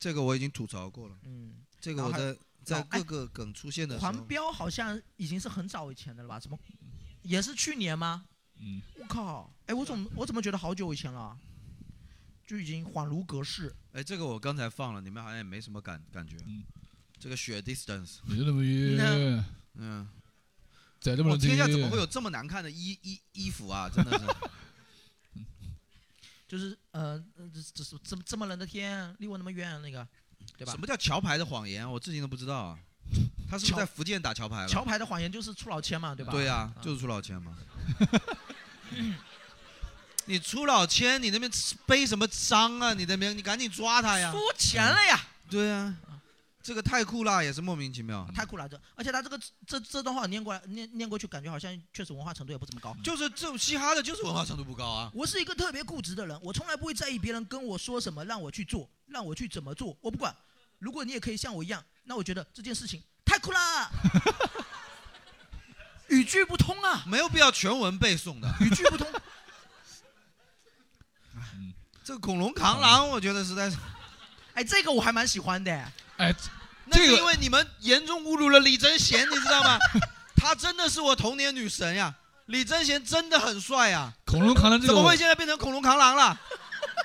A: 这个我已经吐槽过了，
B: 嗯，
A: 这个我在在
B: 然后还
A: 各个梗出现的时候
B: 黄，标好像已经是很早以前的了吧？怎么也是去年吗？
D: 嗯，
B: 我靠！哎，我怎么我怎么觉得好久以前了？就已经恍如隔世。
A: 哎，这个我刚才放了，你们好像也没什么感感觉
D: 嗯。
A: 这个雪 distance，
D: 你就那么晕，
B: 那
A: 嗯，
D: 在这么
A: 我
D: 冷静
A: 天下怎么会有这么难看的衣衣衣服啊？真 的是，
B: 就是呃，呃这这是这么这么冷的天，离我那么远，那个，对吧
A: 什？么叫桥牌的谎言？我至今都不知道啊。他是不是
B: 桥
A: 在福建打桥牌了？
B: 桥牌的谎言就是出老千嘛，对吧？
A: 对啊，就是出老千嘛。 你出老千，你那边背什么伤啊？你那边你赶紧抓他呀
B: 出！钱了呀！
A: 对啊，这个太酷啦，也是莫名其妙。
B: 太酷了，啊这而且他这个这这段话念过来念念过去，感觉好像确实文化程度也不怎么高。
A: 就是这种嘻哈的，就是文化程度不高啊。
B: 我是一个特别固执的人，我从来不会在意别人跟我说什么，让我去做，让我去怎么做，我不管。如果你也可以像我一样，那我觉得这件事情太酷了，啊语句不通啊，
A: 没有必要全文背诵的。
B: 语句不通。
A: 这个恐龙扛狼，我觉得实在是，
B: 哎，这个我还蛮喜欢的。
D: 哎，
A: 那是
D: 这个
A: 因为你们严重侮辱了李贞贤，你知道吗？她真的是我童年女神呀！李贞贤真的很帅呀，
D: 恐龙扛狼 这
A: 怎
D: 个
A: 么
D: 我
A: 会现在变成恐龙扛狼了？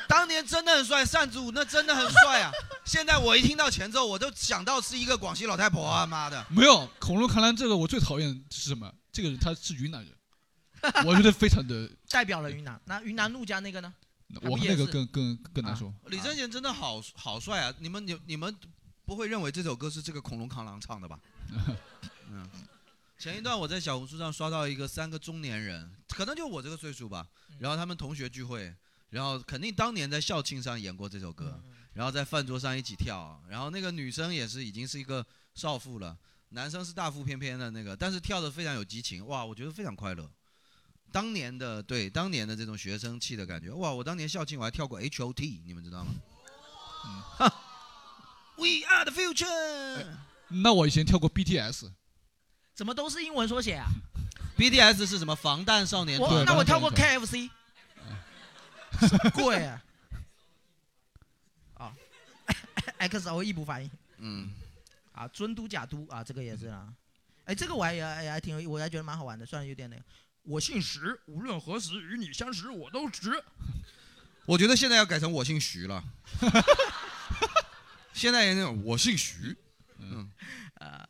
A: 当年真的很帅，扇子舞那真的很帅呀！ 现在我一听到前奏，我都想到是一个广西老太婆啊，妈的！
D: 没有恐龙扛狼这个我最讨厌的是什么？这个人他是云南人， 我觉得非常的，
B: 代表了云南，那云南陆家那个呢？
D: 我
B: 不
D: 看
B: 也
D: 那个
B: 是
D: 更更更难受。
A: 李贞贤真的好好帅啊！你们你你们不会认为这首歌是这个恐龙扛狼唱的吧？嗯，前一段我在小红书上刷到一个三个中年人，可能就我这个岁数吧，然后他们同学聚会，然后肯定当年在校庆上演过这首歌，然后在饭桌上一起跳，啊然后那个女生也是已经是一个少妇了，男生是大腹翩翩的那个，但是跳的非常有激情，哇，我觉得非常快乐。当年的对当年的这种学生气的感觉，哇！我当年校庆我还跳过 H O T，你们知道吗？
D: 嗯
A: 哈 We are the future、
D: 那我以前跳过 BTS，
B: 怎么都是英文缩写啊？
A: BTS 是什么？防弹少年
B: 我
D: 对
A: 团。
B: 那我
D: 刚才
B: 跳过
D: 那
B: KFC，贵啊！啊 E，XO 异步反应
A: 嗯，
B: 啊，尊嘟假嘟啊，这个也是啊。哎，这个我还也也还挺有意，我还觉得蛮好玩的，虽然有点那个。我姓石，无论何时与你相识，我都值。
A: 我觉得现在要改成我姓徐了。现在也那种我姓徐，
B: 啊，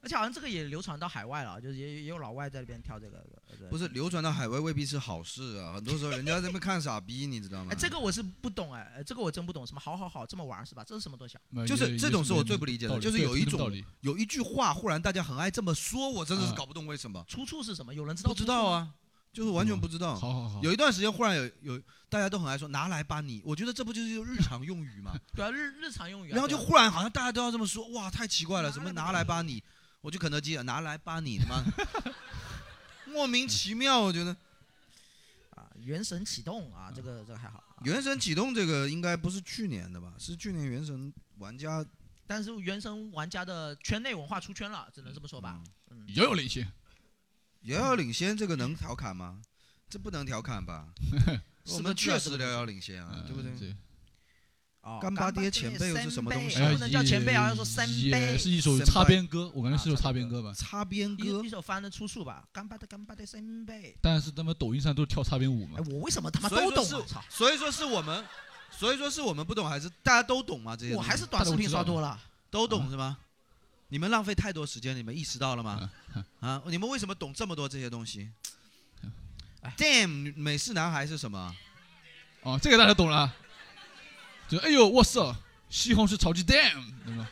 B: 而且好像这个也流传到海外了，就是也也有老外在那边跳这个。呃
A: 不是流传到海外未必是好事啊。很多时候人家在那边看傻逼，你知道吗
B: 哎，？这个我是不懂哎，哎这个我真不懂，什么好好好这么玩是吧？这是什么东西啊？
D: 那
A: 就是
D: 也
A: 这种是我最不
D: 也
A: 理解的
D: 道理
A: 就是
D: 对
A: 有一
D: 这
A: 种
D: 道理。
A: 有一句话忽然大家很爱这么说，我真的是
D: 啊
A: 搞不懂为什么。
B: 出处是什么？嗯有人嗯知道？
A: 不知道。啊，就是完全不知道。
D: 好好好，
A: 嗯有一段时间忽然有有大家都很爱说拿来吧你，我觉得这不就是日常用语吗？
B: 对啊，日日常用语啊。
A: 然后
B: 对
A: 就
B: 啊
A: 忽然好像大家都要这么说，哇，太奇怪了！什么拿
C: 拿
A: 来
C: 来
A: 吧你，我去肯德基拿来吧你，他 妈莫名其妙，我觉得《
B: 啊，原神启动啊，这个这个还好。啊
A: 原神启动》这个应该不是去年的吧？是去年《原神》玩家
B: 但是原神玩家的圈内文化出圈了，只能这么说吧。嗯，
D: 也有领先，
A: 遥遥领先，这个能调侃吗？这不能调侃吧？
B: 是
A: 我
B: 不
A: 们
B: 知道
A: 确
B: 这
A: 实
B: 个东
A: 遥
B: 西
A: 遥领先啊
D: 嗯，
A: 对不对？
D: 对？
B: 哦
A: 干巴爹前辈又是什么东西
B: 干
A: 哎呀
B: 巴爹不能叫前辈，好啊像说三
D: 也
B: 杯。
D: 是一首
A: 三
D: 擦
A: 杯
D: 边歌，我感觉是首
B: 啊
D: 擦边歌吧。
A: 擦边歌
B: 一一，首翻的出处吧，干巴的干巴的三杯。
D: 但是他们抖音上都跳擦边舞嘛
B: 哎，，我为什么他妈
A: 嗯所以
B: 都
A: 说
B: 懂
A: 是
B: 啊？操！
A: 所以说是我们，所以说是我们不懂，还是大家都懂吗？这些
B: 我
A: 东西
B: 还是短视频刷多了。
A: 都懂是吗？你们浪费太多时间，你们意识到了吗？啊，你们为什么懂这么多这些东西
B: 哎
A: ？Damn，美式男孩是什么？
D: 哦，这个大家懂了。就哎呦，我操，西红柿炒鸡蛋，对
B: 嗯
D: 吧？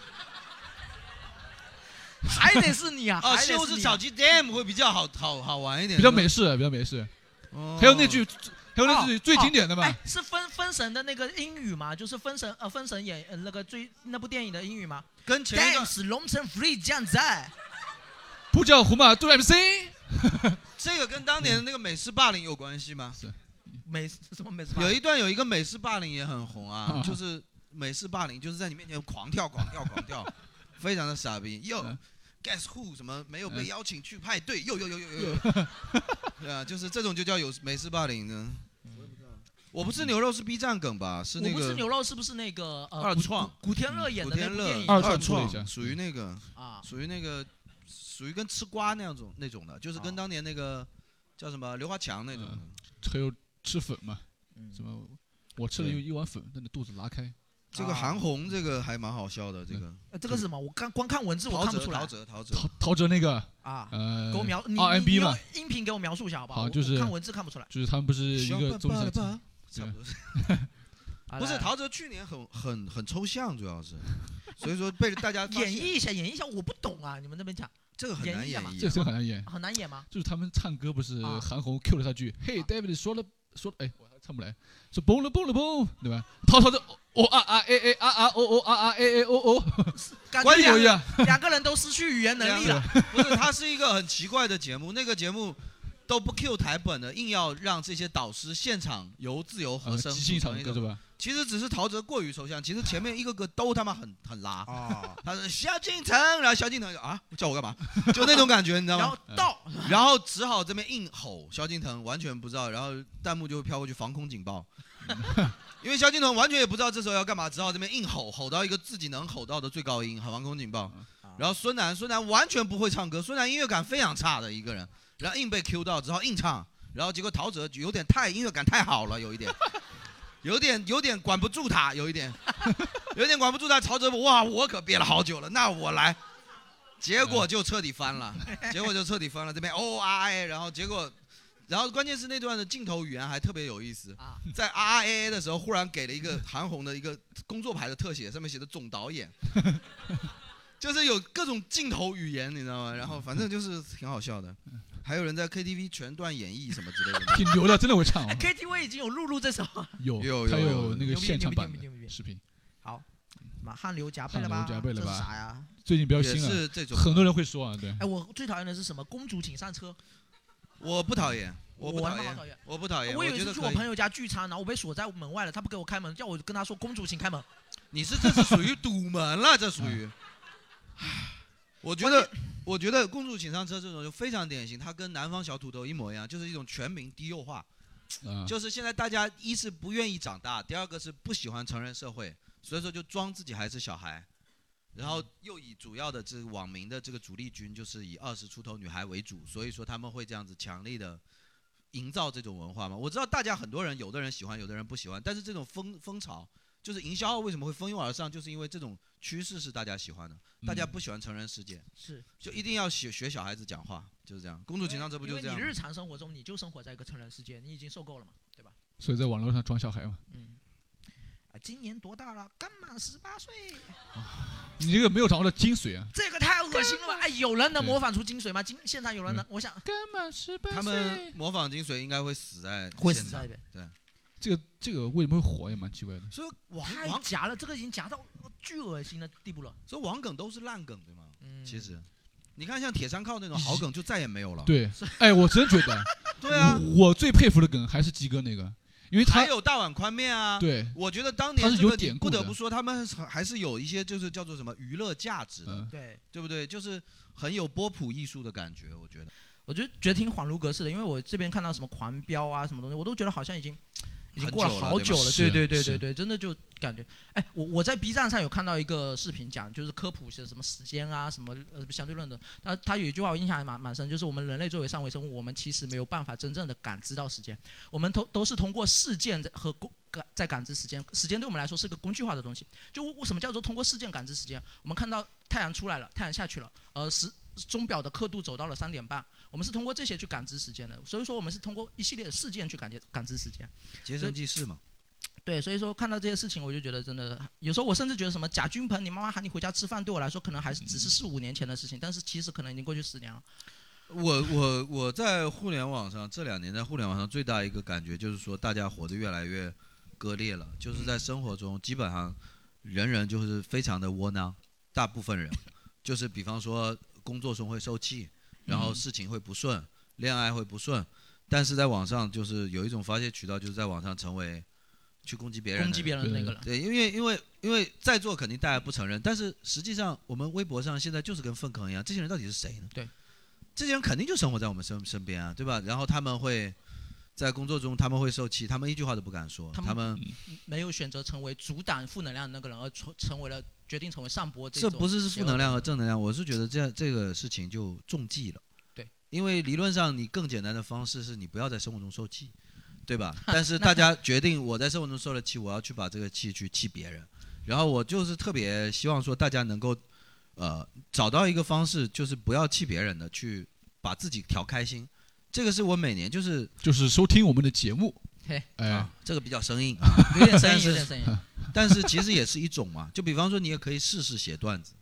B: 还得是你啊！
A: 哦，
B: 还得
A: 西红
B: 是
A: 柿
B: 你
A: 炒
B: 啊
A: 鸡 Damn 会比较好好好玩一点，
D: 比较美式，比较美式。
A: 哦。
D: 还有那句，还有那句
B: 嗯哦
D: 最经典的嘛
B: 哎，，是分分神的那个英语吗？就是分神呃，分神演呃那个最那部电影的英语吗
A: 跟前一段
B: ？Dance 龙城 free 将在，
D: 不叫胡马杜 MC，
A: 这个跟当年的那个美式霸凌有关系吗？
B: 美什么美什么
A: 有一段有一个美式霸凌也很红啊
D: 啊，
A: 就是美式霸凌，就是在你面前狂跳、狂跳、狂跳，非常的傻逼。又 guess who 什么没有被邀请去派对？又又又又又又， 对啊，就是这种就叫有没事霸凌呢。我不吃牛肉是 B 站梗吧？是那
B: 我不
A: 个
B: 吃牛肉是不是那个呃
A: 二
B: 古
A: 创
B: 古古天乐演
A: 古
B: 的那
A: 天
B: 部
A: 乐
B: 电影
D: 二
A: 二
D: 创做了一
A: 创
D: 下
A: 属于那个
B: 啊？
A: 属于那个属于跟吃瓜那样种那种的，就是跟
B: 啊
A: 当年那个叫什么刘华强那种的。
D: 还有吃粉嘛，
B: 嗯
D: 什么我吃了
A: 对
D: 一一碗粉，但你肚子拉开，
A: 这个
B: 啊
A: 韩红这个还蛮好笑的，这个
B: 呃这个是什么？我看光看文字我
A: 陶
B: 看不
A: 喆
B: 出
A: 陶
B: 来
A: 喆陶喆
D: 陶陶喆那个
B: 啊。
D: 呃，
B: 给我描你你
D: RMB
B: 你用
D: 嘛，
B: 音频给我描述一下好不
D: 好
B: 我
D: 就是
B: 我看文字看不出来。
D: 就是他们不是一个综艺
A: 小
D: 节
A: 爸爸，
D: 目
A: 差不多是。
B: 啊
A: 嗯不是
B: 来
A: 陶喆去年很很很抽象，主要是，所以说被大家发
B: 演
A: 现
B: 绎一下，演绎一下，我不懂啊！你们那边讲
A: 这个很难
B: 演
A: 演
B: 绎嘛
A: 绎
D: 这
A: 啊。
D: 这个很难演。
B: 很难演吗？
D: 就是他们唱歌不是
B: 啊
D: 韩红 Q 了他句，Hey David 说了说了，哎，我还唱不来，说蹦了蹦了蹦，对吧？陶陶的哦啊啊哎哎啊啊哦哦啊啊哎哎哦哦，
B: 感觉
D: 关
B: 两
D: 牛一
B: 个
D: 样，
B: 两个人都失去语言能力了。
A: 不是，它是一个很奇怪的节目，那个节目都不 Q 台本的，硬要让这些导师现场由自由和
D: 呃，
A: 声
D: 即兴
A: 组
D: 唱
A: 成一
D: 歌
A: 种。
D: 是吧？
A: 其实只是陶喆过于抽象，其实前面一个个都他妈很很拉。
D: 啊
B: 哦，
A: 他说萧敬腾，然后萧敬腾就啊叫我干嘛？就那种感觉，你知道
B: 然
A: 吗
B: 后？
D: 嗯
B: 到
A: 然后只好这边硬吼，萧敬腾完全不知道，然后弹幕就会飘过去防空警报，因为萧敬腾完全也不知道这时候要干嘛，只好这边硬吼，吼到一个自己能吼到的最高音，防空警报
B: 啊。
A: 然后孙楠，孙楠完全不会唱歌，孙楠音乐感非常差的一个人，然后硬被 Q 到，只好硬唱，然后结果陶喆有点太音乐感太好了，有一点，有点有点管不住他，有一点， 有点管不住他，陶喆哇，我可憋了好久了，那我来。结果就彻底翻 了，结果就彻底翻了。这边哦啊哎，然后结果，然后关键是那段的镜头语言还特别有意思，
B: 啊
A: 在啊啊哎哎的时候，忽然给了一个韩红的一个工作牌的特写，上面写的总导 演，就是有各种镜头语言，你知道吗？然后反正就是挺好笑的，还有人在 KTV 全段演绎什么之类 的。
D: 挺牛的，真的会
B: 哎
D: 唱哦，
B: KTV 已经有露露这首了，
D: 有
A: 有
D: 他
A: 有有
D: 有那个
B: 牛逼
D: 现
B: 牛
D: 场
B: 逼
D: 版
B: 牛逼牛
D: 的
B: 逼
D: 视频，
B: 妈汗流浃背了吧？
D: 汗流浃背了吧
B: 这是啥呀？
D: 最近比较
A: 也
D: 新了，
A: 是这种，
D: 很多人会说啊，对，
B: 哎，我最讨厌的是什么？公主请上车，
A: 我不讨厌，我不
B: 我他
A: 讨
B: 妈好
A: 厌
B: 讨，厌。
A: 我不
D: 哎
A: 讨厌。
B: 我有一
A: 觉
B: 次
A: 得
B: 去
A: 可
B: 我
A: 以
B: 朋。友家聚餐，然后我被锁在门外了，他不给我开门，叫我跟他说：“公主，请开门。
A: 你是这是属于堵门了，这属于。
B: 嗯
A: 唉我觉得，我觉得《公主请上车》这种就非常典型，它跟南方小土豆一模一样，就是一种全民低幼化。
D: 啊，
A: 就是现在大家一是不愿意长大，第二个是不喜欢成人社会，所以说就装自己还是小孩。然
D: 嗯
A: 后又以主要的这个网民的这个主力军就是以二十出头女孩为主，所以说他们会这样子强力的营造这种文化嘛。我知道大家很多人，有的人喜欢，有的人不喜欢，但是这种风风潮就是营销为什么会蜂拥而上，就是因为这种趋势是大家喜欢的，大家
D: 嗯
A: 不喜欢成人世界，”
B: 是，
A: 就一定要学学小孩子讲话，就是这样。公主情商这不
B: 因
A: 就
B: 为
A: 是这样
B: 你
A: 吗？
B: 日常生活中你就生活在一个成人世界，你已经受够了嘛，对吧？
D: 所以在网络上装小孩嘛，
B: 嗯。啊，今年多大了？刚满十八岁，
D: 你这个没有掌握的精髓啊，
B: 这个太恶心了吧！哎，有人能模仿出金水吗？今现场有人能？我想
D: 刚满十八
A: 他们模仿精髓应该会死在
B: 会
A: 现
B: 死
A: 场
B: 在一边，
D: 这个这个为什么会火也蛮奇怪的，
A: 所以王
B: 太
A: 王
B: 夹了，这个已经夹到巨恶心的地步了。
A: 所以王梗都是烂梗，对吗？
B: 嗯，
A: 其实，你看像铁山靠那种好梗就再也没有了。
D: 对，哎，我真觉得，
A: 对啊，
D: 我我最佩服的梗还是鸡哥那个，因为他
A: 还有大碗宽面啊。
D: 对，
A: 我觉得当年
D: 它是
A: 这个
D: 有典
A: 你
D: 故
A: 不
D: 的
A: 得不说，他们还是有一些就是叫做什么娱乐价值的，
D: 嗯，
B: 对，
A: 对不对？就是很有波普艺术的感觉，我觉得。
B: 我就觉得挺恍如隔世的，因为我这边看到什么狂飙啊什么东西，我都觉得好像已经已经
A: 很
B: 过了
A: 久了
B: 好
A: 对吧
B: 久了。对
D: 是
B: 对对对
D: 是
B: 对，真的就感觉，哎，我我在 B 站上有看到一个视频讲，就是科普是什么时间啊，什么呃相对论的。他他有一句话我印象还蛮蛮深，就是我们人类作为上位生物，我们其实没有办法真正的感知到时间，我们都都是通过事件在和工感在感知时间。时间对我们来说是个工具化的东西。就我我什么叫做通过事件感知时间？我们看到太阳出来了，太阳下去了，呃时钟表的刻度走到了三点半。我们是通过这些去感知时间的，所以说我们是通过一系列的事件去感觉感知时间。
A: 杰森记事嘛，
B: 对，所以说看到这些事情，我就觉得真的，有时候我甚至觉得什么贾君鹏，你妈妈喊你回家吃饭，对我来说可能还是只是四五年前的事情，但是其实可能已经过去十年了。
A: 我我我在互联网上这两年在互联网上最大一个感觉就是说，大家活得越来越割裂了，就是
B: 嗯
A: 在生活中基本上人人就是非常的窝囊，大部分人就是比方说工作中会受气，然
B: 嗯
A: 后事情会不顺，恋爱会不顺，但是在网上就是有一种发泄渠道，就是在网上成为去攻击别人的，
B: 攻击别人的那个人
A: 对，因为因为因为在座肯定大家不承认，但是实际上我们微博上现在就是跟粪坑一样，这些人到底是谁呢？
B: 对，
A: 这些人肯定就生活在我们身身边啊，对吧？然后他们会在工作中他们会受气，他们一句话都不敢说，
B: 他
A: 他
B: 们
A: 们
B: 没有选择成为阻挡负能量的那个人，而成成为了决定成为上播
A: 这
B: 种
A: 不是是负能量和正能量，我是觉得这样这个事情就中计了。
B: 对，
A: 因为理论上你更简单的方式是你不要在生活中受气，对 吧？但是大家决定我在生活中受了气，我要去把这个气去气别人，然后我就是特别希望说大家能够，呃，找到一个方式，就是不要气别人的，去把自己调开心。这个是我每年就是啊
D: 就是收听我们的节目
B: 嘿，
D: 哎，
A: 这个比较生硬，
B: 有点声
A: 但
B: 音，
A: 是
B: 有点声音。
A: 但是其实也是一种嘛。 就比方说，你也可以试试写段子。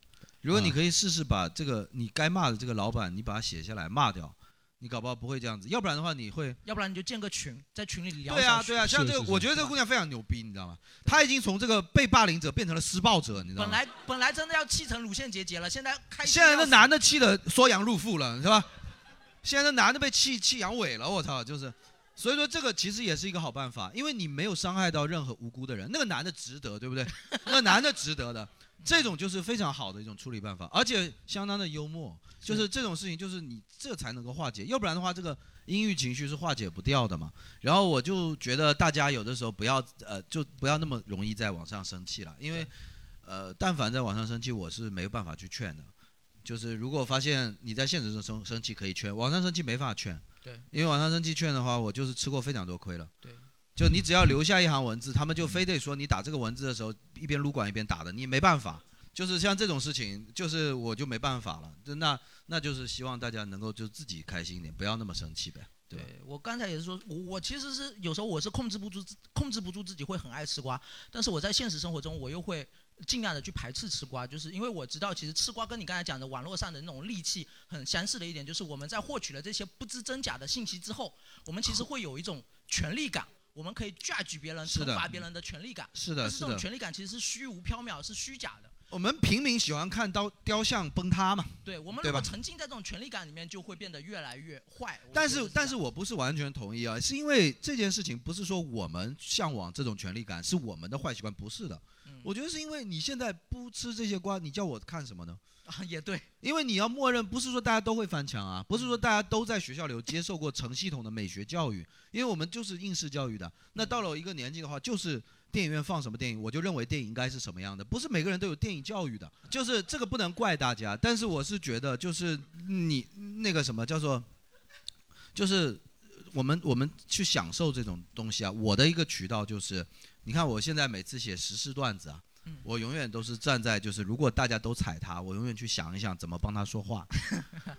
A: 如果你
D: 啊
A: 可以试试把这个你该骂的这个老板，你把它写下来骂掉，你搞不好不会这样子。要不然的话，你会
B: 要不然你就建个群，在群里聊。
A: 对啊对啊。
D: 是
A: 像这个，
D: 是是
A: 我觉得这个姑娘非常牛逼，你知道吗？她已经从这个被霸凌者变成了施暴者，你知道
B: 本
A: 吗？
B: 来本来真的要气成乳腺结节了，现在开心
A: 现在
B: 要
A: 那
B: 死
A: 男的气得缩阳入腹了，是吧？现在那男的被气气阳痿了，我操！就是，所以说这个其实也是一个好办法，因为你没有伤害到任何无辜的人，那个男的值得，对不 对？那个男的值得的，这种就是非常好的一种处理办法，而且相当的幽默，就是这种事情，就是你这才能够化解，要不然的话，这个阴郁情绪是化解不掉的嘛。然后我就觉得大家有的时候不要呃，就不要那么容易在网上生气了，因为呃，但凡在网上生气，我是没有办法去劝的。就是如果发现你在现实中生生气可以劝，网上生气没法劝。
B: 对，
A: 因为网上生气劝的话，我就是吃过非常多亏了。
B: 对，
A: 就你只要留下一行文字，他们就非得说你打这个文字的时候一边撸管一边打的，你也没办法。就是像这种事情，就是我就没办法了。就那那就是希望大家能够就自己开心一点，不要那么生气呗。对吧
B: 对我刚才也是说，我我其实是有时候我是控制不住自控制不住自己会很爱吃瓜，但是我在现实生活中我又会尽量的去排斥吃瓜，就是因为我知道其实吃瓜跟你刚才讲的网络上的那种戾气很相似的一点，就是我们在获取了这些不知真假的信息之后，我们其实会有一种权利感，我们可以 judge 别人、
A: 是
B: 惩
A: 的
B: 罚别人的权利感，
A: 是的，
B: 但是
A: 是
B: 这种
A: 的。
B: 权利感其实是虚无缥缈、是虚假的。
A: 我们平民喜欢看雕雕像崩塌嘛，
B: 对我们
A: 对
B: 如
A: 吧
B: 果沉浸在这种权利感里面，就会变得越来越坏。我
A: 但
B: 觉得
A: 是
B: 这
A: 但
B: 样
A: 是我不是完全同意啊，是因为这件事情不是说我们向往这种权利感是我们的坏习惯，不是的。
B: 嗯
A: 我觉得是因为你现在不吃这些瓜，你叫我看什么呢？
B: 啊也对，
A: 因为你要默认，不是说大家都会翻墙啊，不是说大家都在学校里有接受过成系统的美学教育，因为我们就是应试教育的。那到了一个年纪的话，就是电影院放什么电影，我就认为电影应该是什么样的，不是每个人都有电影教育的，就是这个不能怪大家。但是我是觉得，就是你那个什么叫做，就是我们我们去享受这种东西啊。我的一个渠道就是，你看我现在每次写时事段子啊，我永远都是站在就是，如果大家都踩他，我永远去想一想怎么帮他说话。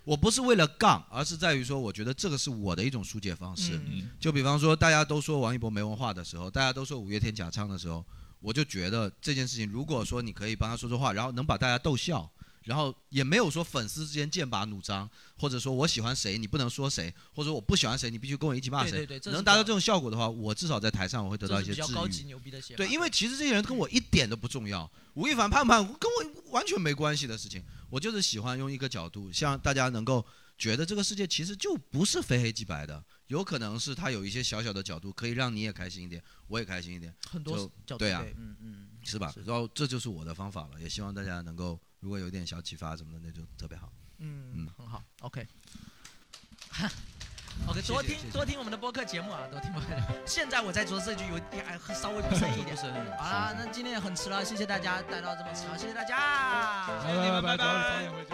A: 我不是为了杠，而是在于说，我觉得这个是我的一种疏解方式。
B: 嗯
A: 就比方说，大家都说王一博没文化的时候，大家都说五月天假唱的时候，我就觉得这件事情，如果说你可以帮他说说话，然后能把大家逗笑，然后也没有说粉丝之间剑拔弩张，或者说我喜欢谁你不能说谁，或者我不喜欢谁你必须跟我一起骂谁，
B: 对对对这是
A: 能
B: 比
A: 达到
B: 较
A: 这种效果的话，我至少在台上我会得
B: 这
A: 到
B: 是
A: 一些
B: 比
A: 治
B: 较高
A: 愈
B: 级。牛逼的写法。
A: 对，因为其实这些人跟我一点都不重要，吴亦凡胖不胖跟我完全没关系的事情。我就是喜欢用一个角度，让大家能够觉得这个世界其实就不是非黑即白的，有可能是他有一些小小的角度，可以让你也开心一点，我也开心一点，
B: 很多
A: 就
B: 角度
A: 对啊
B: 嗯嗯，
A: 是吧？然后这就是我的方法了，也希望大家能够，如果有点小启发什么的，那就特别好。
B: 嗯
A: 嗯，
B: 很好，OK。OK，
A: 谢
B: 多
A: 谢
B: 听
A: 谢谢
B: 多听我们的播客节目啊，多听播客节目。现在我在做这句有点哎稍微不深一 点。好啦，那今天也很迟了，谢谢大家待到这么迟啊，谢谢大家，
D: 拜拜拜拜，早点早点回家。